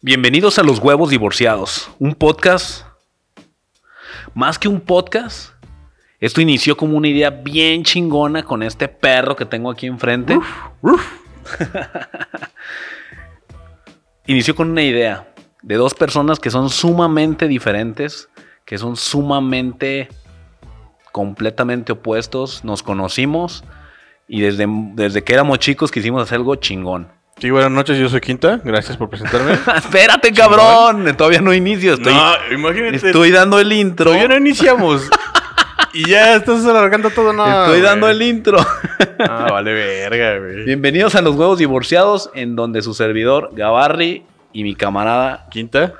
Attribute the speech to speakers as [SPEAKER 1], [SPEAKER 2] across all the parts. [SPEAKER 1] Bienvenidos a Los Huevos Divorciados, un podcast. Más que un podcast, esto inició como una idea bien chingona con este perro que tengo aquí enfrente. inició con una idea de dos personas que son sumamente diferentes, que son sumamente completamente opuestos. Nos conocimos y desde, desde que éramos chicos quisimos hacer algo chingón.
[SPEAKER 2] Sí, buenas noches, yo soy Quinta, gracias por presentarme.
[SPEAKER 1] Espérate, cabrón. Todavía no inicio. Estoy,
[SPEAKER 2] no, imagínate,
[SPEAKER 1] estoy dando el intro.
[SPEAKER 2] todavía no iniciamos. y ya estás alargando todo, no.
[SPEAKER 1] estoy
[SPEAKER 2] güey.
[SPEAKER 1] dando el intro.
[SPEAKER 2] Ah, vale verga, güey.
[SPEAKER 1] Bienvenidos a los huevos divorciados, en donde su servidor Gabarri y mi camarada
[SPEAKER 2] Quinta,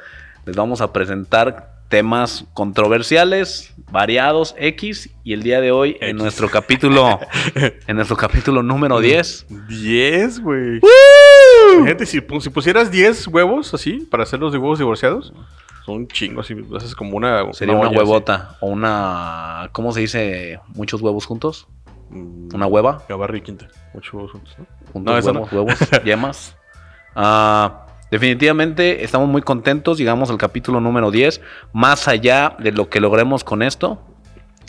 [SPEAKER 1] les vamos a presentar temas controversiales, variados, X. Y el día de hoy, en
[SPEAKER 2] X.
[SPEAKER 1] nuestro capítulo, en nuestro capítulo número 10.
[SPEAKER 2] 10, güey. Gente, si, pu- si pusieras 10 huevos así, para hacer los de huevos divorciados, son un chingo, así, haces como una...
[SPEAKER 1] Sería una
[SPEAKER 2] olla,
[SPEAKER 1] huevota o una. ¿Cómo se dice? ¿Muchos huevos juntos?
[SPEAKER 2] así. Mm,
[SPEAKER 1] ¿Una hueva?
[SPEAKER 2] Gabarra y Quinta, muchos huevos juntos, ¿no?
[SPEAKER 1] Juntos,
[SPEAKER 2] No, esa
[SPEAKER 1] huevos, huevos, yemas. Ah, definitivamente estamos muy contentos. Llegamos al capítulo número 10. Más allá de lo que logremos con esto,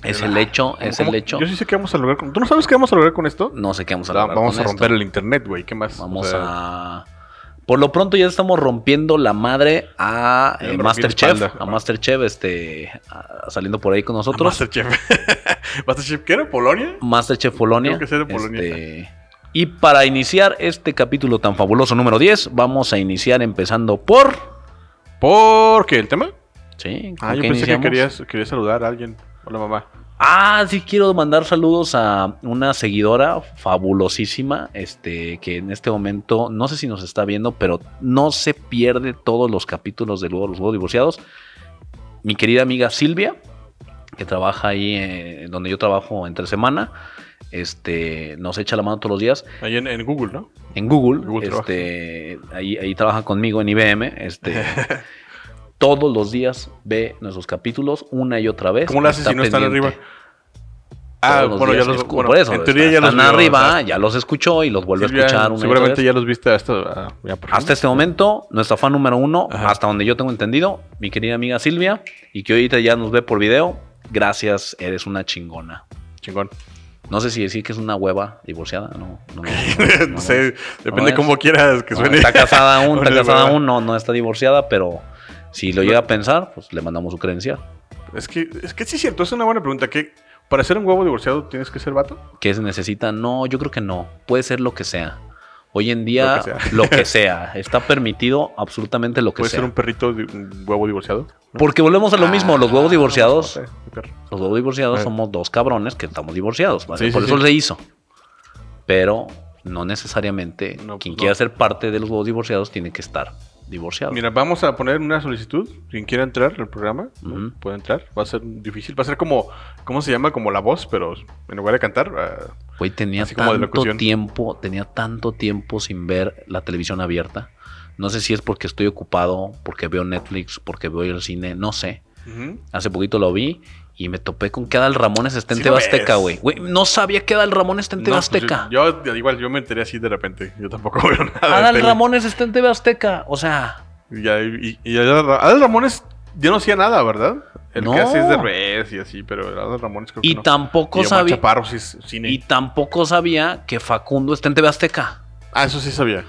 [SPEAKER 1] es el hecho, es
[SPEAKER 2] Ah, ¿Cómo-
[SPEAKER 1] el hecho.
[SPEAKER 2] Yo sí sé qué vamos a lograr con... ¿Tú no sabes qué vamos a lograr con esto?
[SPEAKER 1] No sé qué vamos a
[SPEAKER 2] Ah,
[SPEAKER 1] lograr
[SPEAKER 2] vamos
[SPEAKER 1] con
[SPEAKER 2] a
[SPEAKER 1] esto.
[SPEAKER 2] romper el internet, güey, ¿qué más?
[SPEAKER 1] Vamos a. Por lo pronto ya estamos rompiendo la madre a
[SPEAKER 2] Ya
[SPEAKER 1] eh,
[SPEAKER 2] rompí la
[SPEAKER 1] Masterchef.
[SPEAKER 2] espalda.
[SPEAKER 1] A Masterchef, este, a- saliendo por ahí con nosotros.
[SPEAKER 2] Masterchef. ¿Masterchef qué era? ¿Polonia?
[SPEAKER 1] Masterchef Polonia.
[SPEAKER 2] Creo que sea de Polonia.
[SPEAKER 1] Este, y para iniciar este capítulo tan fabuloso número 10, vamos a iniciar empezando por.
[SPEAKER 2] ¿Por qué? ¿El tema?
[SPEAKER 1] Sí. ¿con
[SPEAKER 2] Ah, yo
[SPEAKER 1] qué
[SPEAKER 2] pensé que
[SPEAKER 1] iniciamos?
[SPEAKER 2] querías, querías saludar a alguien. Hola, mamá.
[SPEAKER 1] Ah, sí, quiero mandar saludos a una seguidora fabulosísima, este, que en este momento, no sé si nos está viendo, pero no se pierde todos los capítulos de Luego los Huevos Divorciados. Mi querida amiga Silvia, que trabaja ahí eh, en donde yo trabajo entre semana, este, nos echa la mano todos los días
[SPEAKER 2] Ahí en, en Google, ¿no?
[SPEAKER 1] en Google,
[SPEAKER 2] Google
[SPEAKER 1] este, ahí, ahí trabaja conmigo en IBM, este, todos los días ve nuestros capítulos una y otra vez.
[SPEAKER 2] ¿Cómo lo haces
[SPEAKER 1] está
[SPEAKER 2] si no están
[SPEAKER 1] pendiente.
[SPEAKER 2] arriba? Ah,
[SPEAKER 1] Todos los
[SPEAKER 2] bueno, ya
[SPEAKER 1] días
[SPEAKER 2] los
[SPEAKER 1] escu-
[SPEAKER 2] bueno,
[SPEAKER 1] por eso,
[SPEAKER 2] En teoría ya
[SPEAKER 1] están
[SPEAKER 2] los vio,
[SPEAKER 1] arriba,
[SPEAKER 2] o sea,
[SPEAKER 1] ya los escuchó y los vuelve
[SPEAKER 2] Silvia,
[SPEAKER 1] a escuchar una y otra
[SPEAKER 2] Seguramente
[SPEAKER 1] vez.
[SPEAKER 2] ya los viste hasta. ah, ya, por
[SPEAKER 1] Hasta
[SPEAKER 2] ejemplo.
[SPEAKER 1] este momento, nuestra fan número uno,
[SPEAKER 2] Ajá.
[SPEAKER 1] hasta donde yo tengo entendido, mi querida amiga Silvia, y que ahorita ya nos ve por video, gracias, eres una chingona.
[SPEAKER 2] Chingón.
[SPEAKER 1] No sé si decir que es una hueva divorciada, no. no, no, no,
[SPEAKER 2] No,
[SPEAKER 1] no
[SPEAKER 2] sé,
[SPEAKER 1] es.
[SPEAKER 2] depende
[SPEAKER 1] es.
[SPEAKER 2] cómo quieras que
[SPEAKER 1] No,
[SPEAKER 2] suene.
[SPEAKER 1] está casada aún, está
[SPEAKER 2] Una
[SPEAKER 1] casada
[SPEAKER 2] hueva.
[SPEAKER 1] aún, no, no está divorciada, pero si lo llega a pensar, pues le mandamos su credencial.
[SPEAKER 2] Es que, es que sí es cierto, es una buena pregunta. ¿Qué, ¿Para ser un huevo divorciado tienes que ser vato?
[SPEAKER 1] ¿Qué se necesita? No, yo creo que no. Puede ser lo que sea. Hoy en día,
[SPEAKER 2] Lo que sea.
[SPEAKER 1] lo que sea. Está permitido absolutamente lo que
[SPEAKER 2] ¿Puedes
[SPEAKER 1] sea.
[SPEAKER 2] ser un perrito, di- un huevo divorciado?
[SPEAKER 1] Porque volvemos a lo mismo, los huevos
[SPEAKER 2] Ah,
[SPEAKER 1] divorciados,
[SPEAKER 2] no sé, mi perro.
[SPEAKER 1] los huevos divorciados
[SPEAKER 2] Eh.
[SPEAKER 1] somos dos cabrones que estamos divorciados, ¿vale?
[SPEAKER 2] Sí, sí,
[SPEAKER 1] Por eso
[SPEAKER 2] sí.
[SPEAKER 1] se hizo. Pero no necesariamente
[SPEAKER 2] No,
[SPEAKER 1] quien
[SPEAKER 2] pues,
[SPEAKER 1] quiera
[SPEAKER 2] no.
[SPEAKER 1] ser parte de los huevos divorciados tiene que estar divorciado.
[SPEAKER 2] Mira, vamos a poner una solicitud. Quien quiera entrar al programa, ¿no?
[SPEAKER 1] Ujú.
[SPEAKER 2] puede entrar. Va a ser difícil. Va a ser como, ¿cómo se llama? Como la voz, pero en lugar de cantar. ah,
[SPEAKER 1] Güey, tenía
[SPEAKER 2] Así como de
[SPEAKER 1] tanto
[SPEAKER 2] locución.
[SPEAKER 1] tiempo, tenía tanto tiempo sin ver la televisión abierta. No sé si es porque estoy ocupado, porque veo Netflix, porque veo el cine, no sé.
[SPEAKER 2] ujú.
[SPEAKER 1] Hace poquito lo vi y me topé con que Adal Ramones está en
[SPEAKER 2] Sí
[SPEAKER 1] TV
[SPEAKER 2] lo
[SPEAKER 1] Azteca,
[SPEAKER 2] ves.
[SPEAKER 1] güey. Güey, No sabía que Adal Ramones está en TV
[SPEAKER 2] No, pues,
[SPEAKER 1] Azteca.
[SPEAKER 2] yo, yo igual, yo me enteré así de repente. Yo tampoco veo nada. de
[SPEAKER 1] Adal
[SPEAKER 2] tele.
[SPEAKER 1] Ramones está en TV Azteca. O sea,
[SPEAKER 2] Y, ya- y- y Adal Ra- Adal Ramones ya no hacía nada, ¿verdad? El
[SPEAKER 1] No.
[SPEAKER 2] que hace es de res y así, pero Adal Ramones creo que
[SPEAKER 1] y
[SPEAKER 2] no.
[SPEAKER 1] tampoco
[SPEAKER 2] Y Omar
[SPEAKER 1] sabía.
[SPEAKER 2] Chaparro sí es cine.
[SPEAKER 1] Y tampoco sabía que Facundo está en TV Azteca.
[SPEAKER 2] Ah, eso sí sabía.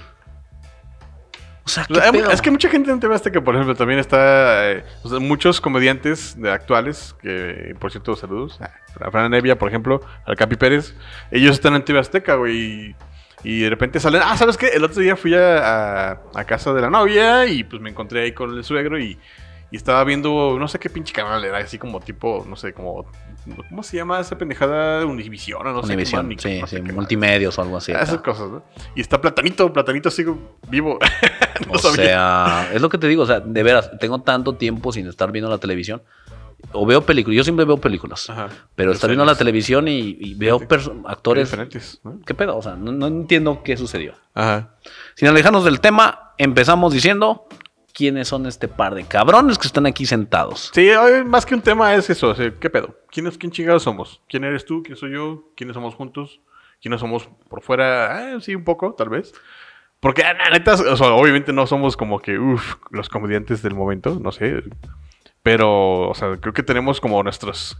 [SPEAKER 1] O sea, ¿qué
[SPEAKER 2] O sea, hay mu-
[SPEAKER 1] pedo?
[SPEAKER 2] Pues, em, Es que mucha gente en TV Azteca, por ejemplo, también está. eh, o sea, muchos comediantes de actuales, que por cierto, saludos. Ah, A Fran Nevia, por ejemplo, al Capi Pérez. Ellos están en TV Azteca, güey. Y, y de repente salen. Ah, ¿sabes qué? El otro día fui a, a- a casa de la novia y pues me encontré ahí con el suegro y, y estaba viendo, no sé qué pinche canal era, así como tipo, no sé, como. ¿Cómo se llama esa pendejada? Univisión, o no sé. qué
[SPEAKER 1] Univisión,
[SPEAKER 2] más, ni-
[SPEAKER 1] sí,
[SPEAKER 2] no sé
[SPEAKER 1] sí,
[SPEAKER 2] qué más.
[SPEAKER 1] multimedios o algo así.
[SPEAKER 2] Ah, Esas
[SPEAKER 1] acá.
[SPEAKER 2] cosas, ¿no? Y está Platanito, Platanito sigue vivo. no
[SPEAKER 1] o
[SPEAKER 2] sabía.
[SPEAKER 1] sea, es lo que te digo, o sea, de veras, tengo tanto tiempo sin estar viendo la televisión. O veo películas, yo siempre veo películas,
[SPEAKER 2] Ajá.
[SPEAKER 1] pero
[SPEAKER 2] Yo
[SPEAKER 1] estar
[SPEAKER 2] sé,
[SPEAKER 1] viendo la
[SPEAKER 2] los-
[SPEAKER 1] televisión y, y veo perso-
[SPEAKER 2] Muy
[SPEAKER 1] actores.
[SPEAKER 2] diferentes, ¿no?
[SPEAKER 1] ¿Qué pedo? O sea, no, no entiendo qué sucedió.
[SPEAKER 2] Ajá.
[SPEAKER 1] Sin alejarnos del tema, empezamos diciendo quiénes son este par de cabrones que están aquí sentados.
[SPEAKER 2] Sí, hoy más que un tema es eso, o sea, ¿qué pedo? ¿Quién, es, ¿Quién chingados somos? ¿Quién eres tú? ¿Quién soy yo? ¿Quiénes somos juntos? ¿Quiénes somos por fuera? Ah, sí, un poco, tal vez. Porque, ah, la neta, o sea, obviamente no somos como que, uff, los comediantes del momento, no sé. Pero, o sea, creo que tenemos como nuestros.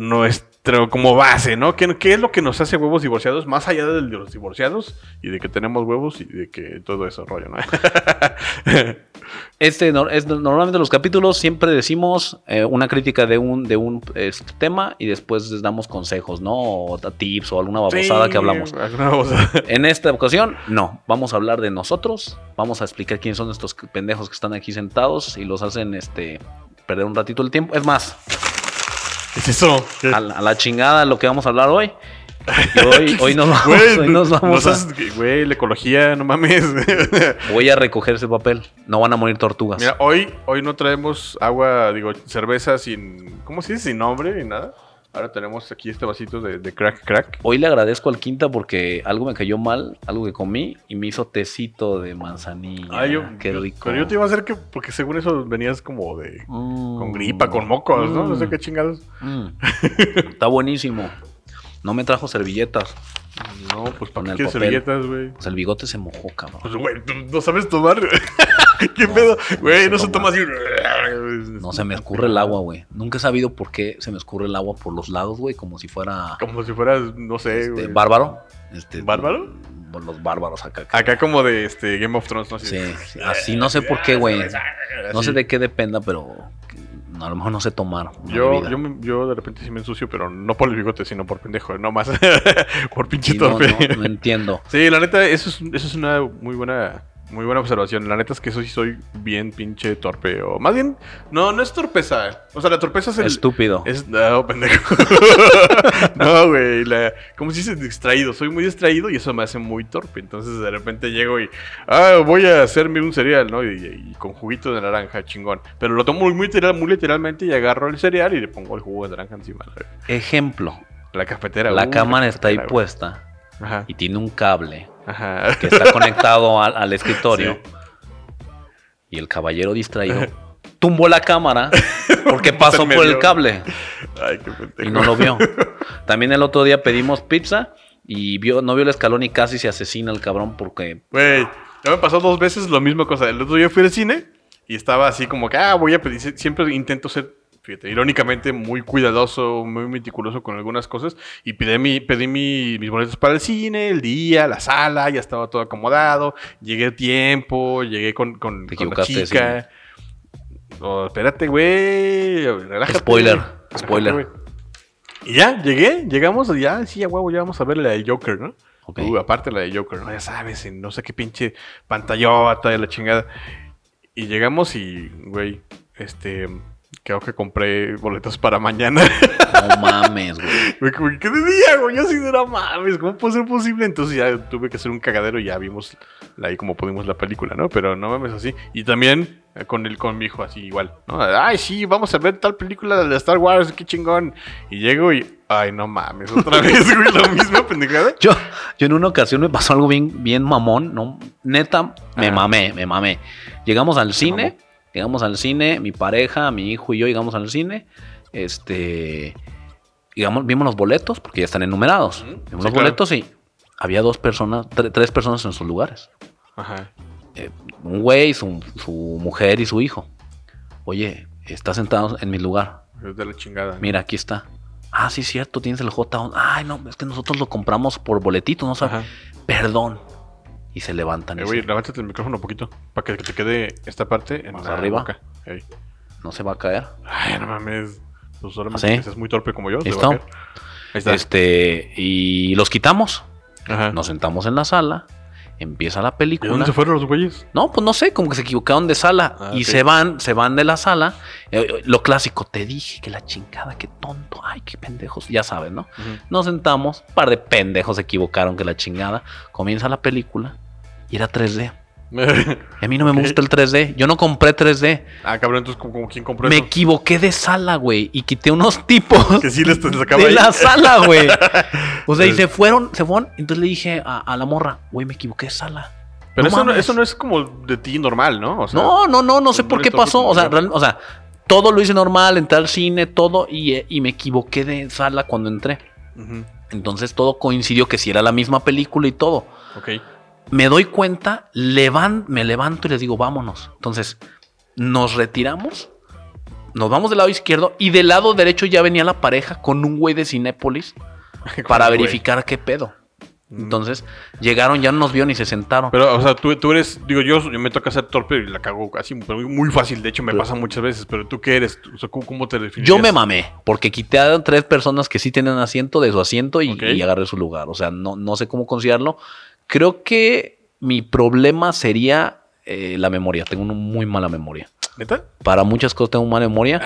[SPEAKER 2] Nuestro, como base, ¿no? ¿Qué, qué es lo que nos hace huevos divorciados? Más allá del de los divorciados y de que tenemos huevos y de que todo ese rollo, ¿no?
[SPEAKER 1] Este, no- es, normalmente los capítulos siempre decimos eh, una crítica de un, de un este, tema y después les damos consejos, ¿no? O ta- tips o alguna babosada
[SPEAKER 2] Sí,
[SPEAKER 1] que hablamos.
[SPEAKER 2] alguna babosada.
[SPEAKER 1] En esta ocasión, no. Vamos a hablar de nosotros. Vamos a explicar quiénes son estos pendejos que están aquí sentados y los hacen este perder un ratito el tiempo. Es más,
[SPEAKER 2] ¿Qué es eso? ¿Qué?
[SPEAKER 1] a la, a la chingada lo que vamos a hablar hoy. Y hoy, hoy nos vamos,
[SPEAKER 2] Güey,
[SPEAKER 1] hoy nos
[SPEAKER 2] no-
[SPEAKER 1] vamos
[SPEAKER 2] no
[SPEAKER 1] a-
[SPEAKER 2] seas- Güey, la ecología, no mames.
[SPEAKER 1] Voy a recoger ese papel. No van a morir tortugas.
[SPEAKER 2] Mira, hoy, hoy no traemos agua, digo, cerveza sin. ¿Cómo se dice? Sin nombre ni nada. Ahora tenemos aquí este vasito de, de crack crack.
[SPEAKER 1] Hoy le agradezco al Quinta porque algo me cayó mal, algo que comí y me hizo tecito de manzanilla.
[SPEAKER 2] Ay, yo-
[SPEAKER 1] Qué
[SPEAKER 2] yo-
[SPEAKER 1] rico.
[SPEAKER 2] Pero yo te iba a hacer que. Porque según eso venías como de.
[SPEAKER 1] Mm.
[SPEAKER 2] Con gripa, con mocos, ¿no? No sé
[SPEAKER 1] Mm.
[SPEAKER 2] qué chingados.
[SPEAKER 1] Mm. Está buenísimo. No me trajo servilletas.
[SPEAKER 2] No, pues
[SPEAKER 1] Con
[SPEAKER 2] para qué
[SPEAKER 1] el
[SPEAKER 2] quieres
[SPEAKER 1] papel.
[SPEAKER 2] servilletas, güey.
[SPEAKER 1] Pues el bigote se mojó, cabrón.
[SPEAKER 2] Pues, güey, tú no sabes tomar. ¿Qué
[SPEAKER 1] No,
[SPEAKER 2] pedo?
[SPEAKER 1] no
[SPEAKER 2] Güey,
[SPEAKER 1] sé
[SPEAKER 2] no se toma
[SPEAKER 1] tomar.
[SPEAKER 2] así.
[SPEAKER 1] No, se me escurre el agua, güey. Nunca he sabido por qué se me escurre el agua por los lados, güey, como si fuera
[SPEAKER 2] Como si fueras, no sé,
[SPEAKER 1] este,
[SPEAKER 2] güey.
[SPEAKER 1] bárbaro. Este,
[SPEAKER 2] ¿Bárbaro? Ah,
[SPEAKER 1] por Los bárbaros acá.
[SPEAKER 2] Acá como de este Game of Thrones, no "Ah, sé.
[SPEAKER 1] Sí, sí, así no sé por qué, güey. No sé de qué dependa, pero a lo mejor no sé tomar. no
[SPEAKER 2] Yo,
[SPEAKER 1] bebida.
[SPEAKER 2] yo, me- yo de repente sí me ensucio, pero no por el bigote, sino por pendejo, no más. por pinche
[SPEAKER 1] Sí, no,
[SPEAKER 2] torpe.
[SPEAKER 1] no, no entiendo.
[SPEAKER 2] Sí, la neta, eso es, eso es una muy buena, muy buena observación. La neta es que eso sí soy bien pinche torpe. O más bien, no, no es torpeza. O sea, la torpeza es el.
[SPEAKER 1] Estúpido.
[SPEAKER 2] Es, no, pendejo. no, güey. La, ¿Cómo se dice? Distraído. Soy muy distraído y eso me hace muy torpe. Entonces de repente llego y. Ah, voy a hacerme un cereal, ¿no? Y, y con juguito de naranja, chingón. Pero lo tomo muy, muy, literal- muy literalmente y agarro el cereal y le pongo el jugo de naranja encima. La,
[SPEAKER 1] Ejemplo,
[SPEAKER 2] la cafetera.
[SPEAKER 1] la
[SPEAKER 2] uh,
[SPEAKER 1] cámara está ahí
[SPEAKER 2] cafetera, güey.
[SPEAKER 1] puesta
[SPEAKER 2] Ajá.
[SPEAKER 1] y tiene un cable
[SPEAKER 2] Ajá.
[SPEAKER 1] que está conectado al, al escritorio. Y el caballero distraído tumbó la cámara porque pasó
[SPEAKER 2] En
[SPEAKER 1] por el
[SPEAKER 2] medio.
[SPEAKER 1] cable
[SPEAKER 2] Ay, qué
[SPEAKER 1] y
[SPEAKER 2] pendejo.
[SPEAKER 1] no lo vio. También el otro día pedimos pizza y vio, no vio el escalón y casi se asesina el cabrón porque
[SPEAKER 2] Güey, ya me pasó dos veces lo mismo cosa. El otro día fui al cine y estaba así como que, ah, voy a pedir. Sie- Siempre intento ser, fíjate, irónicamente muy cuidadoso, muy meticuloso con algunas cosas. Y pedí, mi, pedí mi- mis boletos para el cine, el día, la sala, ya estaba todo acomodado. Llegué a tiempo, llegué con, con,
[SPEAKER 1] Te
[SPEAKER 2] con la
[SPEAKER 1] equivocaste de
[SPEAKER 2] chica. No, espérate, güey, relájate.
[SPEAKER 1] Spoiler,
[SPEAKER 2] Relájate,
[SPEAKER 1] spoiler.
[SPEAKER 2] güey. Y ya, llegué, llegamos, ya, sí, a huevo, ya vamos a ver la de Joker, ¿no?
[SPEAKER 1] Ok.
[SPEAKER 2] Uh, aparte la de Joker, ¿no? Ya sabes, en no sé qué pinche pantallota de la chingada. Y llegamos y, güey, este, creo que compré boletos para mañana.
[SPEAKER 1] no mames, güey.
[SPEAKER 2] Güey, como que, ¿Qué día, güey? Yo así de no mames, ¿cómo puede ser posible? Entonces ya tuve que hacer un cagadero y ya vimos la- ahí como pudimos la película, ¿no? Pero no mames así. Y también eh, con el con mi hijo así igual, ¿no? Ay, sí, vamos a ver tal película de Star Wars, qué chingón. Y llego y, ay, no mames, otra vez, güey, la misma pendejada.
[SPEAKER 1] Yo, yo en una ocasión me pasó algo bien, bien mamón, ¿no? Neta, me
[SPEAKER 2] Ajá.
[SPEAKER 1] mamé, me mamé. Llegamos al cine,
[SPEAKER 2] mamó.
[SPEAKER 1] llegamos al cine, mi pareja, mi hijo y yo llegamos al cine, este, digamos, vimos los boletos, porque ya están enumerados,
[SPEAKER 2] Ujú.
[SPEAKER 1] vimos
[SPEAKER 2] Sí,
[SPEAKER 1] los
[SPEAKER 2] claro.
[SPEAKER 1] boletos y había dos personas, tre- tres personas en sus lugares,
[SPEAKER 2] Ajá.
[SPEAKER 1] Eh, un güey, su, su mujer y su hijo. Oye, está sentado en mi lugar,
[SPEAKER 2] Es de la chingada.
[SPEAKER 1] mira, aquí está. Ah, sí, cierto, tienes el J. Ay, no, es que nosotros lo compramos por boletito, no sabes
[SPEAKER 2] Ajá.
[SPEAKER 1] perdón. Y se levantan.
[SPEAKER 2] Eh,
[SPEAKER 1] y
[SPEAKER 2] güey,
[SPEAKER 1] se-
[SPEAKER 2] levántate el micrófono un poquito para que te quede esta parte en
[SPEAKER 1] Más
[SPEAKER 2] la
[SPEAKER 1] arriba.
[SPEAKER 2] boca. Ey.
[SPEAKER 1] no se va a caer.
[SPEAKER 2] Ay, no mames. Tú solamente
[SPEAKER 1] ¿Ah, sí?
[SPEAKER 2] que seas muy torpe como yo. se
[SPEAKER 1] ¿Listo?
[SPEAKER 2] va a caer. Ahí está.
[SPEAKER 1] Este, y los quitamos.
[SPEAKER 2] Ajá.
[SPEAKER 1] Nos sentamos en la sala. Empieza la
[SPEAKER 2] ¿Y
[SPEAKER 1] película.
[SPEAKER 2] dónde se fueron los güeyes?
[SPEAKER 1] No, pues no sé, como que se equivocaron de sala.
[SPEAKER 2] Ah,
[SPEAKER 1] y
[SPEAKER 2] ok.
[SPEAKER 1] se van, se van de la sala. Eh, eh, lo clásico, te dije que la chingada, qué tonto. Ay, qué pendejos. Ya sabes, ¿no? Nos sentamos, par de pendejos se equivocaron que la chingada. Comienza la película y era 3D. Y a mí no me
[SPEAKER 2] Ok.
[SPEAKER 1] gusta el 3D. Yo no compré 3D.
[SPEAKER 2] ah, cabrón, entonces, ¿cómo, cómo, quién compró
[SPEAKER 1] Me
[SPEAKER 2] eso?
[SPEAKER 1] equivoqué de sala, güey. Y quité unos tipos.
[SPEAKER 2] Que sí les les sacaba
[SPEAKER 1] de
[SPEAKER 2] ahí.
[SPEAKER 1] la sala, güey. O sea, y
[SPEAKER 2] Este
[SPEAKER 1] se fueron, se fueron. Entonces le dije a, a la morra, güey, me equivoqué de sala.
[SPEAKER 2] Pero
[SPEAKER 1] No
[SPEAKER 2] eso, no,
[SPEAKER 1] mames.
[SPEAKER 2] eso no es como de ti normal, ¿no? O sea,
[SPEAKER 1] No, no, no, no sé
[SPEAKER 2] pues,
[SPEAKER 1] por
[SPEAKER 2] no
[SPEAKER 1] qué
[SPEAKER 2] eres torpe
[SPEAKER 1] pasó.
[SPEAKER 2] como
[SPEAKER 1] O sea,
[SPEAKER 2] yo.
[SPEAKER 1] real- o sea, todo lo hice normal, entré al cine, todo, y, eh, y me equivoqué de sala cuando entré.
[SPEAKER 2] Ujú.
[SPEAKER 1] Entonces todo coincidió que si era la misma película y todo.
[SPEAKER 2] Ok.
[SPEAKER 1] me doy cuenta, levan- me levanto y les digo, vámonos. Entonces, nos retiramos, nos vamos del lado izquierdo y del lado derecho ya venía la pareja con un güey de Cinépolis para
[SPEAKER 2] Güey. Mm.
[SPEAKER 1] verificar qué pedo. Entonces, llegaron, ya no nos vieron y se sentaron.
[SPEAKER 2] Pero, o sea, tú, tú eres, digo, yo, yo me toca ser torpe y la cago así, pero muy fácil. De hecho, me
[SPEAKER 1] Pero-
[SPEAKER 2] pasa muchas veces. Pero tú qué eres, O sea, ¿cómo, cómo te defines?
[SPEAKER 1] Yo me mamé, porque quité a tres personas que sí tenían asiento de su asiento y,
[SPEAKER 2] Ok.
[SPEAKER 1] y agarré su lugar. O sea, no, no sé cómo considerarlo. Creo que mi problema sería eh, la memoria. Tengo una muy mala memoria.
[SPEAKER 2] ¿Neta?
[SPEAKER 1] Para muchas cosas tengo mala memoria.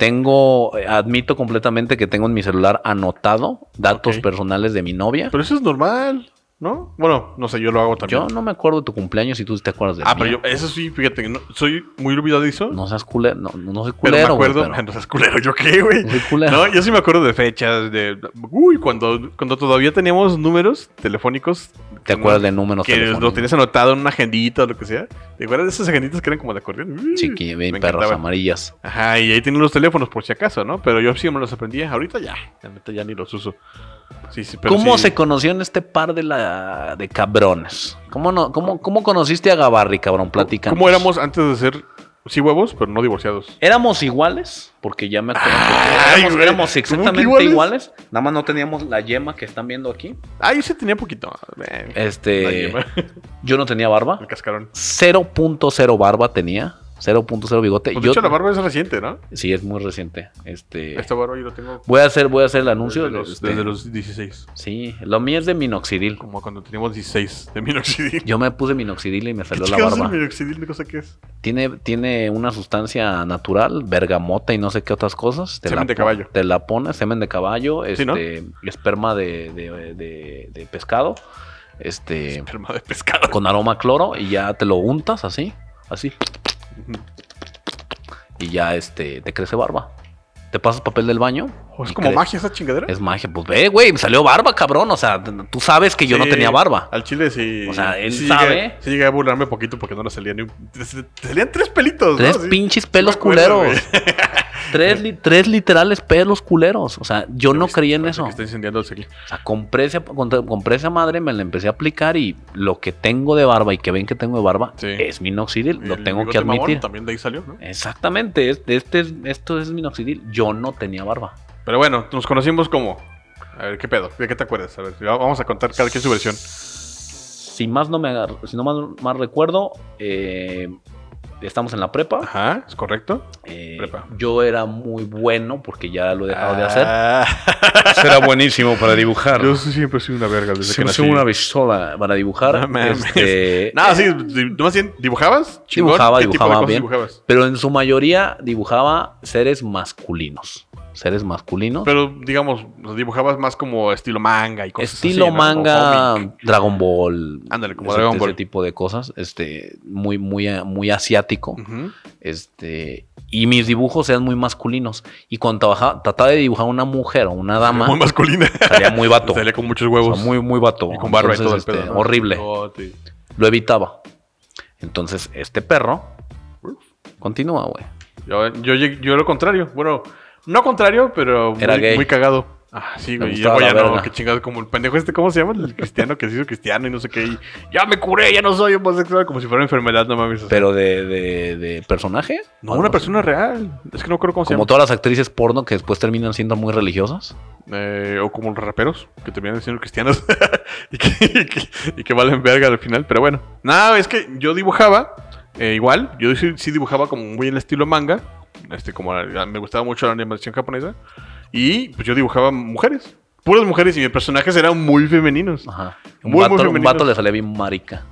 [SPEAKER 1] Tengo, eh, admito completamente que tengo en mi celular anotado datos
[SPEAKER 2] Ok.
[SPEAKER 1] personales de mi novia.
[SPEAKER 2] Pero eso es normal, ¿no? Bueno, no sé, yo lo hago también.
[SPEAKER 1] Yo no me acuerdo de tu cumpleaños y tú te acuerdas de
[SPEAKER 2] ah, pero yo, eso sí, fíjate, que no- soy muy olvidadizo.
[SPEAKER 1] No seas culero, no, no soy
[SPEAKER 2] pero
[SPEAKER 1] culero,
[SPEAKER 2] me
[SPEAKER 1] güey,
[SPEAKER 2] acuerdo,
[SPEAKER 1] pero-
[SPEAKER 2] no seas culero, ¿yo qué, güey?
[SPEAKER 1] No soy culero.
[SPEAKER 2] No, yo sí me acuerdo de fechas, de... Uy, cuando, cuando todavía teníamos números telefónicos.
[SPEAKER 1] ¿Te acuerdas de números
[SPEAKER 2] Que lo
[SPEAKER 1] telefónicos?
[SPEAKER 2] tenías anotado en una agendita o lo que sea. ¿Te acuerdas de esas agenditas que eran como de acordeón? Uy,
[SPEAKER 1] Chiqui, bien,
[SPEAKER 2] me
[SPEAKER 1] perras
[SPEAKER 2] encantaban.
[SPEAKER 1] amarillas.
[SPEAKER 2] Ajá, y ahí tienen los teléfonos por si acaso, ¿no? Pero yo sí me los aprendía. Ahorita ya, la neta ya ni los uso. Sí, sí, pero
[SPEAKER 1] ¿Cómo
[SPEAKER 2] sí.
[SPEAKER 1] se conocieron este par de la de cabrones? ¿Cómo no, cómo, cómo conociste a Gabarri, cabrón? Platícanos.
[SPEAKER 2] ¿Cómo éramos antes de ser, sí, huevos, pero no divorciados?
[SPEAKER 1] ¿Éramos iguales? Porque ya me acuerdo.
[SPEAKER 2] Ay,
[SPEAKER 1] éramos,
[SPEAKER 2] güey.
[SPEAKER 1] éramos
[SPEAKER 2] ¿Cómo que
[SPEAKER 1] exactamente
[SPEAKER 2] iguales?
[SPEAKER 1] iguales? Nada más no teníamos la yema que están viendo aquí.
[SPEAKER 2] Ah, yo sí tenía poquito. Eh, la
[SPEAKER 1] Este,
[SPEAKER 2] yema,
[SPEAKER 1] yo no tenía barba.
[SPEAKER 2] El cascarón.
[SPEAKER 1] eh, 0.0 barba tenía. 0.0 bigote.
[SPEAKER 2] Pues, de
[SPEAKER 1] Yo-
[SPEAKER 2] hecho, la barba es reciente, ¿no?
[SPEAKER 1] Sí, es muy reciente. Este,
[SPEAKER 2] Esta barba yo la tengo
[SPEAKER 1] voy a hacer, voy a hacer el anuncio.
[SPEAKER 2] desde, los,
[SPEAKER 1] este,
[SPEAKER 2] desde los 16.
[SPEAKER 1] Sí, lo mío es de minoxidil.
[SPEAKER 2] Como cuando teníamos 16 de minoxidil.
[SPEAKER 1] Yo me puse minoxidil y me salió
[SPEAKER 2] ¿Qué
[SPEAKER 1] la
[SPEAKER 2] chingados es
[SPEAKER 1] barba.
[SPEAKER 2] el minoxidil? ¿Qué cosa que es?
[SPEAKER 1] Tiene, tiene una sustancia natural, bergamota y no sé qué otras cosas. Te
[SPEAKER 2] Semen
[SPEAKER 1] la
[SPEAKER 2] de
[SPEAKER 1] pon-
[SPEAKER 2] caballo.
[SPEAKER 1] Te la pones, semen de caballo, este,
[SPEAKER 2] Sí, ¿no?
[SPEAKER 1] esperma de, de- de- de pescado, este,
[SPEAKER 2] Esperma de pescado.
[SPEAKER 1] con aroma a cloro y ya te lo untas así, así, y ya este, te crece barba. Te pasas papel del baño.
[SPEAKER 2] Oh, es
[SPEAKER 1] y
[SPEAKER 2] como
[SPEAKER 1] crece.
[SPEAKER 2] magia esa chingadera.
[SPEAKER 1] Es magia. Pues ve, güey, me salió barba, cabrón. O sea, t- tú sabes que yo no
[SPEAKER 2] Sí,
[SPEAKER 1] tenía barba.
[SPEAKER 2] Al chile sí.
[SPEAKER 1] O sea, él
[SPEAKER 2] sí
[SPEAKER 1] sabe.
[SPEAKER 2] Llegué, sí llegué a burlarme poquito porque no le salía ni un. Te, te salían tres pelitos,
[SPEAKER 1] Tres
[SPEAKER 2] ¿no? Sí.
[SPEAKER 1] pinches pelos
[SPEAKER 2] me acuerdo,
[SPEAKER 1] culeros. tres, li- tres literales pelos culeros. O sea, yo no
[SPEAKER 2] Parece-
[SPEAKER 1] creía en
[SPEAKER 2] parece
[SPEAKER 1] eso.
[SPEAKER 2] que está incendiando el ceguillo.
[SPEAKER 1] O sea, compré esa, contra- compré esa madre, me la empecé a aplicar y lo que tengo de barba y que ven que tengo de barba
[SPEAKER 2] Sí.
[SPEAKER 1] es minoxidil, lo
[SPEAKER 2] El
[SPEAKER 1] tengo que
[SPEAKER 2] bigote mamón
[SPEAKER 1] admitir.
[SPEAKER 2] también de ahí salió, ¿no?
[SPEAKER 1] Exactamente, es- este, es- esto es minoxidil. Yo no tenía barba.
[SPEAKER 2] Pero bueno, nos conocimos como. A ver, ¿qué pedo? ¿De qué te acuerdas? A ver, ya vamos a contar cada quien su versión.
[SPEAKER 1] Si más no me agar- si no más, más recuerdo, eh, estamos en la prepa.
[SPEAKER 2] Ajá, ¿es correcto?
[SPEAKER 1] Eh,
[SPEAKER 2] Ah, Prepa. Ah,
[SPEAKER 1] Yo era muy bueno porque ya lo he dejado de hacer.
[SPEAKER 3] Será buenísimo para dibujar.
[SPEAKER 2] Yo siempre he sido una verga desde
[SPEAKER 3] Se
[SPEAKER 2] que
[SPEAKER 3] me
[SPEAKER 2] nací.
[SPEAKER 3] hizo una
[SPEAKER 1] Pistola para dibujar.
[SPEAKER 2] No mames.
[SPEAKER 1] este,
[SPEAKER 2] Nada, sí, di- nomás bien, ¿dibujabas? Chingón.
[SPEAKER 1] Dibujaba,
[SPEAKER 2] ¿Qué tipo de
[SPEAKER 1] dibujaba
[SPEAKER 2] cosas
[SPEAKER 1] bien.
[SPEAKER 2] dibujabas?
[SPEAKER 1] Pero en su mayoría dibujaba seres masculinos. Seres masculinos.
[SPEAKER 2] Pero, digamos, o sea, dibujabas más como estilo manga y cosas
[SPEAKER 1] estilo
[SPEAKER 2] así, ¿no? O cómic.
[SPEAKER 1] manga, Dragon Ball.
[SPEAKER 2] Ándale, como
[SPEAKER 1] ese,
[SPEAKER 2] Dragon
[SPEAKER 1] ese
[SPEAKER 2] Ball.
[SPEAKER 1] tipo de cosas. Este, muy, muy, eh, muy asiático.
[SPEAKER 2] Ujú.
[SPEAKER 1] Este. Y mis dibujos eran muy masculinos. Y cuando trabajaba- trataba de dibujar una mujer o una dama,
[SPEAKER 2] Muy masculina.
[SPEAKER 1] salía muy vato.
[SPEAKER 2] Salía con muchos huevos.
[SPEAKER 1] O sea, muy, muy vato.
[SPEAKER 2] y con barba y
[SPEAKER 1] Entonces,
[SPEAKER 2] todo el
[SPEAKER 1] este,
[SPEAKER 2] pedo. ¿no?
[SPEAKER 1] Horrible.
[SPEAKER 2] Bigote.
[SPEAKER 1] Lo evitaba. Entonces, este perro. Continúa, güey.
[SPEAKER 2] Yo, yo, llegué- yo lo contrario. Bueno, no contrario, pero muy,
[SPEAKER 1] Era gay.
[SPEAKER 2] muy cagado. Ah, sí,
[SPEAKER 1] Me
[SPEAKER 2] güey. Y
[SPEAKER 1] gustaba
[SPEAKER 2] luego ya
[SPEAKER 1] la
[SPEAKER 2] no,
[SPEAKER 1] verga.
[SPEAKER 2] qué chingado. Como el pendejo este, ¿cómo se llama? El cristiano que se hizo cristiano y no sé qué. y ya me curé, ya no soy homosexual. Como si fuera una enfermedad, no mames. o sea.
[SPEAKER 1] Pero de, de, de personaje.
[SPEAKER 2] no, una persona real. Es que no creo cómo se
[SPEAKER 1] Como
[SPEAKER 2] llama.
[SPEAKER 1] todas las actrices porno que después terminan siendo muy religiosas.
[SPEAKER 2] Eh, o como los raperos que terminan siendo cristianos y, que, y que- y que valen verga al final, pero bueno. No, es que yo dibujaba eh, igual, yo sí, sí dibujaba como muy en estilo manga, este como la- me gustaba mucho la animación japonesa y pues yo dibujaba mujeres, puras mujeres y mis personajes eran muy femeninos.
[SPEAKER 1] Ajá. Un,
[SPEAKER 2] Muy, muy
[SPEAKER 1] vato, un
[SPEAKER 2] femeninos.
[SPEAKER 1] vato le salía bien marica.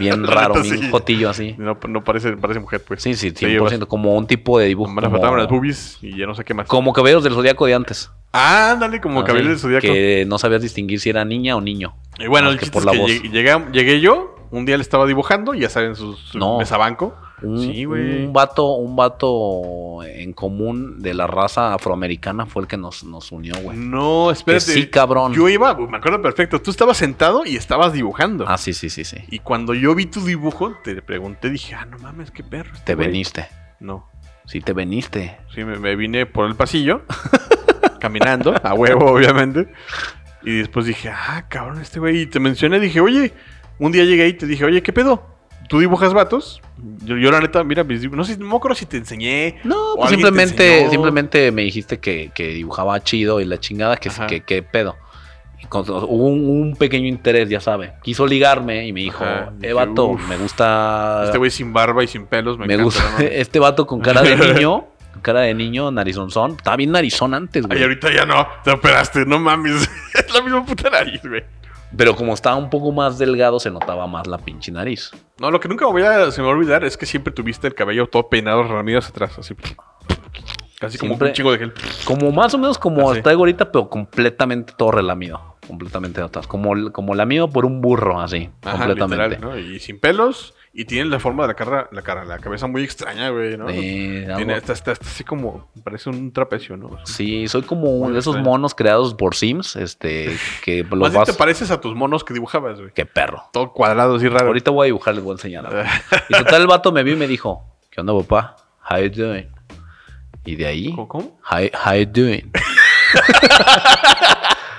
[SPEAKER 1] Bien
[SPEAKER 2] La
[SPEAKER 1] raro,
[SPEAKER 2] neta,
[SPEAKER 1] bien
[SPEAKER 2] sí.
[SPEAKER 1] jotillo así.
[SPEAKER 2] No, no parece, parece mujer, pues.
[SPEAKER 1] Sí, sí,
[SPEAKER 2] Te llevas-
[SPEAKER 1] 100%. Como un tipo de dibujo.
[SPEAKER 2] Me la faltaban las
[SPEAKER 1] Como,
[SPEAKER 2] boobies y ya no sé qué más.
[SPEAKER 1] como Ah, caballeros del zodiaco de antes.
[SPEAKER 2] Ándale, como
[SPEAKER 1] Así,
[SPEAKER 2] cabello de zodiaco.
[SPEAKER 1] Que no sabías distinguir si era niña o niño.
[SPEAKER 2] Y bueno,
[SPEAKER 1] Más
[SPEAKER 2] el
[SPEAKER 1] que
[SPEAKER 2] chiste
[SPEAKER 1] por
[SPEAKER 2] es
[SPEAKER 1] la
[SPEAKER 2] que
[SPEAKER 1] voz.
[SPEAKER 2] llegué, llegué- llegué yo, un día le estaba dibujando, ya saben, su, su
[SPEAKER 1] No.
[SPEAKER 2] mesabanco.
[SPEAKER 1] Un,
[SPEAKER 2] Sí, güey.
[SPEAKER 1] un vato, un vato en común de la raza afroamericana fue el que nos, nos unió, güey.
[SPEAKER 2] No,
[SPEAKER 1] Que
[SPEAKER 2] espérate.
[SPEAKER 1] sí, cabrón.
[SPEAKER 2] Yo iba, me acuerdo perfecto, tú estabas sentado y estabas dibujando.
[SPEAKER 1] Ah, sí, sí, sí, sí.
[SPEAKER 2] Y cuando yo vi tu dibujo, te pregunté, dije, ah, no mames, qué perro. este
[SPEAKER 1] Te
[SPEAKER 2] güey".
[SPEAKER 1] veniste.
[SPEAKER 2] No,
[SPEAKER 1] Sí, te veniste.
[SPEAKER 2] sí, me, me vine por el pasillo, caminando, a huevo, obviamente. Y después dije, ah, cabrón, este güey. Y te mencioné, dije, oye, Un día llegué y te dije, oye, ¿qué pedo? ¿Tú dibujas vatos? Yo, yo la neta, mira, mis dibu- no sé, no me acuerdo si te enseñé.
[SPEAKER 1] No,
[SPEAKER 2] o
[SPEAKER 1] pues
[SPEAKER 2] alguien te
[SPEAKER 1] simplemente,
[SPEAKER 2] enseñó.
[SPEAKER 1] simplemente me dijiste que, que dibujaba chido y la chingada, que,
[SPEAKER 2] Ajá.
[SPEAKER 1] que, que pedo. Y con- hubo un, un pequeño interés, ya sabe. Quiso ligarme y me dijo,
[SPEAKER 2] Ajá, dije,
[SPEAKER 1] eh, vato,
[SPEAKER 2] "Uf,
[SPEAKER 1] me gusta...
[SPEAKER 2] Este güey sin barba y sin pelos, me,
[SPEAKER 1] Ah. me
[SPEAKER 2] encanta,
[SPEAKER 1] gusta
[SPEAKER 2] ¿no?
[SPEAKER 1] este vato con cara de niño, con cara de niño, narizonzón. Estaba bien narizón antes,
[SPEAKER 2] Ay,
[SPEAKER 1] güey.
[SPEAKER 2] ahorita ya no, te operaste, no mames. es la misma puta nariz, güey.
[SPEAKER 1] Pero como estaba un poco más delgado, se notaba más la pinche nariz.
[SPEAKER 2] No, lo que nunca voy a, se me va a olvidar es que siempre tuviste el cabello todo peinado, ramillas atrás, así. Casi como
[SPEAKER 1] Siempre-
[SPEAKER 2] un chingo de gel.
[SPEAKER 1] Como más o menos como
[SPEAKER 2] Así.
[SPEAKER 1] está ahorita, pero completamente todo relamido. Completamente atrás. Como, como lamido por un burro, así.
[SPEAKER 2] Ajá,
[SPEAKER 1] completamente.
[SPEAKER 2] literal, ¿no? Y sin pelos, y tiene la forma de la cara, la cara, la cabeza muy extraña, güey, ¿no?
[SPEAKER 1] Eh, algo-
[SPEAKER 2] Tiene, está, está- está así como, parece un trapecio, ¿no?
[SPEAKER 1] Sí, soy como uno de esos
[SPEAKER 2] extraño.
[SPEAKER 1] monos creados por Sims, este, que
[SPEAKER 2] Más
[SPEAKER 1] los
[SPEAKER 2] bien
[SPEAKER 1] vas...
[SPEAKER 2] te pareces a tus monos que dibujabas, güey.
[SPEAKER 1] Qué perro.
[SPEAKER 2] Todo cuadrado, así raro. Ah,
[SPEAKER 1] Ahorita voy a dibujar, les voy a enseñar. algo. Y total, el vato me vio y me dijo, ¿qué onda, papá? How you doing? Y de ahí,
[SPEAKER 2] ¿Cómo? cómo?
[SPEAKER 1] how, how you doing?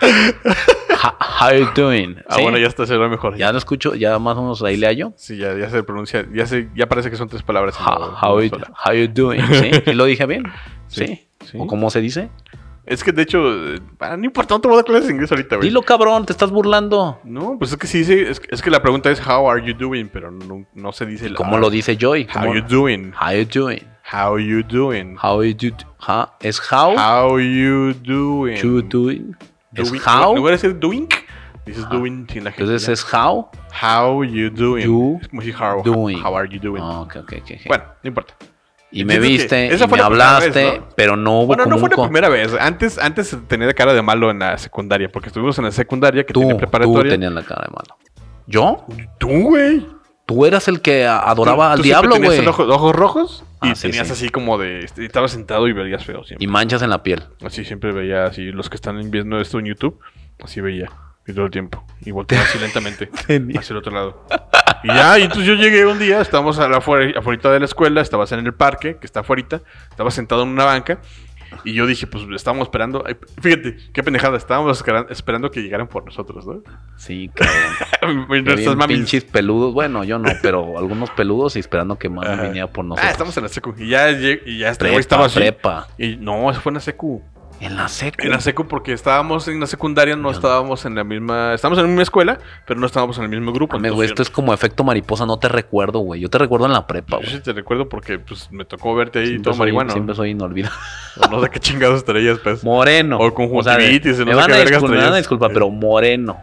[SPEAKER 1] how, how you doing?
[SPEAKER 2] Ah,
[SPEAKER 1] ¿Sí?
[SPEAKER 2] bueno, ya está, se ve mejor.
[SPEAKER 1] Ya no escucho, ya más o menos ahí le hallo.
[SPEAKER 2] Sí, ya, ya se pronuncia, ya se, ya parece que son tres palabras. en
[SPEAKER 1] How,
[SPEAKER 2] una-
[SPEAKER 1] how
[SPEAKER 2] una
[SPEAKER 1] you-
[SPEAKER 2] sola.
[SPEAKER 1] how you doing? ¿Sí? ¿Sí lo dije bien?
[SPEAKER 2] Sí,
[SPEAKER 1] ¿Sí?
[SPEAKER 2] sí.
[SPEAKER 1] ¿O cómo se dice?
[SPEAKER 2] Es que de hecho, eh, ah, no importa, no te voy a dar clases de inglés ahorita, güey.
[SPEAKER 1] Dilo, cabrón, te estás burlando.
[SPEAKER 2] No, pues es que sí dice, es, que- es que la pregunta es how are you doing, pero no, no se dice el
[SPEAKER 1] ¿Cómo lo dice Joy?
[SPEAKER 2] How
[SPEAKER 1] ¿Cómo-
[SPEAKER 2] you doing?
[SPEAKER 1] How you doing?
[SPEAKER 2] How you doing?
[SPEAKER 1] How you do? ha- es how,
[SPEAKER 2] How you doing?
[SPEAKER 1] you doing? Es
[SPEAKER 2] Doing- En
[SPEAKER 1] how. Ah,
[SPEAKER 2] lugar de decir doing, dices doing sin la gente.
[SPEAKER 1] Entonces es how.
[SPEAKER 2] How you doing?
[SPEAKER 1] You
[SPEAKER 2] es como si how,
[SPEAKER 1] doing.
[SPEAKER 2] how are you doing?
[SPEAKER 1] Ah, ok, ok, ok, ok.
[SPEAKER 2] Bueno, no importa.
[SPEAKER 1] y me
[SPEAKER 2] entiendo que
[SPEAKER 1] viste,
[SPEAKER 2] esa
[SPEAKER 1] y
[SPEAKER 2] fue
[SPEAKER 1] me
[SPEAKER 2] la primera vez,
[SPEAKER 1] hablaste,
[SPEAKER 2] ¿no?
[SPEAKER 1] pero no hubo
[SPEAKER 2] Bueno,
[SPEAKER 1] como
[SPEAKER 2] no fue
[SPEAKER 1] un
[SPEAKER 2] la
[SPEAKER 1] co-
[SPEAKER 2] primera vez. Antes, antes tenía cara de malo en la secundaria, porque estuvimos en la secundaria que
[SPEAKER 1] Tú,
[SPEAKER 2] tenía
[SPEAKER 1] tú
[SPEAKER 2] preparatoria.
[SPEAKER 1] tenías la cara de malo. ¿Yo?
[SPEAKER 2] Tú, güey.
[SPEAKER 1] Tú eras el que a- adoraba
[SPEAKER 2] Tú
[SPEAKER 1] al
[SPEAKER 2] siempre
[SPEAKER 1] diablo,
[SPEAKER 2] tenías
[SPEAKER 1] güey.
[SPEAKER 2] el ojo- ojos rojos y
[SPEAKER 1] Ah, sí,
[SPEAKER 2] tenías
[SPEAKER 1] sí.
[SPEAKER 2] así como de. este, Estabas sentado y veías feo
[SPEAKER 1] Y
[SPEAKER 2] siempre.
[SPEAKER 1] manchas en la piel.
[SPEAKER 2] Así siempre veía, así los que están viendo esto en YouTube, así veía. Y todo el tiempo. Y volteaba así lentamente. hacia el otro lado. Y ya, y entonces yo llegué un día, estábamos a la afuera, afuera de la escuela, estabas en el parque, que está afuera, estabas sentado en una banca. Y yo dije, pues estábamos esperando. ay, Fíjate, qué pendejada, estábamos escara- esperando que llegaran por nosotros, ¿no?
[SPEAKER 1] Sí, cabrón.
[SPEAKER 2] Nuestras
[SPEAKER 1] Que bien
[SPEAKER 2] mamis.
[SPEAKER 1] pinches peludos. Bueno, yo no, pero algunos peludos y esperando que mami
[SPEAKER 2] Ajá.
[SPEAKER 1] viniera por
[SPEAKER 2] Ah,
[SPEAKER 1] nosotros.
[SPEAKER 2] estamos en la secu. Y ya, lleg- y ya este güey estaba
[SPEAKER 1] prepa,
[SPEAKER 2] así.
[SPEAKER 1] prepa.
[SPEAKER 2] Y no, eso fue en la secu.
[SPEAKER 1] En la seco.
[SPEAKER 2] En la secu porque estábamos en la secundaria, no
[SPEAKER 1] Yo-
[SPEAKER 2] estábamos en la misma... Estábamos en la misma escuela, pero no estábamos en el mismo grupo.
[SPEAKER 1] Mames, güey, esto
[SPEAKER 2] entonces
[SPEAKER 1] es como efecto mariposa, no te recuerdo, güey. Yo te recuerdo en la prepa,
[SPEAKER 2] yo-
[SPEAKER 1] güey.
[SPEAKER 2] Yo sí te recuerdo porque pues, me tocó verte ahí
[SPEAKER 1] Siempre
[SPEAKER 2] todo
[SPEAKER 1] soy-
[SPEAKER 2] marihuana.
[SPEAKER 1] Siempre soy inolvidable.
[SPEAKER 2] No sé qué chingados traías, pues.
[SPEAKER 1] Moreno.
[SPEAKER 2] O conjuntivitis,
[SPEAKER 1] de-
[SPEAKER 2] no
[SPEAKER 1] me
[SPEAKER 2] sé
[SPEAKER 1] van
[SPEAKER 2] qué
[SPEAKER 1] a
[SPEAKER 2] vergas
[SPEAKER 1] disculpar, me van a
[SPEAKER 2] traías.
[SPEAKER 1] disculpar, pero moreno.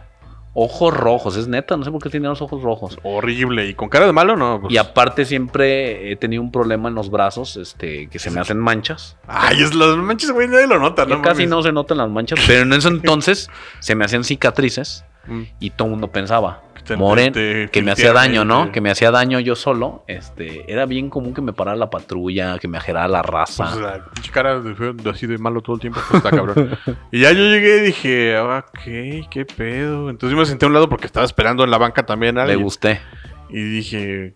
[SPEAKER 1] Ojos rojos, es neta, no sé por qué tenía los ojos rojos.
[SPEAKER 2] Horrible. Y con cara de malo, no. pues.
[SPEAKER 1] Y aparte siempre he tenido un problema en los brazos, este, que se me hacen manchas.
[SPEAKER 2] Ay, es las manches, güey, nadie lo nota,
[SPEAKER 1] Ya
[SPEAKER 2] Ah, ¿no?
[SPEAKER 1] casi
[SPEAKER 2] mames.
[SPEAKER 1] no se notan las manchas, pero en ese entonces se me hacían cicatrices
[SPEAKER 2] Mm.
[SPEAKER 1] y todo el mundo pensaba,
[SPEAKER 2] Te-
[SPEAKER 1] Moren,
[SPEAKER 2] te- te
[SPEAKER 1] que me hacía daño, ¿no?
[SPEAKER 2] te-
[SPEAKER 1] Que me hacía daño yo solo. Este, era bien común que me parara la patrulla, que me ajerara la raza.
[SPEAKER 2] Pues la pinche cara de feo, de así de malo todo el tiempo, pues, está cabrón. y ya yo llegué y dije, "Ah, ok, qué pedo. Entonces yo me senté a un lado porque estaba esperando en la banca también a
[SPEAKER 1] Le
[SPEAKER 2] alguien.
[SPEAKER 1] gusté.
[SPEAKER 2] Y dije,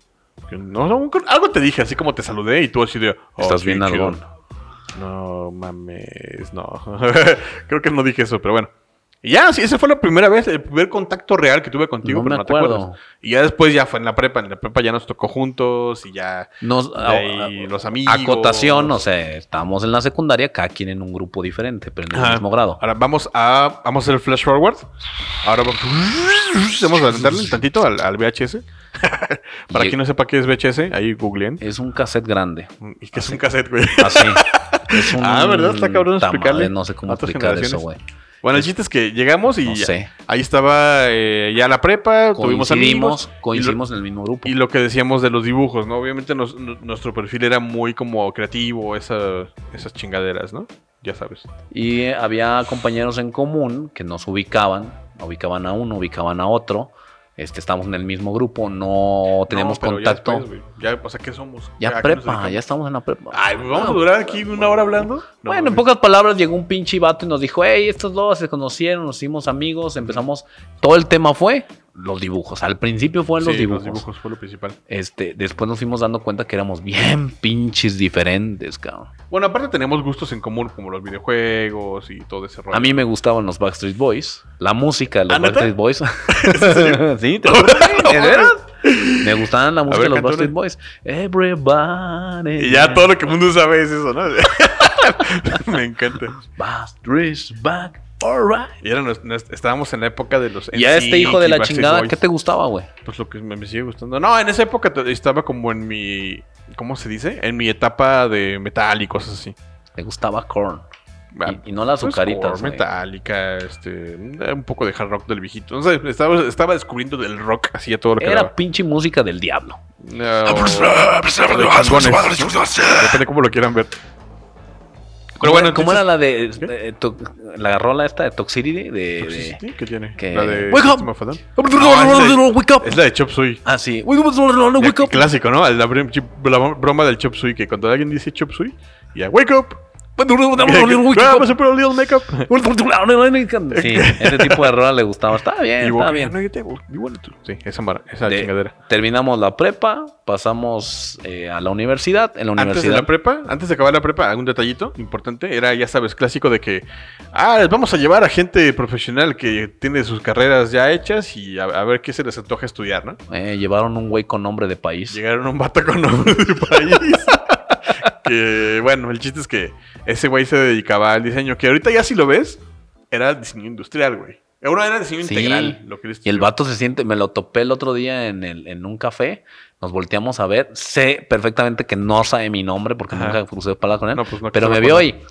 [SPEAKER 2] que no, no, algo te dije, así como te saludé y tú así de, oh,
[SPEAKER 1] Estás
[SPEAKER 2] qué
[SPEAKER 1] bien
[SPEAKER 2] chido.
[SPEAKER 1] algón.
[SPEAKER 2] No mames, no. Creo que no dije eso, pero bueno. Y ya, sí, esa fue la primera vez, el primer contacto real que tuve contigo,
[SPEAKER 1] No
[SPEAKER 2] pero
[SPEAKER 1] me
[SPEAKER 2] no te
[SPEAKER 1] acuerdo.
[SPEAKER 2] acuerdas. Y ya después ya fue en la prepa, en la prepa ya nos tocó juntos y ya
[SPEAKER 1] Nos,
[SPEAKER 2] de ahí los amigos.
[SPEAKER 1] Acotación, o sea, estamos en la secundaria, cada quien en un grupo diferente, pero en el
[SPEAKER 2] Ajá.
[SPEAKER 1] mismo grado.
[SPEAKER 2] Ahora vamos a, vamos a hacer el flash forward. Ahora vamos, vamos a adelantarle un tantito al, al VHS. Para
[SPEAKER 1] Y-
[SPEAKER 2] quien no sepa qué es VHS, ahí googleen.
[SPEAKER 1] Es un cassette grande.
[SPEAKER 2] Y que es un cassette, güey.
[SPEAKER 1] Así. Es un-
[SPEAKER 2] Ah, ¿verdad? Está cabrón
[SPEAKER 1] ta madre,
[SPEAKER 2] explicarle
[SPEAKER 1] No sé cómo
[SPEAKER 2] a otras
[SPEAKER 1] explicar eso, güey.
[SPEAKER 2] generaciones. Bueno, el chiste es que llegamos y
[SPEAKER 1] No
[SPEAKER 2] ya-
[SPEAKER 1] sé.
[SPEAKER 2] ahí estaba eh, ya la prepa, tuvimos amigos.
[SPEAKER 1] Coincidimos, coincidimos en el mismo grupo.
[SPEAKER 2] Y lo que decíamos de los dibujos, ¿no? Obviamente nos- n- nuestro perfil era muy como creativo, esa- esas chingaderas, ¿no? Ya sabes.
[SPEAKER 1] Y eh, había compañeros en común que nos ubicaban, ubicaban a uno, ubicaban a otro. Este, estamos en el mismo grupo, no tenemos
[SPEAKER 2] No, pero
[SPEAKER 1] contacto.
[SPEAKER 2] Ya, después, güey. Ya, o sea, ¿qué somos?
[SPEAKER 1] Ya
[SPEAKER 2] ¿A qué nos
[SPEAKER 1] prepa,
[SPEAKER 2] dedicamos?
[SPEAKER 1] ya estamos en la prepa.
[SPEAKER 2] Ay, güey, vamos
[SPEAKER 1] No,
[SPEAKER 2] a durar aquí una hora hablando. No,
[SPEAKER 1] bueno, en
[SPEAKER 2] güey.
[SPEAKER 1] pocas palabras llegó un pinche vato y nos dijo, hey, estos dos se conocieron, nos hicimos amigos, empezamos, todo el tema fue los dibujos. Al principio fueron los
[SPEAKER 2] Sí,
[SPEAKER 1] dibujos.
[SPEAKER 2] Los dibujos fue lo principal.
[SPEAKER 1] Este, después nos fuimos dando cuenta que éramos bien pinches diferentes, cabrón.
[SPEAKER 2] Bueno, aparte tenemos gustos en común, como los videojuegos y todo ese rollo.
[SPEAKER 1] A mí me gustaban los Backstreet Boys, la música de los
[SPEAKER 2] ¿Ah, neta?
[SPEAKER 1] Backstreet Boys. sí, te lo juro, güey, ¿de veras? Me gustaban la música de
[SPEAKER 2] ver,
[SPEAKER 1] los
[SPEAKER 2] canta
[SPEAKER 1] Backstreet Boys. Everybody.
[SPEAKER 2] Y ya todo lo que el mundo sabe es eso, ¿no? me encanta.
[SPEAKER 1] Backstreet Back. Alright.
[SPEAKER 2] Y era nos- nos- estábamos en la época de los.
[SPEAKER 1] Y a este
[SPEAKER 2] NSYNC
[SPEAKER 1] hijo de
[SPEAKER 2] y
[SPEAKER 1] la
[SPEAKER 2] Eh, Backstreet
[SPEAKER 1] chingada,
[SPEAKER 2] Boys.
[SPEAKER 1] ¿qué te gustaba, güey?
[SPEAKER 2] Pues lo que me, me sigue gustando. No, en esa época te- estaba como en mi. ¿Cómo se dice? En mi etapa de metal y cosas así.
[SPEAKER 1] Te gustaba Korn.
[SPEAKER 2] Ah,
[SPEAKER 1] Y, y no las
[SPEAKER 2] pues,
[SPEAKER 1] azucaritas.
[SPEAKER 2] core,
[SPEAKER 1] güey.
[SPEAKER 2] metálica, este. Un poco de hard rock del viejito. No sé, estaba, estaba descubriendo del rock así a todo lo que
[SPEAKER 1] Era ¡Ah,
[SPEAKER 2] daba.
[SPEAKER 1] pinche música del diablo.
[SPEAKER 2] No. ah, pues, Depende cómo lo quieran ver.
[SPEAKER 1] Pero
[SPEAKER 2] bueno,
[SPEAKER 1] ¿cómo
[SPEAKER 2] entonces-
[SPEAKER 1] era la de, de- eh, to- la rola esta de Toxicity? De, de-
[SPEAKER 2] pues, ¿Qué tiene?
[SPEAKER 1] que-
[SPEAKER 2] La de
[SPEAKER 1] Wake up.
[SPEAKER 2] System of a Down. No, es, la,
[SPEAKER 1] Wake up.
[SPEAKER 2] es la de Chop Suey.
[SPEAKER 1] Ah, sí. Wake up, wake
[SPEAKER 2] Ya,
[SPEAKER 1] up.
[SPEAKER 2] Clásico, ¿no? La, br- la broma del Chop Suey, que cuando alguien dice Chop Suey, ya, wake up.
[SPEAKER 1] Wake
[SPEAKER 2] Vamos
[SPEAKER 1] up.
[SPEAKER 2] a poner un little makeup.
[SPEAKER 1] Eh, Sí, ese tipo de rola le gustaba. Estaba bien,
[SPEAKER 2] Y
[SPEAKER 1] estaba
[SPEAKER 2] walk-
[SPEAKER 1] bien.
[SPEAKER 2] no, yo tengo- y bueno, tú. Sí, esa, mara- esa
[SPEAKER 1] De-
[SPEAKER 2] chingadera.
[SPEAKER 1] terminamos la prepa, pasamos eh, a la universidad. En la
[SPEAKER 2] Antes de
[SPEAKER 1] universidad.
[SPEAKER 2] la prepa, antes de acabar la prepa, algún detallito importante, era, ya sabes, clásico de que, ah, les vamos a llevar a gente profesional que tiene sus carreras ya hechas y a, a ver qué se les antoja estudiar, ¿no?
[SPEAKER 1] eh, llevaron un güey con nombre de país.
[SPEAKER 2] Llegaron a un vato con nombre de país. que bueno, el chiste es que ese güey se dedicaba al diseño, que ahorita ya si lo ves, era diseño industrial, güey. Ahora era diseño
[SPEAKER 1] Sí.
[SPEAKER 2] integral, lo que
[SPEAKER 1] Y
[SPEAKER 2] él
[SPEAKER 1] el
[SPEAKER 2] estudió.
[SPEAKER 1] vato se siente, me lo topé el otro día en, el, en un café, nos volteamos a ver, sé perfectamente que no sabe mi nombre porque
[SPEAKER 2] Ajá.
[SPEAKER 1] nunca crucé palabras con él,
[SPEAKER 2] No, pues no, que
[SPEAKER 1] pero
[SPEAKER 2] se
[SPEAKER 1] me
[SPEAKER 2] me
[SPEAKER 1] vio
[SPEAKER 2] acuerda.
[SPEAKER 1] y,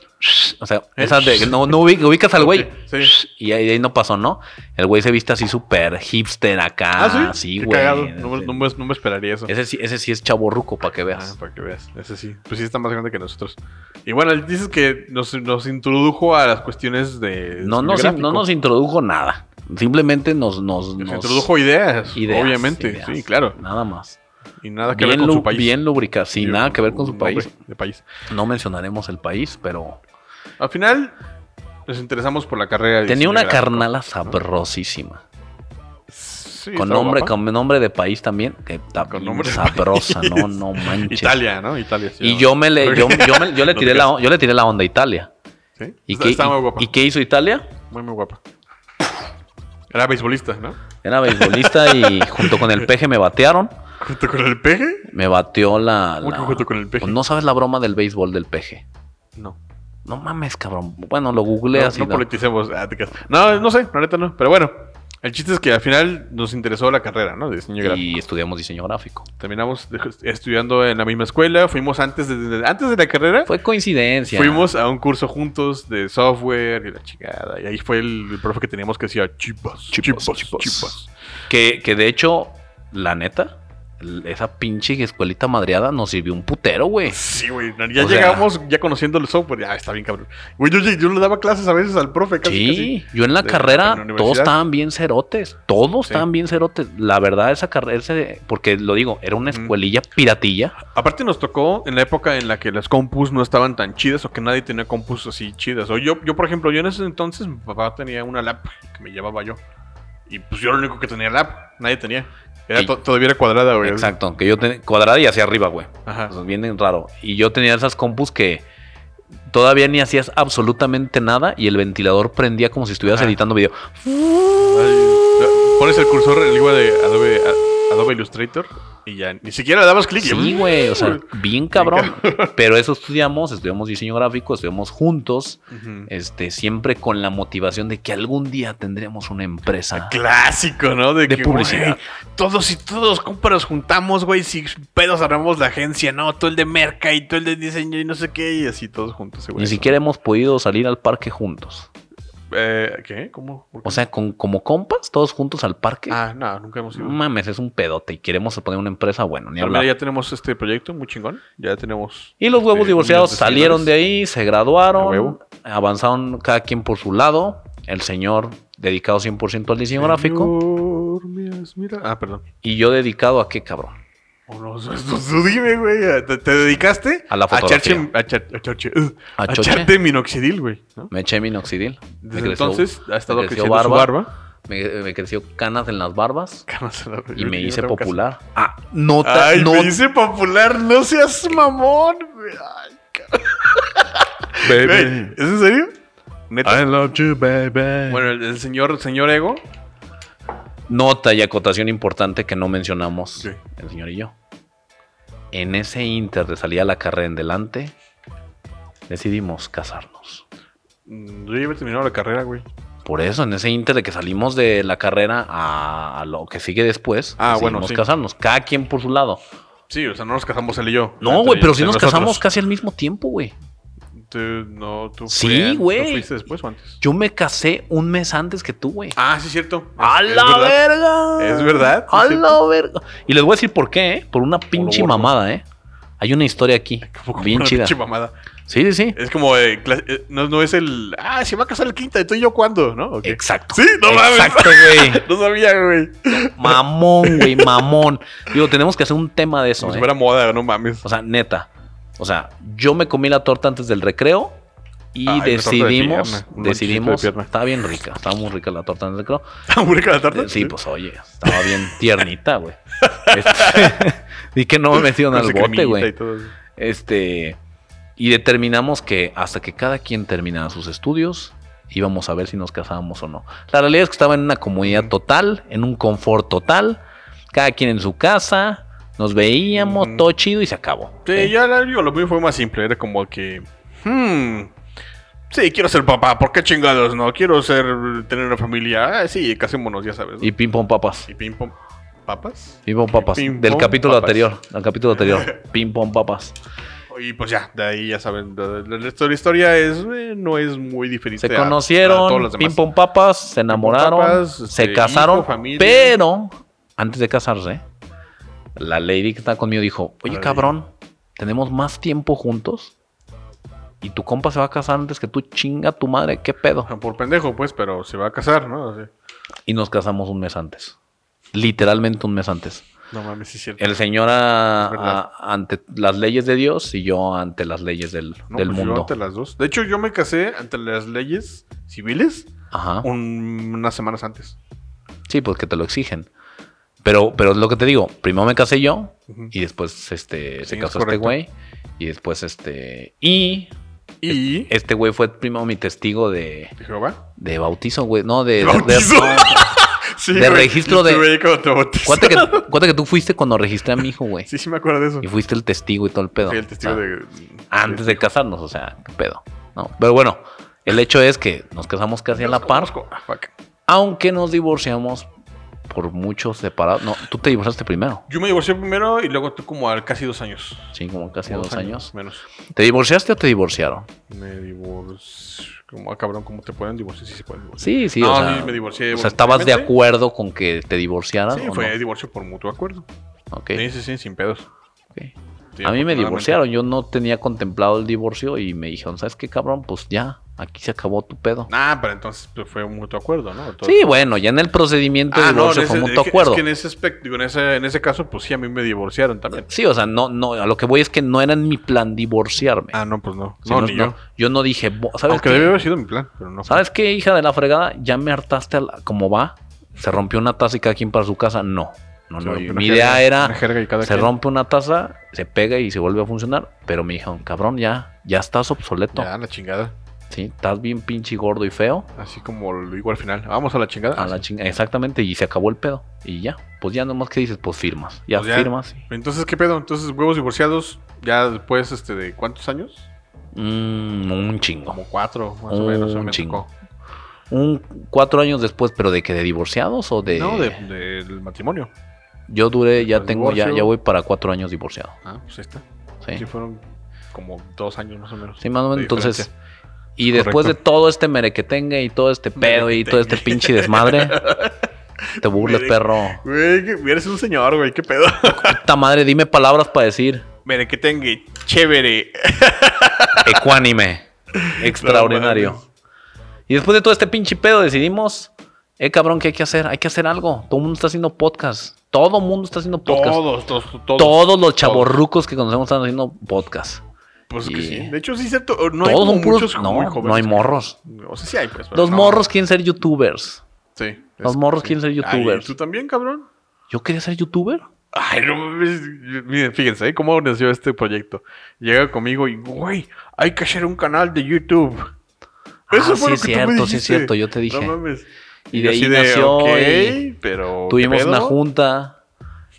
[SPEAKER 1] o sea, esas de, no, no ubic- ubicas al güey,
[SPEAKER 2] Sí,
[SPEAKER 1] y ahí, ahí no pasó, ¿no? El güey se viste así súper hipster acá,
[SPEAKER 2] Ah,
[SPEAKER 1] así,
[SPEAKER 2] sí, Qué
[SPEAKER 1] güey.
[SPEAKER 2] cagado. No, no me- no me esperaría eso.
[SPEAKER 1] Ese, sí, ese sí es chaborruco, para que
[SPEAKER 2] Ah,
[SPEAKER 1] veas.
[SPEAKER 2] para que veas. Ese sí. Pues sí está más grande que nosotros. Y bueno, él dices que nos, nos introdujo a las cuestiones de.
[SPEAKER 1] no,
[SPEAKER 2] diseño
[SPEAKER 1] nos,
[SPEAKER 2] gráfico.
[SPEAKER 1] no nos introdujo nada, simplemente nos... nos,
[SPEAKER 2] Nos
[SPEAKER 1] nos-
[SPEAKER 2] introdujo ideas,
[SPEAKER 1] ideas,
[SPEAKER 2] obviamente.
[SPEAKER 1] ideas,
[SPEAKER 2] Sí, claro.
[SPEAKER 1] Nada más.
[SPEAKER 2] Y nada que
[SPEAKER 1] Bien,
[SPEAKER 2] ver con
[SPEAKER 1] lu-
[SPEAKER 2] su país.
[SPEAKER 1] bien lubricado, sin
[SPEAKER 2] Digo,
[SPEAKER 1] nada que ver con su
[SPEAKER 2] un
[SPEAKER 1] país.
[SPEAKER 2] nombre De país.
[SPEAKER 1] No mencionaremos el país, pero
[SPEAKER 2] Al final, nos interesamos por la carrera de.
[SPEAKER 1] tenía
[SPEAKER 2] diseño
[SPEAKER 1] una
[SPEAKER 2] gráfico.
[SPEAKER 1] carnala sabrosísima.
[SPEAKER 2] Sí,
[SPEAKER 1] Con
[SPEAKER 2] estaba
[SPEAKER 1] nombre,
[SPEAKER 2] guapa.
[SPEAKER 1] con nombre de país también. Que está
[SPEAKER 2] Con
[SPEAKER 1] bien
[SPEAKER 2] nombre de
[SPEAKER 1] sabrosa,
[SPEAKER 2] país.
[SPEAKER 1] no, no manches.
[SPEAKER 2] Italia, ¿no? Italia. se
[SPEAKER 1] Y
[SPEAKER 2] llama.
[SPEAKER 1] yo me le, yo, yo me- yo le
[SPEAKER 2] No
[SPEAKER 1] tiré
[SPEAKER 2] te
[SPEAKER 1] la on- yo le tiré la onda a Italia.
[SPEAKER 2] ¿Sí?
[SPEAKER 1] ¿Y,
[SPEAKER 2] Está-
[SPEAKER 1] qué,
[SPEAKER 2] estaba muy
[SPEAKER 1] y-
[SPEAKER 2] guapa.
[SPEAKER 1] y qué hizo Italia?
[SPEAKER 2] Muy, muy guapa. Era beisbolista, ¿no?
[SPEAKER 1] Era beisbolista y junto con el peje me batearon.
[SPEAKER 2] Junto con el peje.
[SPEAKER 1] Me bateó la.
[SPEAKER 2] ¿Cómo que
[SPEAKER 1] la-
[SPEAKER 2] junto con el peje?
[SPEAKER 1] Pues no sabes la broma del béisbol del peje.
[SPEAKER 2] No.
[SPEAKER 1] No mames, cabrón. Bueno, lo googleé
[SPEAKER 2] No,
[SPEAKER 1] así.
[SPEAKER 2] no
[SPEAKER 1] ¿no?
[SPEAKER 2] politicemos. Ah, te creas. No, no sé, la neta no. Pero bueno, el chiste es que al final nos interesó la carrera, ¿no? De diseño gráfico.
[SPEAKER 1] Y estudiamos diseño gráfico.
[SPEAKER 2] Terminamos de- estudiando en la misma escuela. Fuimos antes de, de- antes de la carrera.
[SPEAKER 1] Fue coincidencia.
[SPEAKER 2] Fuimos a un curso juntos de software y la chingada. Y ahí fue el, el profe que teníamos que decía chipas,
[SPEAKER 1] Chipas,
[SPEAKER 2] chipas,
[SPEAKER 1] chipas".
[SPEAKER 2] chipas.
[SPEAKER 1] Que, que de hecho, la neta, l- esa pinche escuelita madreada nos sirvió un putero, güey.
[SPEAKER 2] Sí, güey. Ya
[SPEAKER 1] O sea-
[SPEAKER 2] llegamos ya conociendo el software. Ya está bien, cabrón. Güey, yo, yo, yo le daba clases a veces al profe casi.
[SPEAKER 1] Sí, yo en la
[SPEAKER 2] De-
[SPEAKER 1] carrera
[SPEAKER 2] en la
[SPEAKER 1] todos
[SPEAKER 2] universidad.
[SPEAKER 1] estaban bien cerotes, todos
[SPEAKER 2] Sí.
[SPEAKER 1] estaban bien cerotes. La verdad esa carrera, ese- porque lo digo, era una escuelilla piratilla.
[SPEAKER 2] casi. Aparte nos tocó en la época en la que las compus no estaban tan chidas o que nadie tenía compus así chidas. O yo, yo por ejemplo, yo en ese entonces mi papá tenía una lap que me llevaba yo. Y pues yo era el único que tenía lap. Nadie tenía. Era
[SPEAKER 1] Sí.
[SPEAKER 2] to- todavía era cuadrada, güey.
[SPEAKER 1] Exacto, que yo tenía cuadrada y hacia arriba, güey.
[SPEAKER 2] Ajá.
[SPEAKER 1] O sea, bien raro. Y yo tenía esas compus que todavía ni hacías absolutamente nada y el ventilador prendía como si estuvieras
[SPEAKER 2] Ajá.
[SPEAKER 1] editando video.
[SPEAKER 2] Ay, pones el cursor en el icono de Adobe, a- Adobe Illustrator y ya ni siquiera le dabas clic.
[SPEAKER 1] Sí, güey, o sea, bien cabrón. Pero eso estudiamos, estudiamos diseño gráfico, estudiamos juntos,
[SPEAKER 2] Ujú.
[SPEAKER 1] este, siempre con la motivación de que algún día tendremos una
[SPEAKER 2] Ah,
[SPEAKER 1] empresa.
[SPEAKER 2] Clásico, ¿no? De,
[SPEAKER 1] De
[SPEAKER 2] que,
[SPEAKER 1] publicidad.
[SPEAKER 2] güey, todos y todos compras juntamos, güey. Si pedos armamos la agencia, ¿no? Tú el de merca y tú el de diseño y no sé qué. Y así todos juntos, güey.
[SPEAKER 1] Ni siquiera hemos podido salir al parque juntos.
[SPEAKER 2] Eh, ¿Qué? ¿Cómo? ¿Por qué?
[SPEAKER 1] O sea, con, como compas, todos juntos al parque.
[SPEAKER 2] Ah, no, nunca hemos ido.
[SPEAKER 1] No mames, es un pedote y queremos poner una empresa, bueno, ni
[SPEAKER 2] Pero mira,
[SPEAKER 1] hablar.
[SPEAKER 2] ya tenemos este proyecto muy chingón. Ya tenemos.
[SPEAKER 1] Y los huevos
[SPEAKER 2] este,
[SPEAKER 1] divorciados
[SPEAKER 2] miles
[SPEAKER 1] salieron de
[SPEAKER 2] seguidores.
[SPEAKER 1] ahí, se
[SPEAKER 2] A
[SPEAKER 1] graduaron,
[SPEAKER 2] huevo.
[SPEAKER 1] avanzaron cada quien por su lado. El señor dedicado 100% al diseño gráfico
[SPEAKER 2] Señor, me has mirado- Ah, perdón.
[SPEAKER 1] y yo dedicado a qué cabrón.
[SPEAKER 2] Oh, no, eso- eso- eso dime, güey. ¿Te, te dedicaste
[SPEAKER 1] A la fotografía.
[SPEAKER 2] echarse- A, echar- a echarse- uh,
[SPEAKER 1] ¿A
[SPEAKER 2] a
[SPEAKER 1] choche?
[SPEAKER 2] echarte minoxidil, güey. ¿no?
[SPEAKER 1] Me eché minoxidil. Me
[SPEAKER 2] Desde
[SPEAKER 1] creció-
[SPEAKER 2] entonces ha
[SPEAKER 1] me
[SPEAKER 2] estado
[SPEAKER 1] creció
[SPEAKER 2] creciendo su barba.
[SPEAKER 1] me, me creció canas en las barbas y me hice popular.
[SPEAKER 2] popular.
[SPEAKER 1] Ah, nota,
[SPEAKER 2] Ay,
[SPEAKER 1] no-
[SPEAKER 2] me hice popular, no seas mamón. güey. Ay, güey,
[SPEAKER 3] Baby.
[SPEAKER 2] ¿Es en serio? Neta.
[SPEAKER 3] I
[SPEAKER 1] Ah,
[SPEAKER 3] love you, baby.
[SPEAKER 2] Bueno, el, el señor, el señor Ego.
[SPEAKER 1] nota y acotación importante que no mencionamos
[SPEAKER 2] Sí.
[SPEAKER 1] el señor y yo. En ese inter de salir a la carrera en delante, decidimos casarnos.
[SPEAKER 2] mm, Yo ya había terminado la carrera, güey.
[SPEAKER 1] Por eso, en ese inter de que salimos de la carrera a, a lo que sigue después,
[SPEAKER 2] Ah,
[SPEAKER 1] decidimos
[SPEAKER 2] bueno, sí.
[SPEAKER 1] casarnos, cada quien por su lado.
[SPEAKER 2] Sí, o sea, no nos casamos él y yo.
[SPEAKER 1] No,
[SPEAKER 2] Entre-
[SPEAKER 1] güey, pero sí
[SPEAKER 2] entre
[SPEAKER 1] nos
[SPEAKER 2] nosotros.
[SPEAKER 1] casamos casi al mismo tiempo, güey.
[SPEAKER 2] Tú, no, tú
[SPEAKER 1] Sí,
[SPEAKER 2] fue- ¿no
[SPEAKER 1] güey.
[SPEAKER 2] fuiste después o antes?
[SPEAKER 1] Yo me casé un mes antes que tú, güey.
[SPEAKER 2] Ah, sí, es cierto. Es-
[SPEAKER 1] ¡A
[SPEAKER 2] es
[SPEAKER 1] la
[SPEAKER 2] verdad.
[SPEAKER 1] verga!
[SPEAKER 2] Es verdad, sí,
[SPEAKER 1] ¡A
[SPEAKER 2] es
[SPEAKER 1] la verga! Y les voy a decir por qué, ¿eh? Por una pinche
[SPEAKER 2] gordo.
[SPEAKER 1] mamada, ¿eh? Hay una historia aquí.
[SPEAKER 2] Como- como
[SPEAKER 1] Bien
[SPEAKER 2] una
[SPEAKER 1] chida.
[SPEAKER 2] pinche mamada.
[SPEAKER 1] Sí, sí, sí.
[SPEAKER 2] Es como, eh, cla- eh, no, no es el, ah, se va a casar el quinta, ¿y tú y yo cuándo? ¿No? ¿O qué?
[SPEAKER 1] Exacto.
[SPEAKER 2] Sí, no mames.
[SPEAKER 1] Exacto, güey.
[SPEAKER 2] No sabía, güey.
[SPEAKER 1] Mamón, güey, mamón. Digo, tenemos que hacer un tema de eso.
[SPEAKER 2] Como si
[SPEAKER 1] ¿eh?
[SPEAKER 2] fuera moda, no mames.
[SPEAKER 1] O sea, neta. O sea, yo me comí la torta antes del recreo y
[SPEAKER 2] Ay, una torta de
[SPEAKER 1] decidimos,
[SPEAKER 2] pierna, un
[SPEAKER 1] decidimos,
[SPEAKER 2] lonchecito de pierna.
[SPEAKER 1] estaba bien rica, estaba muy rica la torta antes del recreo.
[SPEAKER 2] ¿Está muy rica la tarde?
[SPEAKER 1] Eh, Sí, pues oye, estaba bien tiernita, güey. Este, y que no me metieron
[SPEAKER 2] Con
[SPEAKER 1] al
[SPEAKER 2] su
[SPEAKER 1] bote,
[SPEAKER 2] cremita y
[SPEAKER 1] güey.
[SPEAKER 2] todo eso.
[SPEAKER 1] Este, y determinamos que hasta que cada quien terminara sus estudios, íbamos a ver si nos casábamos o no. La realidad es que estaba en una comunidad total, en un confort total, cada quien en su casa, nos veíamos,
[SPEAKER 2] Ujú.
[SPEAKER 1] todo chido y se acabó.
[SPEAKER 2] Sí,
[SPEAKER 1] ¿sí?
[SPEAKER 2] ya la- digo, lo mío fue más simple. Era como que. Hmm. Sí, quiero ser papá. ¿Por qué chingados no? Quiero ser. tener una familia. Ah, sí, casémonos, ya sabes. ¿no?
[SPEAKER 1] Y ping pong papas.
[SPEAKER 2] Y pim pum. ¿Papas?
[SPEAKER 1] Ping pong papas.
[SPEAKER 2] Ping
[SPEAKER 1] del
[SPEAKER 2] pong
[SPEAKER 1] capítulo
[SPEAKER 2] papas.
[SPEAKER 1] anterior. Del capítulo anterior. ping pong papas.
[SPEAKER 2] Y pues ya, de ahí ya saben. de- de- La, historia- la historia es, eh, no es muy diferente.
[SPEAKER 1] Se
[SPEAKER 2] Este, a- a todas
[SPEAKER 1] conocieron,
[SPEAKER 2] las
[SPEAKER 1] ping
[SPEAKER 2] demás.
[SPEAKER 1] pong papas, se enamoraron,
[SPEAKER 2] papas,
[SPEAKER 1] se
[SPEAKER 2] este,
[SPEAKER 1] casaron,
[SPEAKER 2] hijo, familia.
[SPEAKER 1] pero antes de casarse, la lady que está conmigo dijo, oye
[SPEAKER 2] Ay.
[SPEAKER 1] cabrón, tenemos más tiempo juntos y tu compa se va a casar antes que tú chinga tu madre, qué pedo.
[SPEAKER 2] Por pendejo, pues, pero se va a casar, ¿no? Así.
[SPEAKER 1] Y nos casamos un mes antes, literalmente un mes antes.
[SPEAKER 2] No mames, sí es cierto.
[SPEAKER 1] El señor a-
[SPEAKER 2] Es verdad.
[SPEAKER 1] a- ante las leyes de Dios y yo ante las leyes del,
[SPEAKER 2] No,
[SPEAKER 1] del
[SPEAKER 2] pues yo
[SPEAKER 1] mundo.
[SPEAKER 2] ante las dos. De hecho, yo me casé ante las leyes civiles
[SPEAKER 1] Ajá.
[SPEAKER 2] un- unas semanas antes.
[SPEAKER 1] Sí, porque te lo exigen. Pero, pero es lo que te digo, primero me casé yo
[SPEAKER 2] Ujú.
[SPEAKER 1] y después este
[SPEAKER 2] Sí,
[SPEAKER 1] se
[SPEAKER 2] es
[SPEAKER 1] casó este
[SPEAKER 2] correcto.
[SPEAKER 1] güey y después este y
[SPEAKER 2] Y.
[SPEAKER 1] este güey fue primero mi testigo de,
[SPEAKER 2] ¿De Jehová?
[SPEAKER 1] de bautizo, güey, no de, de-
[SPEAKER 2] bautizo?
[SPEAKER 1] de- no.
[SPEAKER 2] Sí,
[SPEAKER 1] De
[SPEAKER 2] güey.
[SPEAKER 1] registro
[SPEAKER 2] Estuve
[SPEAKER 1] de-
[SPEAKER 2] ahí cuando te bautizaron.
[SPEAKER 1] Cuate que, cuate que tú fuiste cuando registré a mi hijo, güey.
[SPEAKER 2] Sí, sí me acuerdo de eso.
[SPEAKER 1] Y fuiste el testigo y todo el pedo.
[SPEAKER 2] Fui el testigo
[SPEAKER 1] O sea,
[SPEAKER 2] de...
[SPEAKER 1] Antes de casarnos, o sea, qué pedo. No, pero bueno, el hecho es que nos casamos casi a la par,
[SPEAKER 2] Ah, fuck.
[SPEAKER 1] aunque nos divorciamos por muchos separados. No, tú te divorciaste primero,
[SPEAKER 2] Yo me divorcié primero y luego tú como al casi dos años.
[SPEAKER 1] sí, como casi
[SPEAKER 2] Como
[SPEAKER 1] dos años.
[SPEAKER 2] Menos.
[SPEAKER 1] ¿Te divorciaste o te divorciaron?
[SPEAKER 2] Me divorcié... Como, ah, cabrón, ¿cómo te pueden divorciar? Sí, se pueden divorciar.
[SPEAKER 1] Sí, sí,
[SPEAKER 2] No,
[SPEAKER 1] o sea,
[SPEAKER 2] sí, me divorcié
[SPEAKER 1] O sea, ¿estabas de
[SPEAKER 2] voluntariamente.
[SPEAKER 1] acuerdo con que te divorciaras?
[SPEAKER 2] Sí,
[SPEAKER 1] o
[SPEAKER 2] fue
[SPEAKER 1] no?
[SPEAKER 2] divorcio por mutuo acuerdo.
[SPEAKER 1] Ok,
[SPEAKER 2] Sí, sí, sí, sin pedos.
[SPEAKER 1] ok.
[SPEAKER 2] Sí,
[SPEAKER 1] A mí me
[SPEAKER 2] afortunadamente.
[SPEAKER 1] divorciaron, yo no tenía contemplado el divorcio y me dijeron, ¿sabes qué, cabrón? Pues ya, aquí se acabó tu pedo.
[SPEAKER 2] Ah, pero entonces pues, fue un mutuo acuerdo, ¿no? Todo-
[SPEAKER 1] sí, bueno, ya en el procedimiento de
[SPEAKER 2] Ah, no, en
[SPEAKER 1] divorcio
[SPEAKER 2] ese,
[SPEAKER 1] fue
[SPEAKER 2] es
[SPEAKER 1] mutuo
[SPEAKER 2] que-
[SPEAKER 1] acuerdo.
[SPEAKER 2] Es que en ese aspecto, digo, en ese, en ese caso, pues sí, a mí me divorciaron también.
[SPEAKER 1] Sí, o sea, no, no, a lo que voy es que no era en mi plan divorciarme.
[SPEAKER 2] Ah, no, pues no.
[SPEAKER 1] Si
[SPEAKER 2] No, ni yo.
[SPEAKER 1] yo no dije, "Bo- ¿sabes
[SPEAKER 2] Aunque
[SPEAKER 1] qué?
[SPEAKER 2] debe haber sido mi plan, pero no.
[SPEAKER 1] ¿Sabes qué, hija de la fregada? Ya me hartaste a la- como va. Se rompió una taza y cada quien para su casa. No, no, no.
[SPEAKER 2] Sí,
[SPEAKER 1] yo-
[SPEAKER 2] una
[SPEAKER 1] Mi
[SPEAKER 2] jerga-
[SPEAKER 1] idea era
[SPEAKER 2] una jerga y cada
[SPEAKER 1] se
[SPEAKER 2] quien.
[SPEAKER 1] rompe una taza, se pega y se vuelve a funcionar. Pero me dijeron, cabrón, ya, ya estás obsoleto.
[SPEAKER 2] Ya, la chingada.
[SPEAKER 1] Sí, estás bien pinche gordo y feo.
[SPEAKER 2] Así como lo digo al final. Vamos a la chingada.
[SPEAKER 1] A la chinga, exactamente, y se acabó el pedo. Y ya, pues ya nomás que dices, pues firmas. Ya
[SPEAKER 2] Pues ya.
[SPEAKER 1] firmas.
[SPEAKER 2] Entonces, ¿qué pedo? Entonces, huevos divorciados, ya después este de cuántos años?
[SPEAKER 1] Mm, un chingo.
[SPEAKER 2] Como cuatro, más o
[SPEAKER 1] Un
[SPEAKER 2] menos. o me
[SPEAKER 1] chingo.
[SPEAKER 2] tocó.
[SPEAKER 1] Un cuatro años después, pero de que de divorciados o de.
[SPEAKER 2] No, de- del matrimonio.
[SPEAKER 1] Yo duré, ya
[SPEAKER 2] Del
[SPEAKER 1] tengo, ya,
[SPEAKER 2] divorcio.
[SPEAKER 1] ya voy para cuatro años divorciado.
[SPEAKER 2] Ah, pues ahí está.
[SPEAKER 1] Sí.
[SPEAKER 2] Sí, fueron como dos años más o menos.
[SPEAKER 1] Sí, más o menos.
[SPEAKER 2] de
[SPEAKER 1] Entonces,
[SPEAKER 2] diferencia.
[SPEAKER 1] y después de
[SPEAKER 2] Correcto.
[SPEAKER 1] todo este merequetengue y todo este pedo y todo este pinche desmadre, te burles,
[SPEAKER 2] Mere-
[SPEAKER 1] perro.
[SPEAKER 2] Güey, que- eres un señor, güey, qué pedo.
[SPEAKER 1] Puta madre, dime palabras para decir
[SPEAKER 2] Mire, que tenga chévere.
[SPEAKER 1] ecuánime, extraordinario. Y después de todo este pinche pedo decidimos, eh cabrón, ¿qué hay que hacer? Hay que hacer algo. Todo el mundo está haciendo podcast. Todo el mundo está haciendo podcast.
[SPEAKER 2] Todos, todos, todos.
[SPEAKER 1] Todos los chaborrucos que conocemos están haciendo podcast.
[SPEAKER 2] Pues que
[SPEAKER 1] Y-
[SPEAKER 2] sí. De hecho, sí es cierto. No hay
[SPEAKER 1] Todos
[SPEAKER 2] como
[SPEAKER 1] son puros.
[SPEAKER 2] muchos
[SPEAKER 1] No,
[SPEAKER 2] muy
[SPEAKER 1] no hay
[SPEAKER 2] jóvenes que-
[SPEAKER 1] morros.
[SPEAKER 2] O sea, sí hay, pues. pero
[SPEAKER 1] Los
[SPEAKER 2] no.
[SPEAKER 1] morros quieren ser youtubers.
[SPEAKER 2] Sí.
[SPEAKER 1] Los morros quieren ser
[SPEAKER 2] Ay,
[SPEAKER 1] youtubers.
[SPEAKER 2] ¿Tú también, cabrón?
[SPEAKER 1] ¿Yo quería ser youtuber?
[SPEAKER 2] Ay, no mames. Miren, fíjense, ¿eh? ¿cómo nació este proyecto? Llega conmigo y, güey, hay que hacer un canal de YouTube.
[SPEAKER 1] Ah,
[SPEAKER 2] fue
[SPEAKER 1] sí,
[SPEAKER 2] lo
[SPEAKER 1] es
[SPEAKER 2] que tú me
[SPEAKER 1] cierto, sí,
[SPEAKER 2] dijiste.
[SPEAKER 1] es cierto, yo te dije.
[SPEAKER 2] No mames.
[SPEAKER 1] Y de
[SPEAKER 2] así
[SPEAKER 1] ahí nació y
[SPEAKER 2] ok, pero.
[SPEAKER 1] tuvimos
[SPEAKER 2] ¿qué
[SPEAKER 1] una
[SPEAKER 2] pedo?
[SPEAKER 1] junta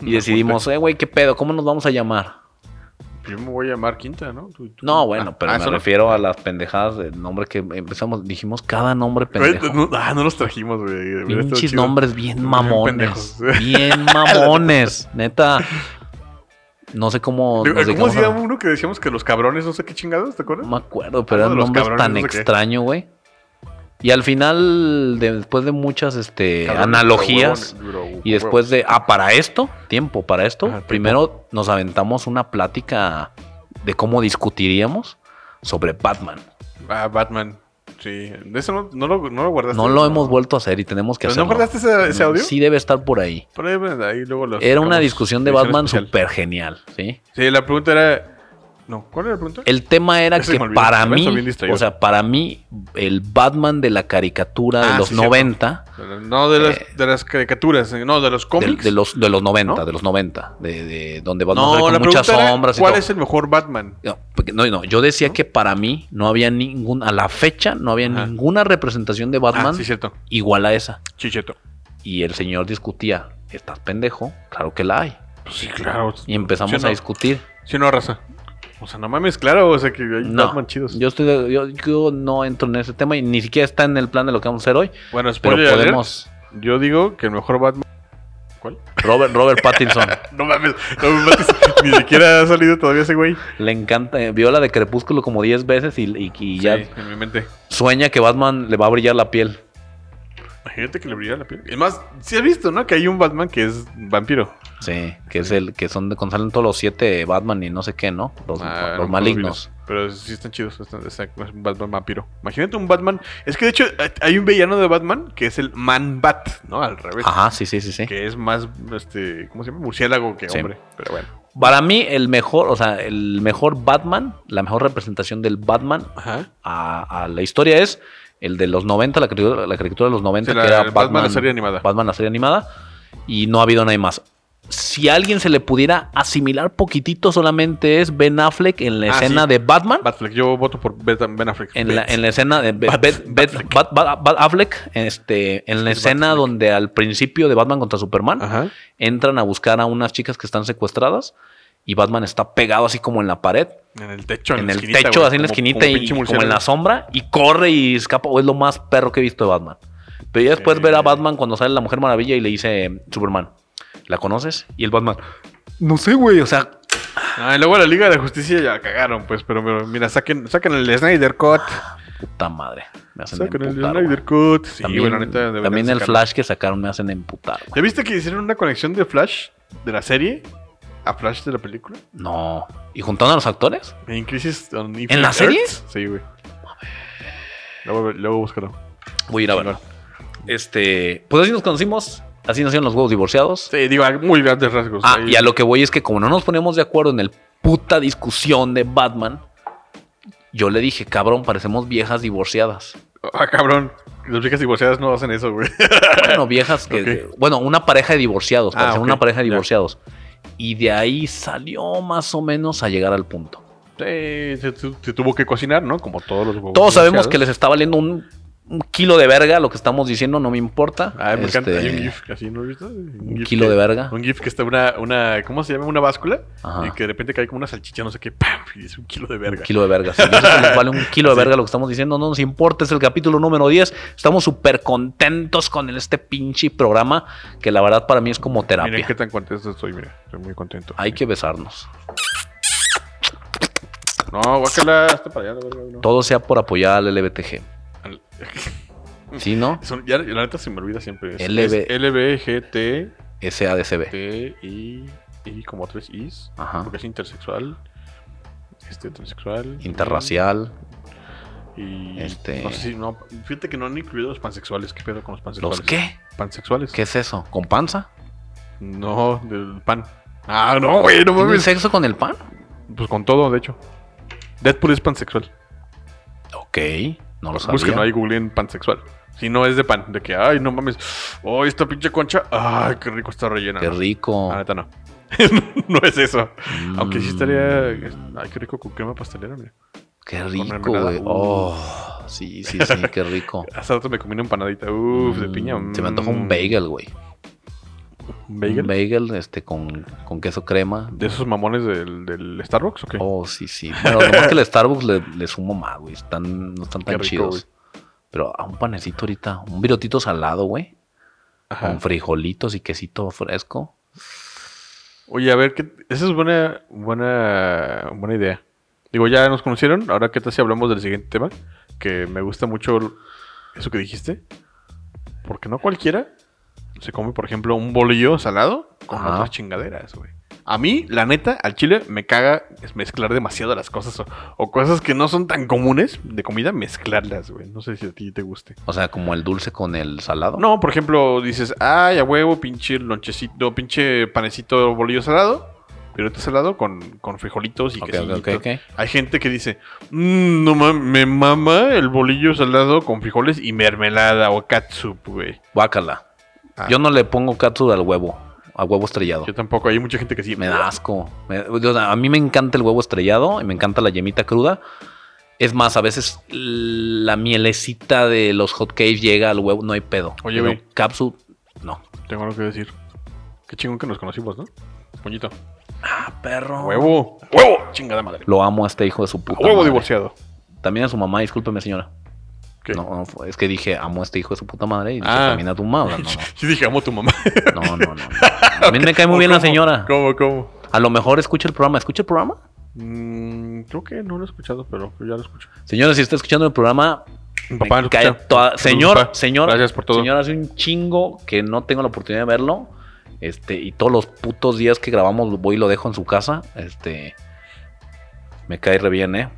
[SPEAKER 1] y
[SPEAKER 2] Una
[SPEAKER 1] decidimos, eh, güey, ¿qué pedo? ¿Cómo nos vamos a llamar?
[SPEAKER 2] Yo me voy a llamar Quinta, ¿no? Tú- tú-
[SPEAKER 1] No, bueno, pero
[SPEAKER 2] ah,
[SPEAKER 1] me
[SPEAKER 2] eso no-
[SPEAKER 1] refiero a las pendejadas de nombre que empezamos, dijimos cada nombre
[SPEAKER 2] Güey,
[SPEAKER 1] pendejo.
[SPEAKER 2] no- ah, no los trajimos, güey. Hubiera estado
[SPEAKER 1] Pinches
[SPEAKER 2] chido.
[SPEAKER 1] nombres bien
[SPEAKER 2] Bien
[SPEAKER 1] mamones.
[SPEAKER 2] pendejos.
[SPEAKER 1] Bien mamones, neta. No sé cómo
[SPEAKER 2] Digo,
[SPEAKER 1] nos
[SPEAKER 2] ¿Cómo
[SPEAKER 1] dedicamos
[SPEAKER 2] se
[SPEAKER 1] a-
[SPEAKER 2] llama uno que decíamos que los cabrones, no sé qué chingados, ¿te acuerdas?
[SPEAKER 1] No me acuerdo, pero
[SPEAKER 2] Uno de
[SPEAKER 1] era un
[SPEAKER 2] los
[SPEAKER 1] nombre
[SPEAKER 2] cabrones,
[SPEAKER 1] tan
[SPEAKER 2] no sé qué.
[SPEAKER 1] extraño, güey. Y al final, de- después de muchas este,
[SPEAKER 2] Cabrones,
[SPEAKER 1] analogías
[SPEAKER 2] pero huevones,
[SPEAKER 1] y
[SPEAKER 2] pero
[SPEAKER 1] después de, ah, para esto, tiempo, para esto,
[SPEAKER 2] Ajá, tiempo.
[SPEAKER 1] primero nos aventamos una plática de cómo discutiríamos sobre Batman.
[SPEAKER 2] huevones. Ah, Batman. Sí. De eso no, no lo, no lo guardaste.
[SPEAKER 1] No lo hemos vuelto a hacer y tenemos que
[SPEAKER 2] ¿Pero ¿No
[SPEAKER 1] hacerlo. Mm,
[SPEAKER 2] guardaste ese, ese audio?
[SPEAKER 1] Sí debe estar por ahí.
[SPEAKER 2] Por ahí, bueno, ahí luego lo
[SPEAKER 1] Era una
[SPEAKER 2] sacamos.
[SPEAKER 1] discusión de
[SPEAKER 2] Edición
[SPEAKER 1] Batman
[SPEAKER 2] especial.
[SPEAKER 1] súper genial, ¿sí?
[SPEAKER 2] Sí, la pregunta era. No, ¿cuál era la pregunta?
[SPEAKER 1] El tema era
[SPEAKER 2] Ya se
[SPEAKER 1] que
[SPEAKER 2] me olvidó. este
[SPEAKER 1] para
[SPEAKER 2] Me
[SPEAKER 1] mí,
[SPEAKER 2] siento bien distraído.
[SPEAKER 1] o sea, para mí, el Batman de la caricatura de
[SPEAKER 2] Ah,
[SPEAKER 1] los
[SPEAKER 2] sí, cierto.
[SPEAKER 1] 90,
[SPEAKER 2] No, de las,
[SPEAKER 1] Eh,
[SPEAKER 2] de las caricaturas, eh, no, de los
[SPEAKER 1] del-
[SPEAKER 2] cómics.
[SPEAKER 1] de, los, de los 90,
[SPEAKER 2] ¿No?
[SPEAKER 1] de los 90, de, de donde Batman sale
[SPEAKER 2] no, la
[SPEAKER 1] con muchas
[SPEAKER 2] pregunta era,
[SPEAKER 1] sombras y
[SPEAKER 2] ¿cuál
[SPEAKER 1] todo.
[SPEAKER 2] es el mejor Batman?
[SPEAKER 1] No, porque- no, no, yo decía que para mí no había ningún, a la fecha, no había
[SPEAKER 2] Ajá.
[SPEAKER 1] ninguna representación de Batman
[SPEAKER 2] Ah, sí, cierto.
[SPEAKER 1] igual a esa.
[SPEAKER 2] Chicheto.
[SPEAKER 1] Y el señor discutía, ¿estás pendejo? Claro que la hay.
[SPEAKER 2] Pues sí, claro.
[SPEAKER 1] Y empezamos
[SPEAKER 2] Sí, no.
[SPEAKER 1] a discutir.
[SPEAKER 2] Sí, no, raza. O sea, no mames, claro, o sea que hay
[SPEAKER 1] No,
[SPEAKER 2] Batman chidos.
[SPEAKER 1] yo, estoy de- yo, yo no entro en ese tema y ni siquiera está en el plan de lo que vamos a hacer hoy.
[SPEAKER 2] bueno,
[SPEAKER 1] Pero
[SPEAKER 2] spoiler alert,
[SPEAKER 1] podemos.
[SPEAKER 2] Yo digo que el mejor Batman. ¿Cuál?
[SPEAKER 1] Robert, Robert Pattinson.
[SPEAKER 2] No mames, no me mates. Ni siquiera ha salido todavía ese güey.
[SPEAKER 1] Le encanta. eh, Vio la de Crepúsculo como 10 veces y, y- y ya
[SPEAKER 2] Sí, en mi mente.
[SPEAKER 1] sueña que Batman le va a brillar la piel.
[SPEAKER 2] Imagínate que le brilla la piel. Es más, sí has visto, ¿no? Que hay un Batman que es vampiro.
[SPEAKER 1] Sí, que es el que son de cuando salen todos los siete Batman y no sé qué, ¿no? Los,
[SPEAKER 2] Ah,
[SPEAKER 1] los
[SPEAKER 2] no,
[SPEAKER 1] malignos.
[SPEAKER 2] Pero sí están chidos. están- están- es un Batman vampiro. Imagínate un Batman. Es que de hecho hay un villano de Batman que es el Man Bat, ¿no? Al revés.
[SPEAKER 1] Ajá, sí, sí, sí, sí.
[SPEAKER 2] Que es más, este, ¿cómo se llama? Murciélago que
[SPEAKER 1] Sí.
[SPEAKER 2] hombre. Pero bueno.
[SPEAKER 1] Para mí, el mejor, o sea, el mejor Batman, la mejor representación del Batman
[SPEAKER 2] Ajá.
[SPEAKER 1] a, a la historia es el de los 90, la caricatura, la caricatura de los 90,
[SPEAKER 2] Sí, la-
[SPEAKER 1] que era
[SPEAKER 2] el Batman, la serie animada.
[SPEAKER 1] Batman, la serie animada, y no ha habido nadie más. Si a alguien se le pudiera asimilar poquitito, solamente es Ben Affleck en la
[SPEAKER 2] Ah,
[SPEAKER 1] escena
[SPEAKER 2] sí.
[SPEAKER 1] de Batman.
[SPEAKER 2] Batfleck, yo voto por Bet- Ben Affleck.
[SPEAKER 1] en, la,
[SPEAKER 2] Bet.
[SPEAKER 1] en la escena de Bat, Bat- Bat- Bat Affleck, este, en la
[SPEAKER 2] Es
[SPEAKER 1] escena
[SPEAKER 2] Batfleck.
[SPEAKER 1] donde al principio de Batman contra Superman
[SPEAKER 2] Ajá.
[SPEAKER 1] entran a buscar a unas chicas que están secuestradas y Batman está pegado así como en la pared
[SPEAKER 2] En el techo.
[SPEAKER 1] en
[SPEAKER 2] la
[SPEAKER 1] el
[SPEAKER 2] esquinita,
[SPEAKER 1] techo,
[SPEAKER 2] güey,
[SPEAKER 1] así en la
[SPEAKER 2] como-
[SPEAKER 1] esquinita
[SPEAKER 2] como
[SPEAKER 1] y
[SPEAKER 2] pinche
[SPEAKER 1] como en
[SPEAKER 2] murciélago.
[SPEAKER 1] la sombra y corre y escapa. O es lo más perro que he visto de Batman. Pero ya después
[SPEAKER 2] Sí.
[SPEAKER 1] ver a Batman cuando sale la Mujer Maravilla y le dice eh, Superman, ¿la conoces? Y el Batman, no sé, güey, o sea,
[SPEAKER 2] Ah, y luego la Liga de la Justicia ya cagaron, pues. Pero, pero mira, saquen, saquen el Snyder Cut.
[SPEAKER 1] puta madre. Ah, Me hacen
[SPEAKER 2] Saquen el
[SPEAKER 1] emputar. güey.
[SPEAKER 2] Snyder Cut. Sí,
[SPEAKER 1] también
[SPEAKER 2] bueno, ahorita deberían
[SPEAKER 1] también el
[SPEAKER 2] sacarlo.
[SPEAKER 1] Flash que sacaron me hacen emputar. güey.
[SPEAKER 2] ¿Ya viste que hicieron una conexión de Flash de la serie a Flash de la película?
[SPEAKER 1] No. ¿Y juntando a los actores?
[SPEAKER 2] En Crisis on Infinite
[SPEAKER 1] la serie?
[SPEAKER 2] Earths. Sí, güey. Luego, luego búscalo.
[SPEAKER 1] Voy a ir a verlo. Este, pues así nos conocimos, así nacieron los huevos divorciados.
[SPEAKER 2] Sí, digo, a muy grandes rasgos.
[SPEAKER 1] Ah,
[SPEAKER 2] Ahí-
[SPEAKER 1] y a lo que voy es que como no nos poníamos de acuerdo en el puta discusión de Batman, yo le dije, cabrón, parecemos viejas divorciadas.
[SPEAKER 2] Ah, cabrón. Las chicas divorciadas no hacen eso, güey.
[SPEAKER 1] Bueno, viejas que...
[SPEAKER 2] Ok.
[SPEAKER 1] Bueno, una pareja de divorciados,
[SPEAKER 2] Ah,
[SPEAKER 1] parecemos
[SPEAKER 2] ok,
[SPEAKER 1] una pareja de
[SPEAKER 2] ya.
[SPEAKER 1] divorciados. Y de ahí salió más o menos a llegar al punto.
[SPEAKER 2] Sí, se, tu- se tuvo que cocinar, ¿no? Como todos los huevos.
[SPEAKER 1] Todos sabemos
[SPEAKER 2] divorciados.
[SPEAKER 1] que les está valiendo un, un kilo de verga lo que estamos diciendo, no me importa.
[SPEAKER 2] Ah, me encanta.
[SPEAKER 1] Este,
[SPEAKER 2] Hay un GIF así, ¿no lo viste? Un,
[SPEAKER 1] Un
[SPEAKER 2] gif
[SPEAKER 1] kilo
[SPEAKER 2] que-
[SPEAKER 1] de verga.
[SPEAKER 2] Un GIF que está una, una. ¿Cómo se llama? Una báscula.
[SPEAKER 1] Ajá.
[SPEAKER 2] Y que de repente cae como una salchicha, no sé qué. ¡Pam! Y es un kilo de verga.
[SPEAKER 1] Un kilo de verga. Sí, yo sé que les vale un kilo de verga lo que estamos diciendo. No nos importa, es el capítulo número 10. Estamos súper contentos con el- este pinche programa que la verdad para mí es como
[SPEAKER 2] Miren qué
[SPEAKER 1] terapia.
[SPEAKER 2] tan contento estoy, mira. Estoy muy contento.
[SPEAKER 1] Hay que besarnos.
[SPEAKER 2] No, guácala, hasta para allá, la verga, no.
[SPEAKER 1] Todo sea por apoyar al LBTG. ¿Sí, no?
[SPEAKER 2] Son- ya, la neta se me olvida siempre. Es,
[SPEAKER 1] LB.
[SPEAKER 2] es LBGT,
[SPEAKER 1] SADCB.
[SPEAKER 2] T, I, I como tres Is.
[SPEAKER 1] Ajá.
[SPEAKER 2] Porque es intersexual. Este, transexual.
[SPEAKER 1] Interracial.
[SPEAKER 2] Y.
[SPEAKER 1] Este-
[SPEAKER 2] No sé si, no. Fíjate que no han incluido los pansexuales. ¿Qué pedo con los pansexuales?
[SPEAKER 1] ¿Los qué?
[SPEAKER 2] Pansexuales.
[SPEAKER 1] ¿Qué es eso? ¿Con panza?
[SPEAKER 2] No, del pan. Ah, no, güey, no
[SPEAKER 1] ¿Tienen
[SPEAKER 2] mames.
[SPEAKER 1] sexo con el pan?
[SPEAKER 2] Pues con todo, de hecho. Deadpool es pansexual.
[SPEAKER 1] Ok. No lo sabía.
[SPEAKER 2] Busquen ahí, googleen pansexual. Si no es de pan, de que, ay, no mames, oh, esta pinche concha, ay, qué rico está rellena.
[SPEAKER 1] Qué
[SPEAKER 2] ¿no?
[SPEAKER 1] rico.
[SPEAKER 2] La neta no. no es eso. Ah, Aunque sí estaría. Ay, qué rico con crema pastelera, mira.
[SPEAKER 1] Mm, Qué
[SPEAKER 2] rico,
[SPEAKER 1] rico,
[SPEAKER 2] güey.
[SPEAKER 1] güey. Oh, sí, sí, sí, qué rico.
[SPEAKER 2] Hace rato me comí una empanadita, uff, de
[SPEAKER 1] Mm,
[SPEAKER 2] piña.
[SPEAKER 1] Se me antoja un
[SPEAKER 2] mm.
[SPEAKER 1] bagel, güey.
[SPEAKER 2] ¿Un
[SPEAKER 1] Un
[SPEAKER 2] bagel?
[SPEAKER 1] bagel este, con, con queso crema.
[SPEAKER 2] ¿De esos mamones del, del Starbucks o qué?
[SPEAKER 1] Oh, sí, sí. Pero nomás que el Starbucks le, le sumo más, güey. Están, no están
[SPEAKER 2] Qué
[SPEAKER 1] tan
[SPEAKER 2] rico,
[SPEAKER 1] chidos. Pero a un panecito ahorita, un virotito salado, güey.
[SPEAKER 2] Ajá.
[SPEAKER 1] Con frijolitos y quesito fresco.
[SPEAKER 2] Oye, a ver, ¿qué- esa es buena, buena, buena idea. Digo, ya nos conocieron. Ahora, ¿qué tal si hablamos del siguiente tema? Que me gusta mucho l- eso que dijiste. Porque no cualquiera se come, por ejemplo, un bolillo salado con
[SPEAKER 1] Ajá.
[SPEAKER 2] otras chingaderas, güey. A mí, la neta, al chile me caga es mezclar demasiado las cosas o, o cosas que no son tan comunes de comida, mezclarlas, güey. No sé si a ti te guste.
[SPEAKER 1] O sea, como el dulce con el salado.
[SPEAKER 2] No, por ejemplo, dices, ay, a huevo, pinche lonchecito, pinche panecito bolillo salado, pirote salado con, con frijolitos y
[SPEAKER 1] Ok, ok,
[SPEAKER 2] quesillito.
[SPEAKER 1] ok, ok.
[SPEAKER 2] Hay gente que dice, "Mm, no mames, me mama el bolillo salado con frijoles y mermelada o catsup, güey.
[SPEAKER 1] Guácala.
[SPEAKER 2] Ah.
[SPEAKER 1] Yo no le pongo catsup al huevo, al huevo estrellado.
[SPEAKER 2] Yo tampoco, hay mucha gente que sí.
[SPEAKER 1] Me da asco. Me- o sea, a mí me encanta el huevo estrellado y me encanta la yemita cruda. Es más, a veces la mielecita de los hotcakes llega al huevo, no hay pedo.
[SPEAKER 2] Oye,
[SPEAKER 1] Pero
[SPEAKER 2] güey.
[SPEAKER 1] Catsup, no.
[SPEAKER 2] Tengo algo que decir. Qué chingón que nos conocimos, ¿no? Puñito.
[SPEAKER 1] Ah, perro.
[SPEAKER 2] Huevo, huevo, chingada madre.
[SPEAKER 1] Lo amo a este hijo de su puta.
[SPEAKER 2] Huevo
[SPEAKER 1] madre.
[SPEAKER 2] divorciado.
[SPEAKER 1] También a su mamá, discúlpeme, señora.
[SPEAKER 2] ¿Qué?
[SPEAKER 1] No, no, fue- es que dije, amo a este hijo de su puta madre y dije,
[SPEAKER 2] Ah.
[SPEAKER 1] también a tu mamá. No, no,
[SPEAKER 2] Sí, dije, amo a tu mamá.
[SPEAKER 1] no, no, no, no. A mí me cae muy bien la
[SPEAKER 2] ¿Cómo?
[SPEAKER 1] señora.
[SPEAKER 2] ¿Cómo, cómo?
[SPEAKER 1] A lo mejor escucha el programa. ¿Escucha el programa?
[SPEAKER 2] Mm, creo que no lo he escuchado, pero ya lo escucho.
[SPEAKER 1] Señora, si está escuchando el programa,
[SPEAKER 2] Mi
[SPEAKER 1] me
[SPEAKER 2] papá lo
[SPEAKER 1] cae
[SPEAKER 2] escucha.
[SPEAKER 1] toda-
[SPEAKER 2] Saludos,
[SPEAKER 1] Señor,
[SPEAKER 2] papá.
[SPEAKER 1] señor.
[SPEAKER 2] Gracias por todo.
[SPEAKER 1] Señor, hace un chingo que no tengo la oportunidad de verlo. Este, y todos los putos días que grabamos voy y lo dejo en su casa. Este. Me cae re bien, ¿eh?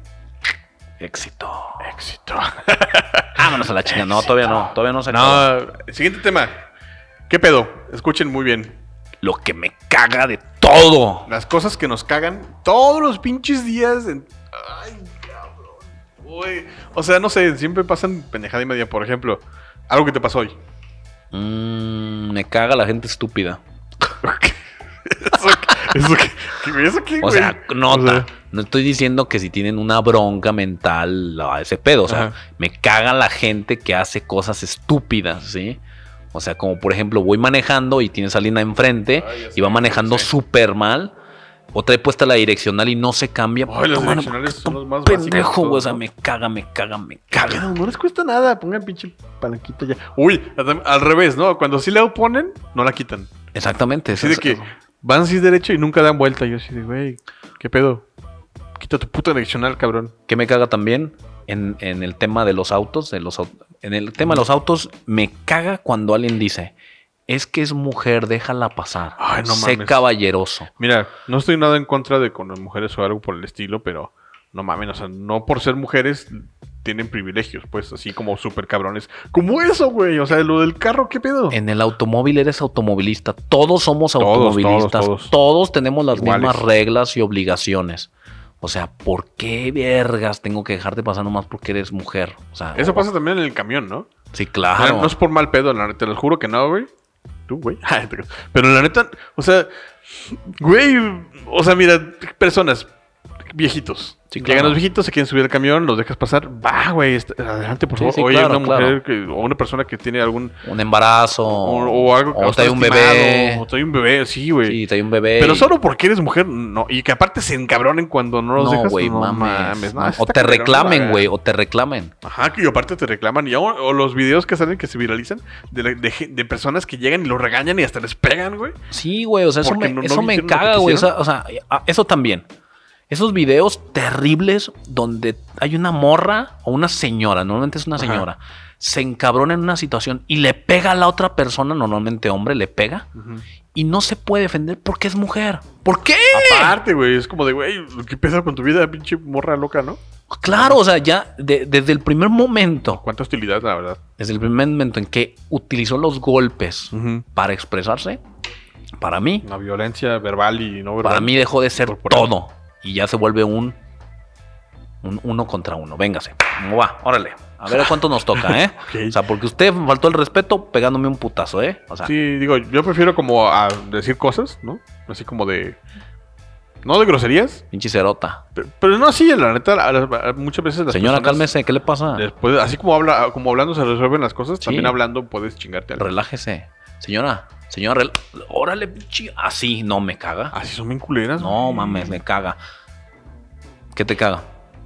[SPEAKER 1] Éxito.
[SPEAKER 2] Éxito.
[SPEAKER 1] Vámonos a la chinga. No, todavía no. Todavía no se acaba.
[SPEAKER 2] No, siguiente tema. ¿Qué pedo? Escuchen muy bien.
[SPEAKER 1] Lo que me caga de todo.
[SPEAKER 2] Las cosas que nos cagan todos los pinches días. en- Ay, cabrón. Uy. O sea, no sé, siempre pasan pendejada y media. Por ejemplo, algo que te pasó hoy.
[SPEAKER 1] Mm, me caga la gente estúpida.
[SPEAKER 2] ¿Eso qué? ¿Eso qué? ¿Qué- eso qué,
[SPEAKER 1] O
[SPEAKER 2] güey?
[SPEAKER 1] sea, nota.
[SPEAKER 2] O sea,
[SPEAKER 1] no estoy diciendo que si tienen una bronca mental a ese pedo. O sea,
[SPEAKER 2] Ajá.
[SPEAKER 1] me caga la gente que hace cosas estúpidas, ¿sí? O sea, como por ejemplo, voy manejando y tienes a alguien enfrente
[SPEAKER 2] Ay, ya
[SPEAKER 1] y
[SPEAKER 2] sé,
[SPEAKER 1] va manejando
[SPEAKER 2] ya sé.
[SPEAKER 1] súper mal. O trae puesta la direccional y no se cambia.
[SPEAKER 2] Ay,
[SPEAKER 1] Puta,
[SPEAKER 2] las
[SPEAKER 1] mano,
[SPEAKER 2] direccionales
[SPEAKER 1] qué
[SPEAKER 2] son los más básicos de
[SPEAKER 1] Pendejo, güey. O
[SPEAKER 2] todos,
[SPEAKER 1] sea,
[SPEAKER 2] ¿no?
[SPEAKER 1] me caga, me caga, me
[SPEAKER 2] no,
[SPEAKER 1] caga.
[SPEAKER 2] no les cuesta nada. Pongan pinche palanquita ya. Uy, al- al revés, ¿no? Cuando sí la ponen, no la quitan.
[SPEAKER 1] Exactamente.
[SPEAKER 2] Así
[SPEAKER 1] esa
[SPEAKER 2] de
[SPEAKER 1] es-
[SPEAKER 2] que van así derecho y nunca dan vuelta. Yo así de, güey, ¿qué pedo? Quita tu puta direccional, cabrón.
[SPEAKER 1] que me caga también en, en el tema de los autos, de los au- en el tema de los autos me caga cuando alguien dice, "Es que es mujer, déjala pasar."
[SPEAKER 2] Ay, no
[SPEAKER 1] sé
[SPEAKER 2] mames.
[SPEAKER 1] caballeroso.
[SPEAKER 2] Mira, no estoy nada en contra de con las mujeres o algo por el estilo, pero no mames, o sea, no por ser mujeres tienen privilegios, pues, así como súper cabrones. Como eso, güey, o sea, lo del carro, ¿qué pedo?
[SPEAKER 1] En el automóvil eres automovilista, todos somos
[SPEAKER 2] Todos,
[SPEAKER 1] automovilistas,
[SPEAKER 2] todos, todos.
[SPEAKER 1] todos tenemos las
[SPEAKER 2] Iguales.
[SPEAKER 1] mismas reglas y obligaciones. O sea, ¿por qué vergas tengo que dejarte pasar nomás porque eres mujer? O sea,
[SPEAKER 2] Eso pasa también en el camión, ¿no?
[SPEAKER 1] sí,
[SPEAKER 2] O sea,
[SPEAKER 1] claro.
[SPEAKER 2] No es por mal pedo, la neta, te lo juro que no, güey. Tú, güey. Ay, te creas. Pero la neta, o sea, güey, o sea, mira, personas, viejitos.
[SPEAKER 1] Sí,
[SPEAKER 2] Llegan
[SPEAKER 1] claro.
[SPEAKER 2] los viejitos, se quieren subir al camión, los dejas pasar. Va, güey, est- adelante, por
[SPEAKER 1] Sí,
[SPEAKER 2] favor.
[SPEAKER 1] sí,
[SPEAKER 2] Oye,
[SPEAKER 1] claro,
[SPEAKER 2] una mujer que- o una persona que tiene algún...
[SPEAKER 1] un embarazo
[SPEAKER 2] O, o algo que
[SPEAKER 1] o trae
[SPEAKER 2] está
[SPEAKER 1] un
[SPEAKER 2] lastimado,
[SPEAKER 1] bebé.
[SPEAKER 2] O trae un bebé, sí, güey.
[SPEAKER 1] Sí, trae un bebé.
[SPEAKER 2] Pero
[SPEAKER 1] y-
[SPEAKER 2] solo porque eres mujer, no. Y que aparte se encabronen cuando no los
[SPEAKER 1] No,
[SPEAKER 2] dejas.
[SPEAKER 1] güey,
[SPEAKER 2] no
[SPEAKER 1] mames.
[SPEAKER 2] no,
[SPEAKER 1] no.
[SPEAKER 2] está
[SPEAKER 1] o te
[SPEAKER 2] cabrón,
[SPEAKER 1] reclamen,
[SPEAKER 2] la-
[SPEAKER 1] güey, o te reclamen.
[SPEAKER 2] Ajá, que y aparte te reclaman. Y ahora- o los videos que salen que se viralizan de, la- de, gen- de personas que llegan y los regañan y hasta les pegan, güey.
[SPEAKER 1] Sí, güey, o sea, eso
[SPEAKER 2] Porque
[SPEAKER 1] me,
[SPEAKER 2] no- no
[SPEAKER 1] eso me
[SPEAKER 2] hicieron lo que
[SPEAKER 1] caga, güey. O sea,
[SPEAKER 2] quisieron.
[SPEAKER 1] o sea, a- eso también. Esos videos terribles donde hay una morra o una señora, normalmente es una
[SPEAKER 2] Ajá.
[SPEAKER 1] señora, se encabrona en una situación y le pega a la otra persona, normalmente hombre, le pega y no se puede defender porque es mujer. ¿Por qué?
[SPEAKER 2] Aparte, güey, es como de, güey, ¿qué pesa con tu vida, pinche morra loca, no?
[SPEAKER 1] Claro, o sea, ya de- desde el primer momento,
[SPEAKER 2] Cuánta hostilidad, la verdad.
[SPEAKER 1] desde el primer momento en que utilizó los golpes para expresarse, para mí,
[SPEAKER 2] La violencia verbal y no verbal.
[SPEAKER 1] Para mí dejó de ser
[SPEAKER 2] Corporal.
[SPEAKER 1] todo y ya se vuelve un, un uno contra uno. Véngase, ¿cómo va? Órale, A ver a cuánto nos toca, ¿eh?
[SPEAKER 2] Ok.
[SPEAKER 1] O sea, porque usted me faltó el respeto pegándome un putazo, ¿eh? O sea,
[SPEAKER 2] Sí, digo, yo prefiero como a decir cosas, ¿no? Así como de... No de groserías,
[SPEAKER 1] pinche cerota.
[SPEAKER 2] pe- pero, no así, la neta, a las- a- muchas veces las
[SPEAKER 1] Señora,
[SPEAKER 2] personas
[SPEAKER 1] cálmese, ¿qué le pasa?
[SPEAKER 2] Después, así como, habla, como hablando se resuelven las cosas, también hablando puedes chingarte algo.
[SPEAKER 1] Relájese. Señora, señora, rel- órale, pinche. Así, no me caga.
[SPEAKER 2] Así Ah, son bien culeras.
[SPEAKER 1] No
[SPEAKER 2] güey.
[SPEAKER 1] mames, me caga. ¿Qué te caga?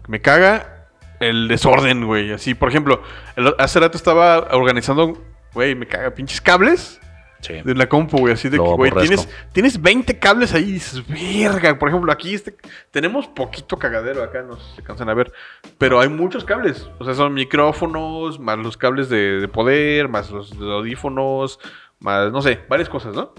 [SPEAKER 2] Me caga el desorden, güey. Así, por ejemplo, el- hace rato estaba organizando, güey, me caga pinches cables
[SPEAKER 1] Sí.
[SPEAKER 2] de la compu, güey. Así de
[SPEAKER 1] Lo
[SPEAKER 2] que, güey,
[SPEAKER 1] aborrezco.
[SPEAKER 2] tienes, tienes 20 cables ahí y dices, verga. Por ejemplo, aquí este, tenemos poquito cagadero acá, no sé si se cansan a ver. Pero hay muchos cables. O sea, son micrófonos, más los cables de, de poder, más los audífonos, más, no sé, varias cosas, ¿no?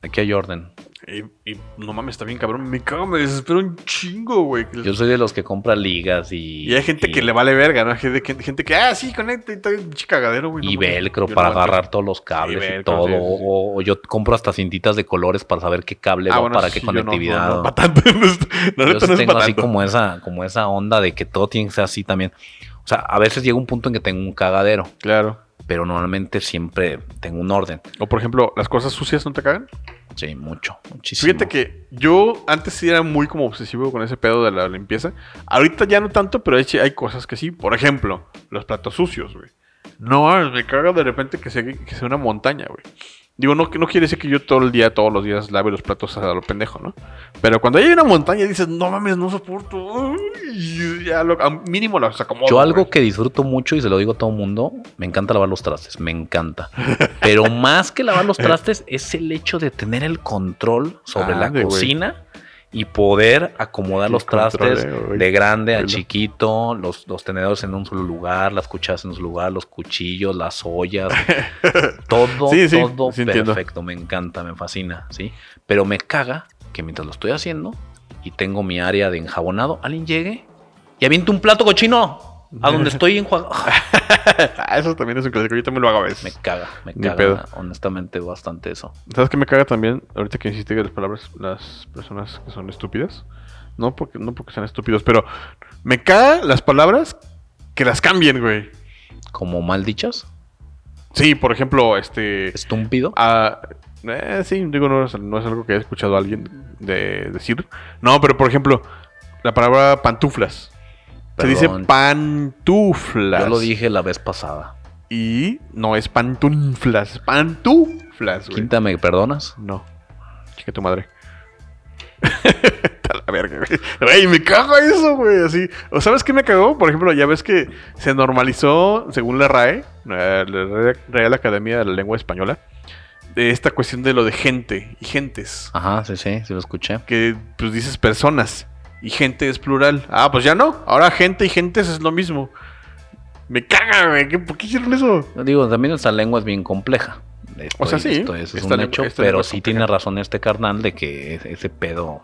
[SPEAKER 1] Aquí hay orden.
[SPEAKER 2] Y, y no mames, está bien cabrón. Me cago, me desespero un chingo, güey.
[SPEAKER 1] Yo soy de los que compra ligas y.
[SPEAKER 2] Y hay gente
[SPEAKER 1] y-
[SPEAKER 2] que le vale verga, ¿no? Hay gente, que- gente que, ah, sí, conecta y está un cagadero, güey.
[SPEAKER 1] Y
[SPEAKER 2] no mames.
[SPEAKER 1] velcro
[SPEAKER 2] Yo no
[SPEAKER 1] para
[SPEAKER 2] aguanto.
[SPEAKER 1] agarrar todos los cables y,
[SPEAKER 2] velcro,
[SPEAKER 1] todo.
[SPEAKER 2] sí, sí, sí.
[SPEAKER 1] O, o yo compro hasta cintitas de colores para saber qué cable
[SPEAKER 2] Ah,
[SPEAKER 1] va
[SPEAKER 2] bueno,
[SPEAKER 1] para
[SPEAKER 2] eso
[SPEAKER 1] qué
[SPEAKER 2] sí, yo no-
[SPEAKER 1] conectividad.
[SPEAKER 2] No, no, pa' tanto. No es- la
[SPEAKER 1] Yo
[SPEAKER 2] neta
[SPEAKER 1] sí
[SPEAKER 2] no es
[SPEAKER 1] tengo
[SPEAKER 2] pa'
[SPEAKER 1] así
[SPEAKER 2] tanto.
[SPEAKER 1] como esa, como esa onda de que todo tiene que ser así también. O sea, a veces llega un punto en que tengo un cagadero,
[SPEAKER 2] Claro.
[SPEAKER 1] pero normalmente siempre tengo un orden.
[SPEAKER 2] O por ejemplo, las cosas sucias no te cagan.
[SPEAKER 1] Sí, mucho, muchísimo.
[SPEAKER 2] Fíjate que yo antes sí era muy como obsesivo con ese pedo de la limpieza. Ahorita ya no tanto, pero hay, chi- hay cosas que sí. Por ejemplo, los platos sucios, güey. No, mames, me caga de repente que sea, que sea una montaña, güey. Digo, no, no quiere decir que yo todo el día, todos los días lave los platos a lo pendejo, ¿no? Pero cuando hay una montaña dices, no mames, no soporto. Uy, ya lo, a mínimo los acomodo.
[SPEAKER 1] Yo algo
[SPEAKER 2] güey.
[SPEAKER 1] que disfruto mucho y se lo digo a todo mundo, me encanta lavar los trastes, me encanta. Pero más que lavar los trastes es el hecho de tener el control sobre la
[SPEAKER 2] Ande, Ah, güey.
[SPEAKER 1] cocina y poder acomodar
[SPEAKER 2] El
[SPEAKER 1] los
[SPEAKER 2] control,
[SPEAKER 1] trastes
[SPEAKER 2] eh, güey.
[SPEAKER 1] de grande a
[SPEAKER 2] Velo.
[SPEAKER 1] chiquito, los, los tenedores en un solo lugar, las cucharas en un solo lugar, los cuchillos, las ollas, todo,
[SPEAKER 2] Sí, sí,
[SPEAKER 1] todo
[SPEAKER 2] sí entiendo.
[SPEAKER 1] perfecto, me encanta, me fascina, ¿sí? Pero me caga que mientras lo estoy haciendo y tengo mi área de enjabonado, alguien llegue y aviente un plato cochino a donde estoy enjuagado.
[SPEAKER 2] Ah, eso también es un clásico. Yo también lo hago a veces.
[SPEAKER 1] Me caga, me
[SPEAKER 2] Ni
[SPEAKER 1] caga,
[SPEAKER 2] pedo.
[SPEAKER 1] honestamente, bastante eso.
[SPEAKER 2] ¿Sabes qué me caga también? Ahorita que insiste que las palabras, las personas que son estúpidas. No porque, no porque sean estúpidos, pero me caga las palabras que las cambien, güey.
[SPEAKER 1] Como mal dichas,
[SPEAKER 2] Sí, por ejemplo, este.
[SPEAKER 1] estúpido.
[SPEAKER 2] ah, eh, sí, digo, no es, no es algo que he escuchado a alguien de, decir. No, pero por ejemplo, la palabra pantuflas. Se
[SPEAKER 1] Perdón.
[SPEAKER 2] dice pantuflas.
[SPEAKER 1] Yo lo dije la vez pasada.
[SPEAKER 2] Y no es pantuflas, es pantuflas, güey.
[SPEAKER 1] Quinta, ¿me perdonas?
[SPEAKER 2] No. Chica tu madre. Está la verga, güey. Güey, me cago eso, güey. Así. ¿O sabes qué me cagó? Por ejemplo, ya ves que se normalizó, según la RAE, eh, la Re- Real Academia de la Lengua Española, de esta cuestión de lo de gente y gentes.
[SPEAKER 1] Ajá, sí, sí, sí lo escuché.
[SPEAKER 2] Que pues dices personas y gente es plural. Ah, pues ya no. Ahora gente y gentes es lo mismo. Me caga, güey. ¿Qué- ¿Por qué hicieron eso?
[SPEAKER 1] Yo Digo, también nuestra lengua es bien compleja. Estoy-
[SPEAKER 2] sea, sí,
[SPEAKER 1] esto- eso es
[SPEAKER 2] esta
[SPEAKER 1] un
[SPEAKER 2] lengua-
[SPEAKER 1] hecho,
[SPEAKER 2] esta lengua
[SPEAKER 1] pero
[SPEAKER 2] es
[SPEAKER 1] sí
[SPEAKER 2] compleja.
[SPEAKER 1] tiene razón este carnal de que es- ese pedo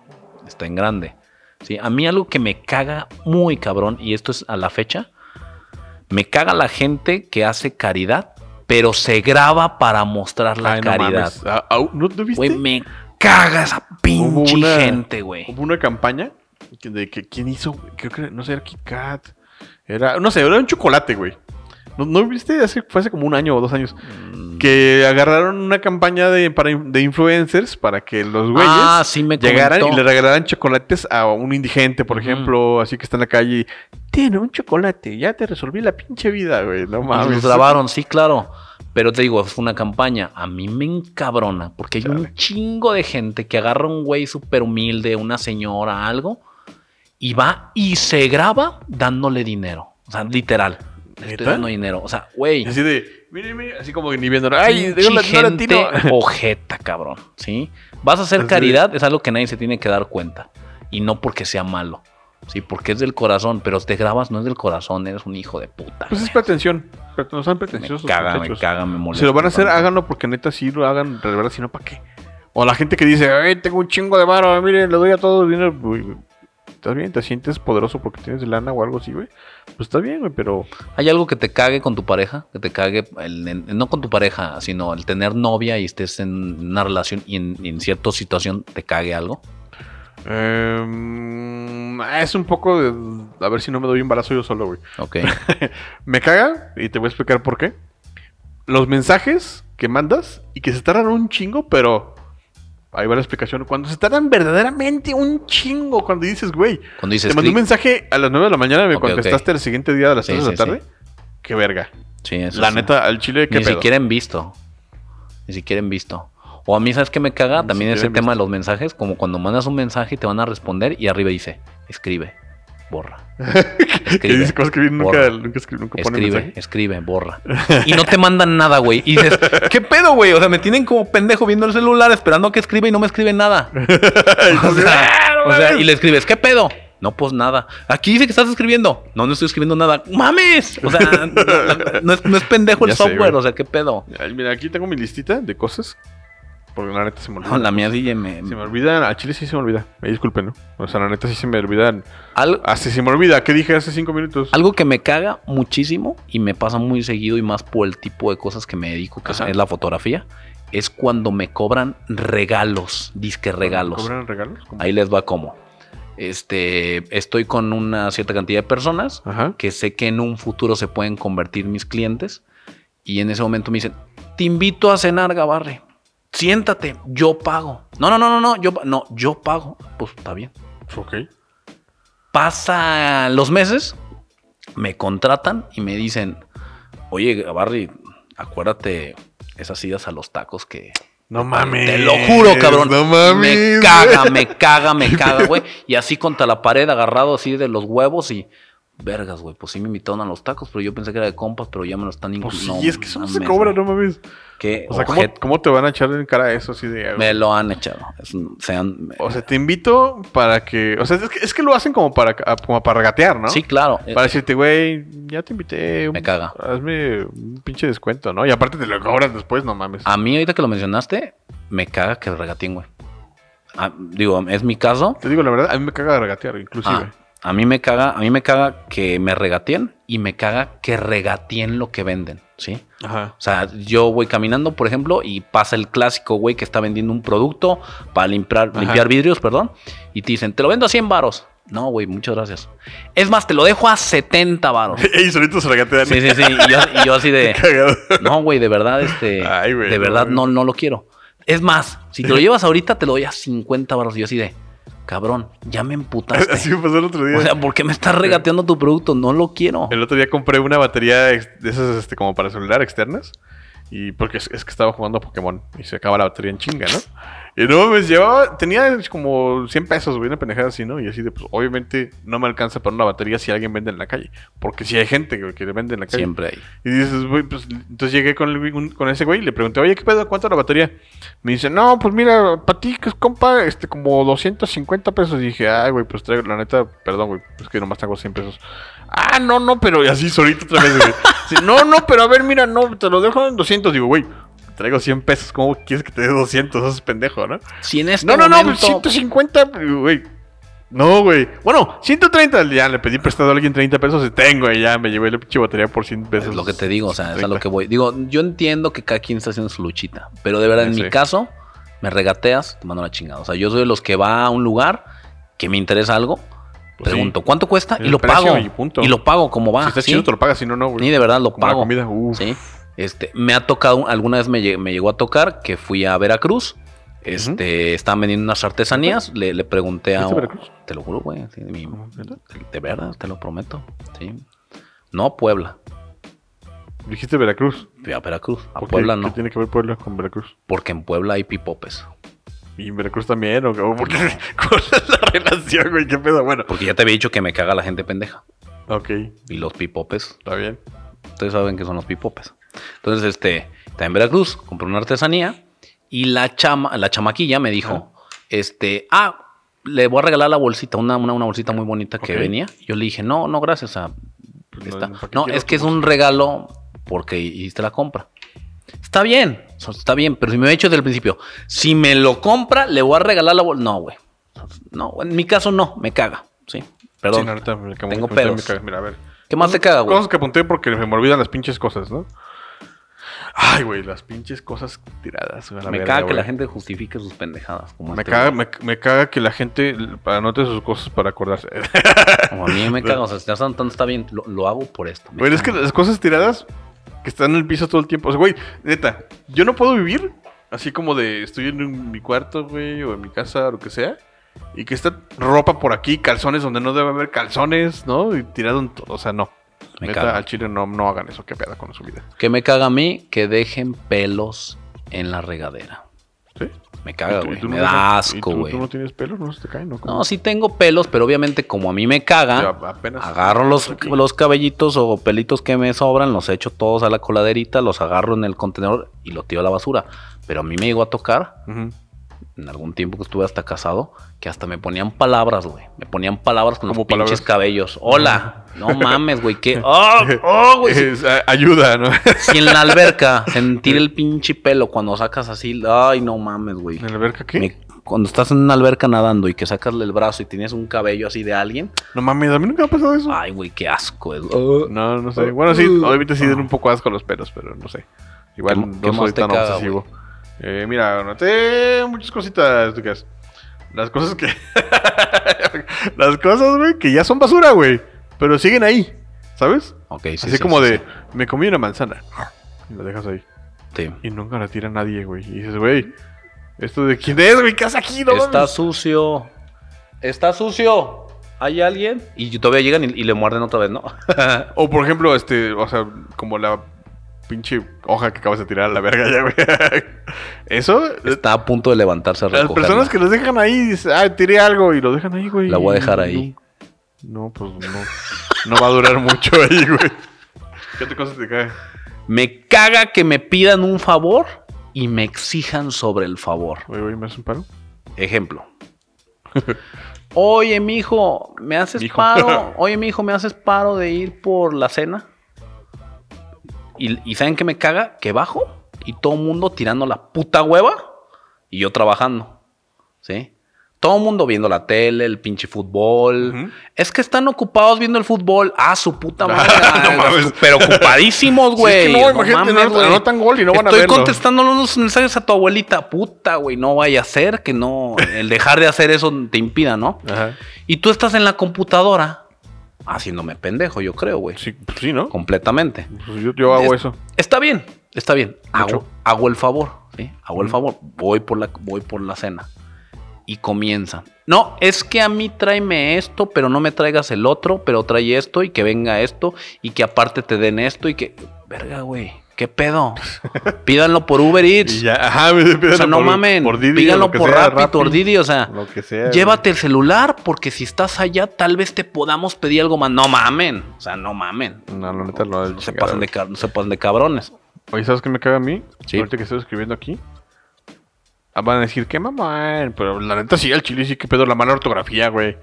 [SPEAKER 1] está en grande. Sí, a mí algo que me caga muy cabrón, y esto es a la fecha, me caga la gente que hace caridad, pero se graba para mostrar la
[SPEAKER 2] Ay, no
[SPEAKER 1] caridad.
[SPEAKER 2] mames. Ah, ah, ¿No, no viste?
[SPEAKER 1] Güey, me caga esa
[SPEAKER 2] Hubo
[SPEAKER 1] pinche
[SPEAKER 2] una-
[SPEAKER 1] gente, güey.
[SPEAKER 2] Hubo una campaña que- de que quién hizo, güey? creo que no sé, era Kit Kat. Era, no sé, era un chocolate, güey. ¿No, no viste? Hace, fue hace como un año o dos años.
[SPEAKER 1] Mm.
[SPEAKER 2] Que agarraron una campaña de, para, in- de influencers para que los güeyes
[SPEAKER 1] ah, sí me
[SPEAKER 2] llegaran
[SPEAKER 1] comentó.
[SPEAKER 2] y le regalaran chocolates a un indigente, por
[SPEAKER 1] Ujú.
[SPEAKER 2] ejemplo, así que está en la calle. y, Tiene un chocolate, ya te resolví la pinche vida, güey. No
[SPEAKER 1] Y
[SPEAKER 2] mames.
[SPEAKER 1] los grabaron, sí, claro. Pero te digo, es una campaña. A mí me encabrona porque hay
[SPEAKER 2] Chale.
[SPEAKER 1] un chingo de gente que agarra un güey súper humilde, una señora, algo, y va y se graba dándole dinero. O sea, literal. Le Estoy
[SPEAKER 2] ¿Neta?
[SPEAKER 1] dando dinero. O sea, güey.
[SPEAKER 2] Y Así de, mire, mire, así como que ni viendo. Ay, digo, la,
[SPEAKER 1] pinche
[SPEAKER 2] no la tiro".
[SPEAKER 1] gente ojeta, cabrón. ¿Sí? Vas a hacer
[SPEAKER 2] Así
[SPEAKER 1] caridad, es algo que nadie se tiene que dar cuenta. Y no porque sea malo. Sí, porque es del corazón, pero te grabas, no es del corazón, eres un hijo de puta.
[SPEAKER 2] Pues es
[SPEAKER 1] güey.
[SPEAKER 2] pretensión. Pero no sean
[SPEAKER 1] me
[SPEAKER 2] pretenciosos.
[SPEAKER 1] caga, me
[SPEAKER 2] muchachos.
[SPEAKER 1] caga, me molesta.
[SPEAKER 2] Si lo van a hacer,
[SPEAKER 1] tanto.
[SPEAKER 2] háganlo porque neta sí lo hagan, de verdad, si no, ¿para qué? O la gente que dice, ay, tengo un chingo de varo, miren, le doy a todo el dinero. Güey, ¿Estás bien? ¿Te sientes poderoso porque tienes lana o algo así, güey? Pues está bien, güey, pero...
[SPEAKER 1] ¿Hay algo que te cague con tu pareja? Que te cague, el- en- no con tu pareja, sino el tener novia y estés en una relación y en, y en cierta situación te cague algo.
[SPEAKER 2] Em, es un poco de. A ver si no me doy un balazo yo solo, güey.
[SPEAKER 1] Ok.
[SPEAKER 2] me caga y te voy a explicar por qué. Los mensajes que mandas y que se tardan un chingo, pero. Ahí va la explicación. Cuando se tardan verdaderamente un chingo, cuando dices, güey,
[SPEAKER 1] Cuando dices
[SPEAKER 2] te mandé un
[SPEAKER 1] click-
[SPEAKER 2] mensaje a las 9 de la mañana y me
[SPEAKER 1] Ok,
[SPEAKER 2] contestaste el siguiente día a las
[SPEAKER 1] Sí,
[SPEAKER 2] 3 de la
[SPEAKER 1] sí, sí.
[SPEAKER 2] tarde. Qué verga.
[SPEAKER 1] Sí, eso
[SPEAKER 2] la
[SPEAKER 1] sí.
[SPEAKER 2] neta, al chile, qué
[SPEAKER 1] Ni
[SPEAKER 2] pedo.
[SPEAKER 1] siquiera en visto. Ni siquiera en visto. O a mí, ¿sabes qué me caga?
[SPEAKER 2] Ni
[SPEAKER 1] También
[SPEAKER 2] siquiera
[SPEAKER 1] ese
[SPEAKER 2] en
[SPEAKER 1] tema de los mensajes, como cuando mandas un mensaje y te van a responder y arriba dice, escribe, borra.
[SPEAKER 2] Que dice
[SPEAKER 1] Escribe,
[SPEAKER 2] cosas que nunca,
[SPEAKER 1] borra.
[SPEAKER 2] nunca, escribe- nunca pone
[SPEAKER 1] escribe,
[SPEAKER 2] mensaje.
[SPEAKER 1] escribe, borra. Y no te mandan nada, güey. Y dices, ¿qué pedo, güey? O sea, me tienen como pendejo viendo el celular esperando a que escriba y no me escribe nada. O
[SPEAKER 2] ¡Ah,
[SPEAKER 1] sea, o sea, y le escribes, ¿qué pedo? No, pues nada. Aquí dice que estás escribiendo. No, no estoy escribiendo nada. ¡Mames! O sea, no, no- no es, no es pendejo el
[SPEAKER 2] Ya sé,
[SPEAKER 1] software.
[SPEAKER 2] güey.
[SPEAKER 1] o sea, ¿qué pedo?
[SPEAKER 2] Ay, Mira, aquí tengo mi listita de cosas. Porque la neta se me
[SPEAKER 1] No,
[SPEAKER 2] olvida.
[SPEAKER 1] la mía DJ me...
[SPEAKER 2] Se me olvidan, a Chile sí se me olvida. Me disculpen, ¿no? O sea, la neta sí se me olvidan.
[SPEAKER 1] Al-
[SPEAKER 2] Así se me olvida, ¿qué dije hace cinco minutos?
[SPEAKER 1] algo que me caga muchísimo y me pasa muy seguido y más por el tipo de cosas que me dedico, que
[SPEAKER 2] Ajá.
[SPEAKER 1] es la fotografía, es cuando me cobran regalos, disque regalos.
[SPEAKER 2] ¿Cobran regalos? ¿Cómo?
[SPEAKER 1] Ahí les va como. Este, estoy con una cierta cantidad de personas
[SPEAKER 2] Ajá.
[SPEAKER 1] que sé que en un futuro se pueden convertir mis clientes. Y en ese momento me dicen, te invito a cenar, Gabarre. Siéntate, yo pago. No, no, no, no, no, yo, pa- no, yo pago. Pues está bien.
[SPEAKER 2] Ok.
[SPEAKER 1] Pasan los meses, me contratan y me dicen, oye, Gabarre, acuérdate esas idas a los tacos que...
[SPEAKER 2] No mames.
[SPEAKER 1] Te lo juro, cabrón.
[SPEAKER 2] No mames.
[SPEAKER 1] Me caga, me caga, me caga, güey. Y así contra la pared, agarrado así de los huevos y. Vergas, güey. Pues sí me invitaron a los tacos, pero yo pensé que era de compas, pero ya me lo están
[SPEAKER 2] Pues sí,
[SPEAKER 1] incluyendo.
[SPEAKER 2] es que eso no se cobra, no mames.
[SPEAKER 1] Que
[SPEAKER 2] O sea, ¿cómo, cómo te van a echar en cara eso así de...
[SPEAKER 1] me lo han echado. Es un- se han-
[SPEAKER 2] O sea, te invito para que... O sea, es que, es que lo hacen como para, a- como para regatear, ¿no?
[SPEAKER 1] Sí, claro. eh,
[SPEAKER 2] Para decirte, güey, ya te invité. un-
[SPEAKER 1] Me caga.
[SPEAKER 2] Hazme un pinche descuento, ¿no? Y aparte te lo cobras después, no mames.
[SPEAKER 1] A mí, ahorita que lo mencionaste, me caga que el regatín, güey. Ah, digo, es mi caso.
[SPEAKER 2] Te digo la verdad, a mí me caga regatear, inclusive.
[SPEAKER 1] Ah, a mí me caga, a mí me caga que me regateen y me caga que regateen lo que venden, ¿sí?
[SPEAKER 2] Ajá.
[SPEAKER 1] O sea, yo voy caminando, por ejemplo, y pasa el clásico güey que está vendiendo un producto para limpiar,
[SPEAKER 2] Ajá.
[SPEAKER 1] limpiar vidrios, perdón, y te dicen, te lo vendo a 100 varos. No, güey, muchas gracias. Es más, te lo dejo a 70 varos.
[SPEAKER 2] Ey, solito se regatean.
[SPEAKER 1] Sí, sí, sí. Y yo, y yo así de,
[SPEAKER 2] Cagado.
[SPEAKER 1] no, güey, de verdad, este,
[SPEAKER 2] Ay, güey,
[SPEAKER 1] de
[SPEAKER 2] no,
[SPEAKER 1] verdad
[SPEAKER 2] güey.
[SPEAKER 1] no, no lo quiero. Es más, si te lo llevas ahorita, te lo doy a 50 varos. Y yo así de, cabrón, ya me
[SPEAKER 2] Así
[SPEAKER 1] emputaste.
[SPEAKER 2] me pasó el otro día.
[SPEAKER 1] O sea, ¿por qué me estás regateando tu producto? No lo quiero.
[SPEAKER 2] el otro día compré una batería ex- de esas este, como para celular externas. Y porque es, es que estaba jugando a Pokémon y se acaba la batería en chinga, ¿no? Y no me llevaba, tenía como 100 pesos, güey, una pendejada así, ¿no? Y así de, pues obviamente no me alcanza para una batería si alguien vende en la calle. Porque si hay gente güey, que le vende en la calle.
[SPEAKER 1] Siempre hay.
[SPEAKER 2] Y dices, güey, pues entonces llegué con, el güey- un- con ese güey y le pregunté, oye, ¿qué pedo? ¿Cuánto la batería? Me dice, no, pues mira, para ti, que es compa, este, como 250 pesos. Y dije, ay, güey, pues traigo, la neta, perdón, güey, es que nomás tengo 100 pesos. Ah, no, no, pero y así solito otra vez, güey. Sí, no, no, pero a ver, mira, no, te lo dejo en 200. Digo, güey, traigo 100 pesos, ¿cómo quieres que te dé 200? Eso es pendejo, ¿no?
[SPEAKER 1] Si en este
[SPEAKER 2] No, pues, no, no,
[SPEAKER 1] momento-
[SPEAKER 2] 150, güey. No, güey. Bueno, 130. Ya le pedí prestado a alguien 30 pesos y tengo, y ya me llevé la pinche batería por 100 pesos.
[SPEAKER 1] Es lo que te digo, o sea, es a lo
[SPEAKER 2] Ahorita.
[SPEAKER 1] que voy. Digo, yo entiendo que cada quien está haciendo su luchita, pero de verdad, en
[SPEAKER 2] Sí.
[SPEAKER 1] mi caso, me regateas, te mando la chingada. O sea, yo soy de los que va a un lugar que me interesa algo,
[SPEAKER 2] Pues
[SPEAKER 1] pregunto, ¿cuánto cuesta?
[SPEAKER 2] El
[SPEAKER 1] Y lo
[SPEAKER 2] precio
[SPEAKER 1] pago.
[SPEAKER 2] y
[SPEAKER 1] Y,
[SPEAKER 2] punto.
[SPEAKER 1] lo pago como va.
[SPEAKER 2] si está
[SPEAKER 1] ¿sí?
[SPEAKER 2] chido, te lo pagas, si no, no, güey.
[SPEAKER 1] Sí, de verdad lo
[SPEAKER 2] Como la
[SPEAKER 1] pago.
[SPEAKER 2] comida, uh. uf.
[SPEAKER 1] ¿sí? Este, me ha tocado, alguna vez me, lle- me llegó a tocar que fui a Veracruz. Este, estaban vendiendo unas artesanías. Le, le pregunté a.
[SPEAKER 2] ¿Fuiste a Veracruz?
[SPEAKER 1] Te lo juro, güey. sí, de mi-
[SPEAKER 2] ¿Neta?
[SPEAKER 1] de- de verdad, te lo prometo. ¿sí? No a Puebla.
[SPEAKER 2] Dijiste Veracruz.
[SPEAKER 1] Fui a Veracruz. A
[SPEAKER 2] ¿Por qué?
[SPEAKER 1] Puebla
[SPEAKER 2] ¿Qué
[SPEAKER 1] no.
[SPEAKER 2] tiene que ver Puebla con Veracruz?
[SPEAKER 1] Porque en Puebla hay pipopes.
[SPEAKER 2] ¿Y Veracruz también? ¿O o por qué? ¿Cuál es la relación, güey? ¿Qué pedo? Bueno,
[SPEAKER 1] Porque ya te había dicho que me caga la gente pendeja.
[SPEAKER 2] ok,
[SPEAKER 1] Y los pipopes,
[SPEAKER 2] está bien.
[SPEAKER 1] ustedes saben que son los pipopes. Entonces, este, está en Veracruz, compré una artesanía y la chama, la chamaquilla me dijo, este, ah, le voy a regalar la bolsita, una, una, una bolsita muy bonita que
[SPEAKER 2] Ok.
[SPEAKER 1] venía. Yo le dije, no, no, gracias. o sea,
[SPEAKER 2] Pues
[SPEAKER 1] está-
[SPEAKER 2] ¿para qué
[SPEAKER 1] No,
[SPEAKER 2] quiero
[SPEAKER 1] es que es
[SPEAKER 2] tu
[SPEAKER 1] un regalo porque hiciste la compra. Está bien, o sea, está bien, pero si me he hecho desde el principio, si me lo compra, le voy a regalar la bolsa. No, güey. No, en mi caso no, me caga. Sí, perdón.
[SPEAKER 2] Sí, no, ahorita me acabo-
[SPEAKER 1] Tengo
[SPEAKER 2] ahorita me
[SPEAKER 1] pedos.
[SPEAKER 2] cago. Mira, a ver.
[SPEAKER 1] ¿Qué más te caga, güey?
[SPEAKER 2] Cosas que apunté porque me olvidan las pinches cosas, ¿no? Ay, güey, las pinches cosas tiradas. güey, a la
[SPEAKER 1] me
[SPEAKER 2] verga,
[SPEAKER 1] caga que
[SPEAKER 2] güey.
[SPEAKER 1] la gente justifique sus pendejadas. Como,
[SPEAKER 2] Me
[SPEAKER 1] este
[SPEAKER 2] caga,
[SPEAKER 1] güey.
[SPEAKER 2] me, me caga que la gente anote sus cosas para acordarse.
[SPEAKER 1] Como a mí me caga. O sea, si ya saben tanto, está bien. Lo, lo hago por esto. me
[SPEAKER 2] Güey, es que
[SPEAKER 1] caga.
[SPEAKER 2] las cosas tiradas que están en el piso todo el tiempo. O sea, güey, neta, yo no puedo vivir así como de estoy en un- mi cuarto, güey, o en mi casa, o lo que sea. Y que está ropa por aquí, calzones donde no debe haber calzones, ¿no? Y tirado en todo. O sea, no.
[SPEAKER 1] Me
[SPEAKER 2] neta,
[SPEAKER 1] caga.
[SPEAKER 2] al chile no, no hagan eso, qué peda con su vida.
[SPEAKER 1] Que me caga a mí que dejen pelos en la regadera.
[SPEAKER 2] ¿Sí?
[SPEAKER 1] Me caga,
[SPEAKER 2] ¿Y tú- y
[SPEAKER 1] güey.
[SPEAKER 2] tú
[SPEAKER 1] Me
[SPEAKER 2] no
[SPEAKER 1] da
[SPEAKER 2] tienes- y
[SPEAKER 1] asco,
[SPEAKER 2] tú-
[SPEAKER 1] güey.
[SPEAKER 2] ¿Tú no tienes pelo? ¿No se te caen? ¿no? ¿Cómo?
[SPEAKER 1] No, sí tengo pelos, pero obviamente como a mí me caga,
[SPEAKER 2] Yo apenas-
[SPEAKER 1] agarro los,
[SPEAKER 2] Ok.
[SPEAKER 1] los cabellitos o pelitos que me sobran, los echo todos a la coladerita, los agarro en el contenedor y lo tiro a la basura. Pero a mí me llegó a tocar,
[SPEAKER 2] Ujú.
[SPEAKER 1] en algún tiempo que estuve hasta casado, que hasta me ponían palabras, güey. Me ponían palabras con los
[SPEAKER 2] ¿Cómo
[SPEAKER 1] pinches
[SPEAKER 2] palabras? Ah.
[SPEAKER 1] cabellos. Hola, no mames, güey, que... ¡Oh, oh, güey! Si,
[SPEAKER 2] Es- a- ayuda, ¿no?
[SPEAKER 1] si en la alberca sentir el pinche pelo cuando sacas así, ¡ay, no mames, güey!
[SPEAKER 2] ¿En la alberca qué?
[SPEAKER 1] Me- cuando estás en una alberca nadando y que sacas el brazo y tienes un cabello así de alguien,
[SPEAKER 2] No mames, a mí nunca me ha pasado eso.
[SPEAKER 1] Ay, güey, qué asco. es- Oh.
[SPEAKER 2] No, no sé. Bueno, sí, obviamente sí dan un poco asco los pelos, pero no sé. Igual
[SPEAKER 1] uh, ah. ¿Qué-
[SPEAKER 2] no
[SPEAKER 1] qué más
[SPEAKER 2] soy
[SPEAKER 1] te
[SPEAKER 2] tan
[SPEAKER 1] caga,
[SPEAKER 2] obsesivo. Eh, mira, anoté muchas cositas, Lucas. Las cosas que. Las cosas, güey, que ya son basura, güey. Pero siguen ahí, ¿sabes?
[SPEAKER 1] Ok, sí,
[SPEAKER 2] Así
[SPEAKER 1] sí,
[SPEAKER 2] como
[SPEAKER 1] sí,
[SPEAKER 2] de, me comí una manzana. Y la dejas ahí.
[SPEAKER 1] sí.
[SPEAKER 2] Y nunca la tira nadie, güey. Y dices, güey, ¿esto de quién es, güey? ¿Qué haces aquí? No
[SPEAKER 1] Está
[SPEAKER 2] mames?
[SPEAKER 1] sucio. Está sucio. ¿Hay alguien? Y todavía llegan y, y le muerden otra vez, ¿no?
[SPEAKER 2] O por ejemplo, este, o sea, como la pinche hoja que acabas de tirar a la verga ya, güey. Eso,
[SPEAKER 1] Está a punto de levantarse a
[SPEAKER 2] las
[SPEAKER 1] recogerla.
[SPEAKER 2] personas que los dejan ahí, dicen, ah, tiré algo y lo dejan ahí, güey.
[SPEAKER 1] La voy a dejar
[SPEAKER 2] No,
[SPEAKER 1] ahí.
[SPEAKER 2] No, pues no. No va a durar mucho ahí, güey. ¿Qué otra cosa te cae?
[SPEAKER 1] Me caga que me pidan un favor y me exijan sobre el favor.
[SPEAKER 2] Güey, güey, ¿me haces un paro?
[SPEAKER 1] Ejemplo. Oye, mijo, ¿me haces
[SPEAKER 2] Mijo.
[SPEAKER 1] paro? Oye, mijo, ¿me haces paro de ir por la cena? ¿Y, y saben qué me caga? Que bajo y todo el mundo tirando la puta hueva y yo trabajando. ¿Sí? Todo el mundo viendo la tele, el pinche fútbol.
[SPEAKER 2] Ujú.
[SPEAKER 1] Es que están ocupados viendo el fútbol. Ah, su puta madre.
[SPEAKER 2] No mames.
[SPEAKER 1] Pero ocupadísimos, güey.
[SPEAKER 2] Sí, es que no, imagínate,
[SPEAKER 1] mames,
[SPEAKER 2] no-
[SPEAKER 1] güey.
[SPEAKER 2] anotan gol y no van a
[SPEAKER 1] Estoy
[SPEAKER 2] verlo.
[SPEAKER 1] contestando unos mensajes a tu abuelita. Puta, güey, no vaya a ser que no. El dejar de hacer eso te impida, ¿no?
[SPEAKER 2] Ajá.
[SPEAKER 1] Y tú estás en la computadora haciéndome pendejo, yo creo, güey.
[SPEAKER 2] Sí, pues sí, ¿no?
[SPEAKER 1] Completamente.
[SPEAKER 2] Pues yo, yo hago
[SPEAKER 1] Es-
[SPEAKER 2] eso.
[SPEAKER 1] Está bien, está bien.
[SPEAKER 2] Mucho.
[SPEAKER 1] Hago, hago el favor, ¿sí? Hago el
[SPEAKER 2] Ujú.
[SPEAKER 1] favor. Voy por, la, voy por la cena. Y comienzan. No, es que a mí tráeme esto, pero no me traigas el otro, pero trae esto y que venga esto y que aparte te den esto y que... Verga, güey. ¿Qué pedo? Pídanlo por Uber
[SPEAKER 2] Y
[SPEAKER 1] Eats.
[SPEAKER 2] ya, ajá, me
[SPEAKER 1] o sea, no mamen. Pídanlo por Rappi, por Didi, o sea...
[SPEAKER 2] Lo que sea.
[SPEAKER 1] Llévate el celular porque si estás allá tal vez te podamos pedir algo más. No mamen. O sea, no mamen.
[SPEAKER 2] No, la neta, no,
[SPEAKER 1] No se pasen de, ca- no se pasen de cabrones.
[SPEAKER 2] Oye, ¿sabes qué me caga a mí?
[SPEAKER 1] Sí.
[SPEAKER 2] Ahorita que estoy escribiendo aquí. ah, Van a decir, qué mamá. Pero la neta sí, al chile sí, qué pedo. La mala ortografía, güey.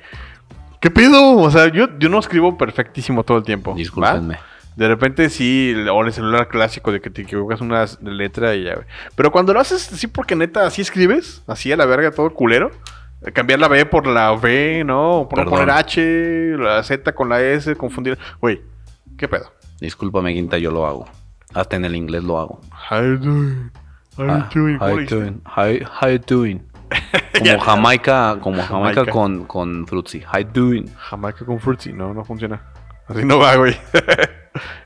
[SPEAKER 2] ¿Qué pedo? O sea, yo, yo no escribo perfectísimo todo el tiempo. ¿va?
[SPEAKER 1] Discúlpenme.
[SPEAKER 2] De repente sí, el- o el celular clásico de que te equivocas una s- letra y ya, güey. Pero cuando lo haces así porque neta así escribes, así a la verga, todo culero. eh, Cambiar la B por la V, ¿no? O por no
[SPEAKER 1] Perdón.
[SPEAKER 2] poner H, la Z con la S, confundir. Güey, ¿qué pedo?
[SPEAKER 1] Discúlpame, Quinta, yo lo hago. Hasta en el inglés lo hago.
[SPEAKER 2] How you doing? How you
[SPEAKER 1] Ah,
[SPEAKER 2] doing?
[SPEAKER 1] how
[SPEAKER 2] ¿Cómo
[SPEAKER 1] you
[SPEAKER 2] dijiste?
[SPEAKER 1] doing? How, how you doing?
[SPEAKER 2] Ya.
[SPEAKER 1] Como Jamaica, como Jamaica,
[SPEAKER 2] Jamaica.
[SPEAKER 1] con, con Fruitsy. How you doing?
[SPEAKER 2] Jamaica con Fruitsy, no, no funciona. Así no va, güey.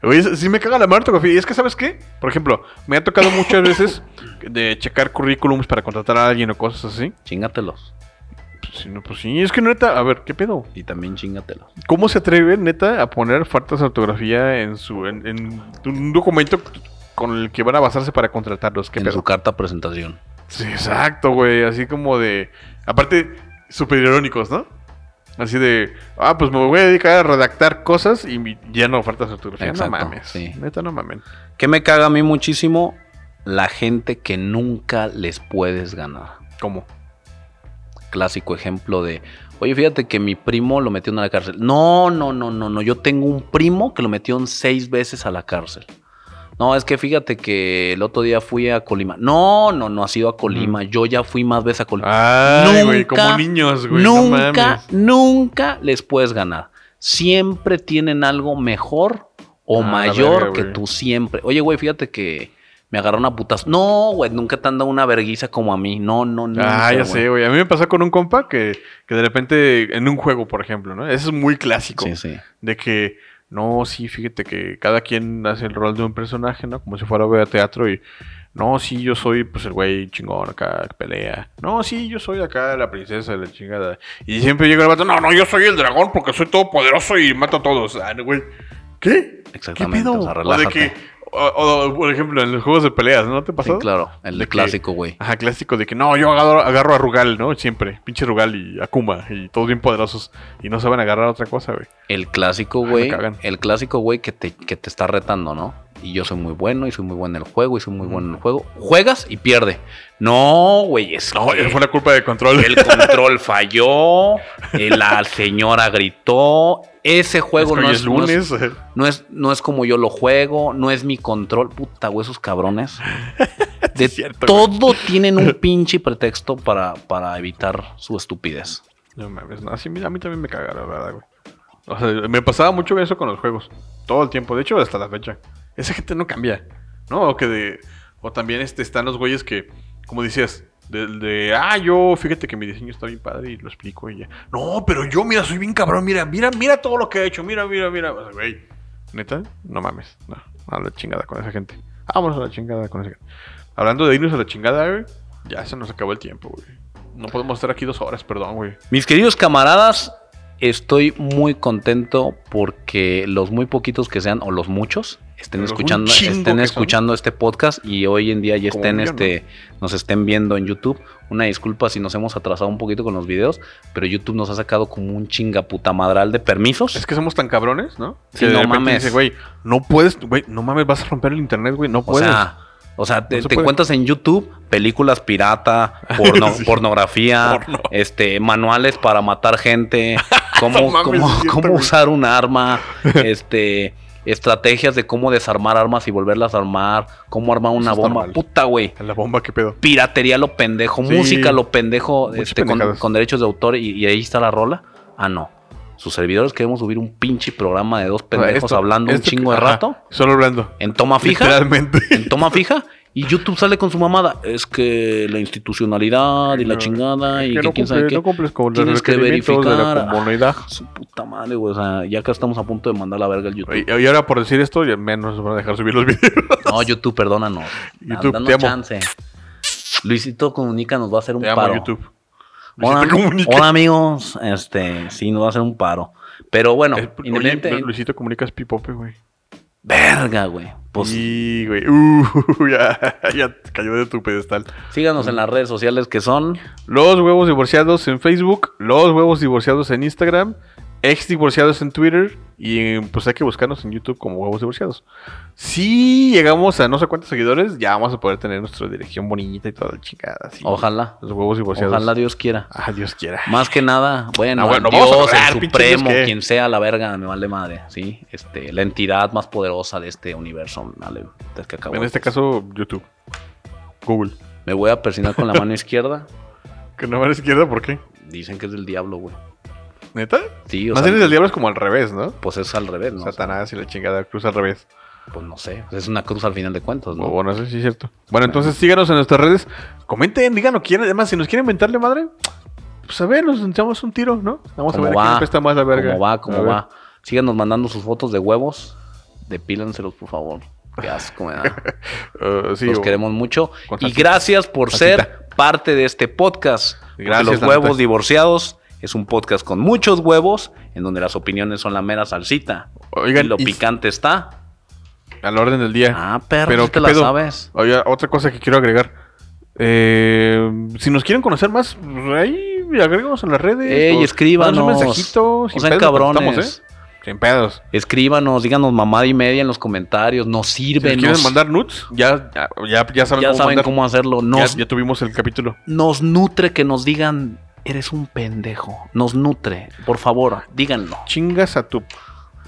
[SPEAKER 2] Güey, es- sí me caga la mano ortografía. Y es que, ¿sabes qué? Por ejemplo, me ha tocado muchas veces de checar currículums para contratar a alguien o cosas así.
[SPEAKER 1] Chingatelos.
[SPEAKER 2] Pues, sí, no, pues sí, es que neta, a ver, ¿qué pedo?
[SPEAKER 1] Y también chingatelos.
[SPEAKER 2] ¿Cómo se atreven, neta, a poner faltas de ortografía en su en, en un documento con el que van a basarse para contratarlos? ¿Qué
[SPEAKER 1] En
[SPEAKER 2] pedo?
[SPEAKER 1] su carta presentación.
[SPEAKER 2] Sí, exacto, güey. Así como de. Aparte, súper irónicos, ¿no? Así de. Ah, pues me voy a dedicar a redactar cosas y mi- ya no faltas ortografía.
[SPEAKER 1] Exacto,
[SPEAKER 2] no mames.
[SPEAKER 1] sí.
[SPEAKER 2] Neta, no mamen.
[SPEAKER 1] ¿Qué me caga a mí muchísimo? La gente que nunca les puedes ganar.
[SPEAKER 2] ¿Cómo?
[SPEAKER 1] clásico ejemplo de, oye, fíjate que mi primo lo metieron a la cárcel. No, no, no, no, no. Yo tengo un primo que lo metieron seis veces a la cárcel. No, es que fíjate que el otro día fui a Colima. No, no, no has ido a Colima. Yo ya fui más veces a Colima.
[SPEAKER 2] Ay, güey,
[SPEAKER 1] Nunca,
[SPEAKER 2] como niños, güey. No
[SPEAKER 1] nunca,
[SPEAKER 2] mames.
[SPEAKER 1] nunca les puedes ganar. Siempre tienen algo mejor o
[SPEAKER 2] Ah, la
[SPEAKER 1] mayor
[SPEAKER 2] verga,
[SPEAKER 1] que
[SPEAKER 2] güey.
[SPEAKER 1] tú siempre. Oye, güey, fíjate que me agarraron a putas. No, güey, nunca te han dado una verguiza como a mí. No, no, no.
[SPEAKER 2] Ah, ya sé, güey. A mí me pasó con un compa que, que de repente en un juego, por ejemplo, ¿no? Eso es muy clásico.
[SPEAKER 1] Sí, sí.
[SPEAKER 2] De que, no, sí, fíjate que cada quien hace el rol de un personaje, ¿no? Como si fuera a ver teatro y, no, sí, yo soy pues el güey chingón acá que pelea. No, sí, yo soy acá la princesa de la chingada. Y siempre llega el vato, no, no, yo soy el dragón porque soy todopoderoso y mato a todos. Ah, güey. ¿Qué?
[SPEAKER 1] Exactamente,
[SPEAKER 2] ¿Qué pedo?
[SPEAKER 1] o sea,
[SPEAKER 2] O de que,
[SPEAKER 1] relájate.
[SPEAKER 2] o- o, por ejemplo, en los juegos de peleas, ¿no te
[SPEAKER 1] Sí,
[SPEAKER 2] pasó?
[SPEAKER 1] claro. El
[SPEAKER 2] De
[SPEAKER 1] de
[SPEAKER 2] que-
[SPEAKER 1] clásico, güey.
[SPEAKER 2] Ajá, clásico de que no, yo agarro, agarro a Rugal, ¿no? Siempre. Pinche Rugal y Akuma y todos bien poderosos y no saben agarrar otra cosa, güey.
[SPEAKER 1] El clásico,
[SPEAKER 2] Ah, me
[SPEAKER 1] güey.
[SPEAKER 2] cagan.
[SPEAKER 1] El clásico, güey, que te, que te está retando, ¿no? Y yo soy muy bueno, y soy muy bueno en el juego, y soy muy bueno en el juego. Juegas y pierde. No, güey, es
[SPEAKER 2] No,
[SPEAKER 1] que
[SPEAKER 2] fue la culpa de control.
[SPEAKER 1] el control falló, eh, la señora gritó. Ese juego
[SPEAKER 2] que
[SPEAKER 1] no
[SPEAKER 2] hoy
[SPEAKER 1] es, no es-
[SPEAKER 2] lunes.
[SPEAKER 1] no es, no es como yo lo juego, no es mi control. Puta, güey, esos cabrones. De
[SPEAKER 2] cierto,
[SPEAKER 1] todo tienen un pinche pretexto para, para evitar su estupidez.
[SPEAKER 2] No mames, no, así a mí también me caga, la verdad, güey. O sea, me pasaba mucho eso con los juegos. Todo el tiempo. De hecho, hasta la fecha. Esa gente no cambia. ¿No? O que de. O también este, están los güeyes que, como decías, de, de, ah, yo, fíjate que mi diseño está bien padre y lo explico y ya. No, pero yo, mira, soy bien cabrón, mira, mira, mira todo lo que he hecho, mira, mira, mira. O sea, güey, neta, no mames, no, a la chingada con esa gente. Vámonos a la chingada con esa gente. Hablando de irnos a la chingada, güey, ya se nos acabó el tiempo, güey. No podemos estar aquí dos horas, perdón, güey.
[SPEAKER 1] Mis queridos camaradas, estoy muy contento porque los muy poquitos que sean, o los muchos, estén
[SPEAKER 2] Los un
[SPEAKER 1] escuchando,
[SPEAKER 2] chingo
[SPEAKER 1] estén
[SPEAKER 2] que
[SPEAKER 1] escuchando este podcast y hoy en día ya
[SPEAKER 2] Como
[SPEAKER 1] estén,
[SPEAKER 2] yo, ¿no?
[SPEAKER 1] este, nos estén viendo en YouTube. Una disculpa si nos hemos atrasado un poquito con los videos, pero YouTube nos ha sacado como un chingaputa madral de permisos.
[SPEAKER 2] Es que somos tan cabrones, ¿no?
[SPEAKER 1] Sí,
[SPEAKER 2] que de
[SPEAKER 1] no
[SPEAKER 2] repente
[SPEAKER 1] mames.
[SPEAKER 2] dice, güey, no puedes, güey, no mames, vas a romper el internet, güey, no
[SPEAKER 1] O
[SPEAKER 2] puedes.
[SPEAKER 1] sea, o sea, te,
[SPEAKER 2] se
[SPEAKER 1] te
[SPEAKER 2] puede.
[SPEAKER 1] encuentras en YouTube películas pirata, porno-
[SPEAKER 2] Sí.
[SPEAKER 1] pornografía,
[SPEAKER 2] Porno.
[SPEAKER 1] este, manuales para matar gente, cómo,
[SPEAKER 2] No mames,
[SPEAKER 1] cómo-
[SPEAKER 2] es cierto,
[SPEAKER 1] cómo
[SPEAKER 2] güey.
[SPEAKER 1] usar un arma, este, estrategias de cómo desarmar armas y volverlas a armar, cómo armar una
[SPEAKER 2] está
[SPEAKER 1] bomba.
[SPEAKER 2] mal.
[SPEAKER 1] Puta, güey.
[SPEAKER 2] la bomba, qué pedo.
[SPEAKER 1] Piratería lo pendejo,
[SPEAKER 2] Sí.
[SPEAKER 1] música lo pendejo,
[SPEAKER 2] Muchas
[SPEAKER 1] este, con,
[SPEAKER 2] pendejadas.
[SPEAKER 1] con derechos de autor y, y ahí está la rola. Ah, no. Sus servidores queremos subir un pinche programa de dos pendejos
[SPEAKER 2] Esto-
[SPEAKER 1] hablando un
[SPEAKER 2] esto-
[SPEAKER 1] chingo de
[SPEAKER 2] ajá,
[SPEAKER 1] rato
[SPEAKER 2] Solo hablando.
[SPEAKER 1] en toma fija
[SPEAKER 2] Literalmente.
[SPEAKER 1] en toma fija y YouTube sale con su mamada. Es que la institucionalidad y la
[SPEAKER 2] No,
[SPEAKER 1] chingada y
[SPEAKER 2] que
[SPEAKER 1] que
[SPEAKER 2] no,
[SPEAKER 1] quién sabe
[SPEAKER 2] cumple-
[SPEAKER 1] qué.
[SPEAKER 2] no cumples con los
[SPEAKER 1] Tienes que
[SPEAKER 2] requerimientos de la
[SPEAKER 1] verificar.
[SPEAKER 2] comunidad.
[SPEAKER 1] Su puta madre, güey. O sea, ya que estamos a punto de mandar la verga al YouTube.
[SPEAKER 2] Y, y ahora por decir esto, ya menos nos van a dejar subir los videos.
[SPEAKER 1] No, YouTube, perdónanos.
[SPEAKER 2] YouTube,
[SPEAKER 1] danos
[SPEAKER 2] te amo.
[SPEAKER 1] chance. Luisito Comunica nos va a hacer un
[SPEAKER 2] Te amo,
[SPEAKER 1] paro.
[SPEAKER 2] YouTube.
[SPEAKER 1] Hola,
[SPEAKER 2] Luisito Comunica.
[SPEAKER 1] hola, amigos. Este, sí, nos va a hacer un paro. Pero bueno,
[SPEAKER 2] Es- oye,
[SPEAKER 1] independiente.
[SPEAKER 2] Luisito comunicas pipope, güey.
[SPEAKER 1] Verga, güey. Pues
[SPEAKER 2] Sí, güey. Uh, ya, ya te cayó de tu pedestal.
[SPEAKER 1] síganos en las redes sociales que son.
[SPEAKER 2] Los huevos divorciados en Facebook, los huevos divorciados en Instagram, ex divorciados en Twitter y pues hay que buscarnos en YouTube como huevos divorciados. Si llegamos a no sé cuántos seguidores, ya vamos a poder tener nuestra dirección bonita y toda la chingada. así.
[SPEAKER 1] Ojalá.
[SPEAKER 2] Los huevos divorciados.
[SPEAKER 1] Ojalá Dios quiera.
[SPEAKER 2] Ah, Dios quiera.
[SPEAKER 1] Más que nada, bueno,
[SPEAKER 2] Ah, bueno,
[SPEAKER 1] Dios,
[SPEAKER 2] vamos a lograr,
[SPEAKER 1] el
[SPEAKER 2] pinche Dios,
[SPEAKER 1] supremo,
[SPEAKER 2] ¿qué?
[SPEAKER 1] quien sea la verga, me vale madre, ¿sí? Este, la entidad más poderosa de este universo, vale, es que acabo.
[SPEAKER 2] en este caso, YouTube. Google.
[SPEAKER 1] Me voy a persignar con la mano izquierda.
[SPEAKER 2] Que no va a la izquierda, ¿por qué?
[SPEAKER 1] Dicen que es del diablo, güey.
[SPEAKER 2] ¿Neta?
[SPEAKER 1] Sí, o
[SPEAKER 2] Más
[SPEAKER 1] sea,
[SPEAKER 2] bien el diablo es como al revés, ¿no?
[SPEAKER 1] pues es al revés, ¿no? O sea,
[SPEAKER 2] Satanás y la chingada cruz al revés.
[SPEAKER 1] pues no sé, es una cruz al final de cuentas,
[SPEAKER 2] O
[SPEAKER 1] pues ¿no?
[SPEAKER 2] Bueno, eso sí es cierto. Bueno, entonces síganos en nuestras redes. Comenten, díganos quién. Además, si nos quieren inventarle madre, pues a ver, nos echamos un tiro, ¿no? Vamos a
[SPEAKER 1] ¿Cómo
[SPEAKER 2] ver a
[SPEAKER 1] va?
[SPEAKER 2] quién apesta más la verga.
[SPEAKER 1] ¿Cómo va?
[SPEAKER 2] A
[SPEAKER 1] ¿Cómo
[SPEAKER 2] ver.
[SPEAKER 1] va? Síganos mandando sus fotos de huevos, depílanselos, por favor. Qué asco me da.
[SPEAKER 2] Eh, sí,
[SPEAKER 1] Los
[SPEAKER 2] o-
[SPEAKER 1] queremos mucho.
[SPEAKER 2] con
[SPEAKER 1] Y
[SPEAKER 2] salsita.
[SPEAKER 1] gracias por
[SPEAKER 2] Salsita.
[SPEAKER 1] ser parte de este podcast. Porque
[SPEAKER 2] Gracias,
[SPEAKER 1] Los
[SPEAKER 2] la
[SPEAKER 1] huevos
[SPEAKER 2] neta.
[SPEAKER 1] divorciados es un podcast con muchos huevos, en donde las opiniones son la mera salsita.
[SPEAKER 2] Oigan,
[SPEAKER 1] y lo
[SPEAKER 2] y-
[SPEAKER 1] picante está.
[SPEAKER 2] Al orden del día.
[SPEAKER 1] Ah, perro,
[SPEAKER 2] Pero,
[SPEAKER 1] sí te
[SPEAKER 2] ¿qué
[SPEAKER 1] la
[SPEAKER 2] pedo?
[SPEAKER 1] sabes.
[SPEAKER 2] Oye, otra cosa que quiero agregar. Eh, si nos quieren conocer más, pues, ahí agregamos en las redes.
[SPEAKER 1] Ey,
[SPEAKER 2] o-
[SPEAKER 1] escríbanos.
[SPEAKER 2] mándanos pues, un mensajito.
[SPEAKER 1] No sean cabrones.
[SPEAKER 2] contestamos, ¿eh? Sin pedos.
[SPEAKER 1] Escríbanos, díganos mamada y media en los comentarios. Nos
[SPEAKER 2] Si nos
[SPEAKER 1] sirven.
[SPEAKER 2] quieren mandar nudes, ya, ya, ya, ya saben
[SPEAKER 1] ya
[SPEAKER 2] cómo
[SPEAKER 1] saben
[SPEAKER 2] mandar.
[SPEAKER 1] cómo hacerlo.
[SPEAKER 2] Ya-
[SPEAKER 1] Nos,
[SPEAKER 2] ya tuvimos el capítulo.
[SPEAKER 1] nos nutre que nos digan, eres un pendejo. Nos nutre. Por favor, díganlo.
[SPEAKER 2] chingas a tu.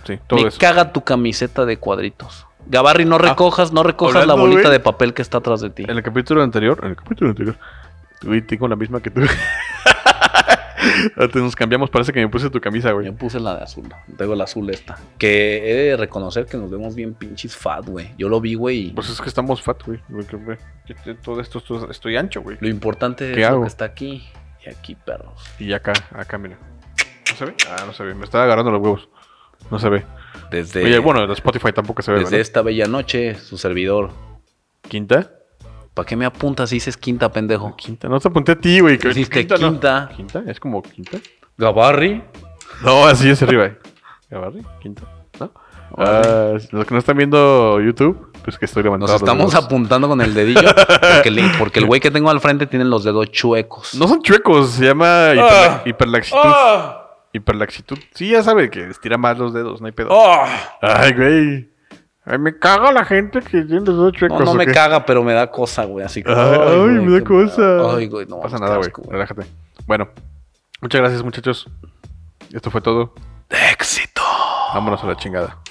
[SPEAKER 2] Sí, todo
[SPEAKER 1] Me
[SPEAKER 2] eso. Ah,
[SPEAKER 1] caga tu camiseta de cuadritos. Gabarri, no recojas, no recojas la
[SPEAKER 2] hablando,
[SPEAKER 1] bolita
[SPEAKER 2] güey.
[SPEAKER 1] de papel que está atrás de ti.
[SPEAKER 2] En el capítulo anterior, en el capítulo anterior, tuve con la misma que tú. Ahorita nos cambiamos, parece que me puse tu camisa, güey.
[SPEAKER 1] Yo puse la de azul, tengo la azul esta. Que he de reconocer que nos vemos bien pinches fat, güey. Yo lo vi, güey. y
[SPEAKER 2] Pues es que estamos fat, güey. Güey, que, güey, que te- Todo esto, esto- estoy ancho, güey.
[SPEAKER 1] Lo importante
[SPEAKER 2] ¿Qué
[SPEAKER 1] es lo
[SPEAKER 2] hago?
[SPEAKER 1] que está aquí y aquí, perros.
[SPEAKER 2] Y acá, acá, mira. ¿No se ve? Ah, no se ve. Me estaba agarrando los huevos. No se ve.
[SPEAKER 1] Desde,
[SPEAKER 2] Oye, bueno, en Spotify tampoco se ve,
[SPEAKER 1] desde este-
[SPEAKER 2] ¿verdad?
[SPEAKER 1] esta bella noche, su servidor.
[SPEAKER 2] ¿Quinta?
[SPEAKER 1] ¿Para qué me apuntas si dices quinta, pendejo?
[SPEAKER 2] ¿Quinta? No te apunté a ti, güey. que-
[SPEAKER 1] Dijiste
[SPEAKER 2] no.
[SPEAKER 1] quinta.
[SPEAKER 2] ¿Quinta? ¿Es como quinta?
[SPEAKER 1] Gabarri.
[SPEAKER 2] No, así es arriba. eh. Gabarri, quinta. ¿No? Ah, los que no están viendo YouTube, pues que estoy levantando.
[SPEAKER 1] Nos
[SPEAKER 2] los
[SPEAKER 1] estamos
[SPEAKER 2] dedos.
[SPEAKER 1] apuntando con el dedillo. Porque, le- porque el güey que tengo al frente tiene los dedos chuecos.
[SPEAKER 2] No ¡Ah! son chuecos, se
[SPEAKER 1] Ah.
[SPEAKER 2] llama hiperla- hiperlaxitud. Hiperlaxitud. Sí, ya sabe que estira más los dedos, no hay
[SPEAKER 1] Ah.
[SPEAKER 2] pedo. Ay, güey. Ay, me caga la gente que tiene los dedos
[SPEAKER 1] No,
[SPEAKER 2] chuecos.
[SPEAKER 1] no
[SPEAKER 2] ¿o
[SPEAKER 1] me
[SPEAKER 2] qué?
[SPEAKER 1] caga, pero me da cosa, güey. Así que.
[SPEAKER 2] Ay, ay,
[SPEAKER 1] güey,
[SPEAKER 2] me da
[SPEAKER 1] qué-
[SPEAKER 2] cosa.
[SPEAKER 1] Ay, güey, no.
[SPEAKER 2] No pasa
[SPEAKER 1] qué
[SPEAKER 2] nada, güey.
[SPEAKER 1] asco,
[SPEAKER 2] Relájate. Bueno, muchas gracias, muchachos. Esto fue todo.
[SPEAKER 1] Éxito.
[SPEAKER 2] Vámonos a la chingada.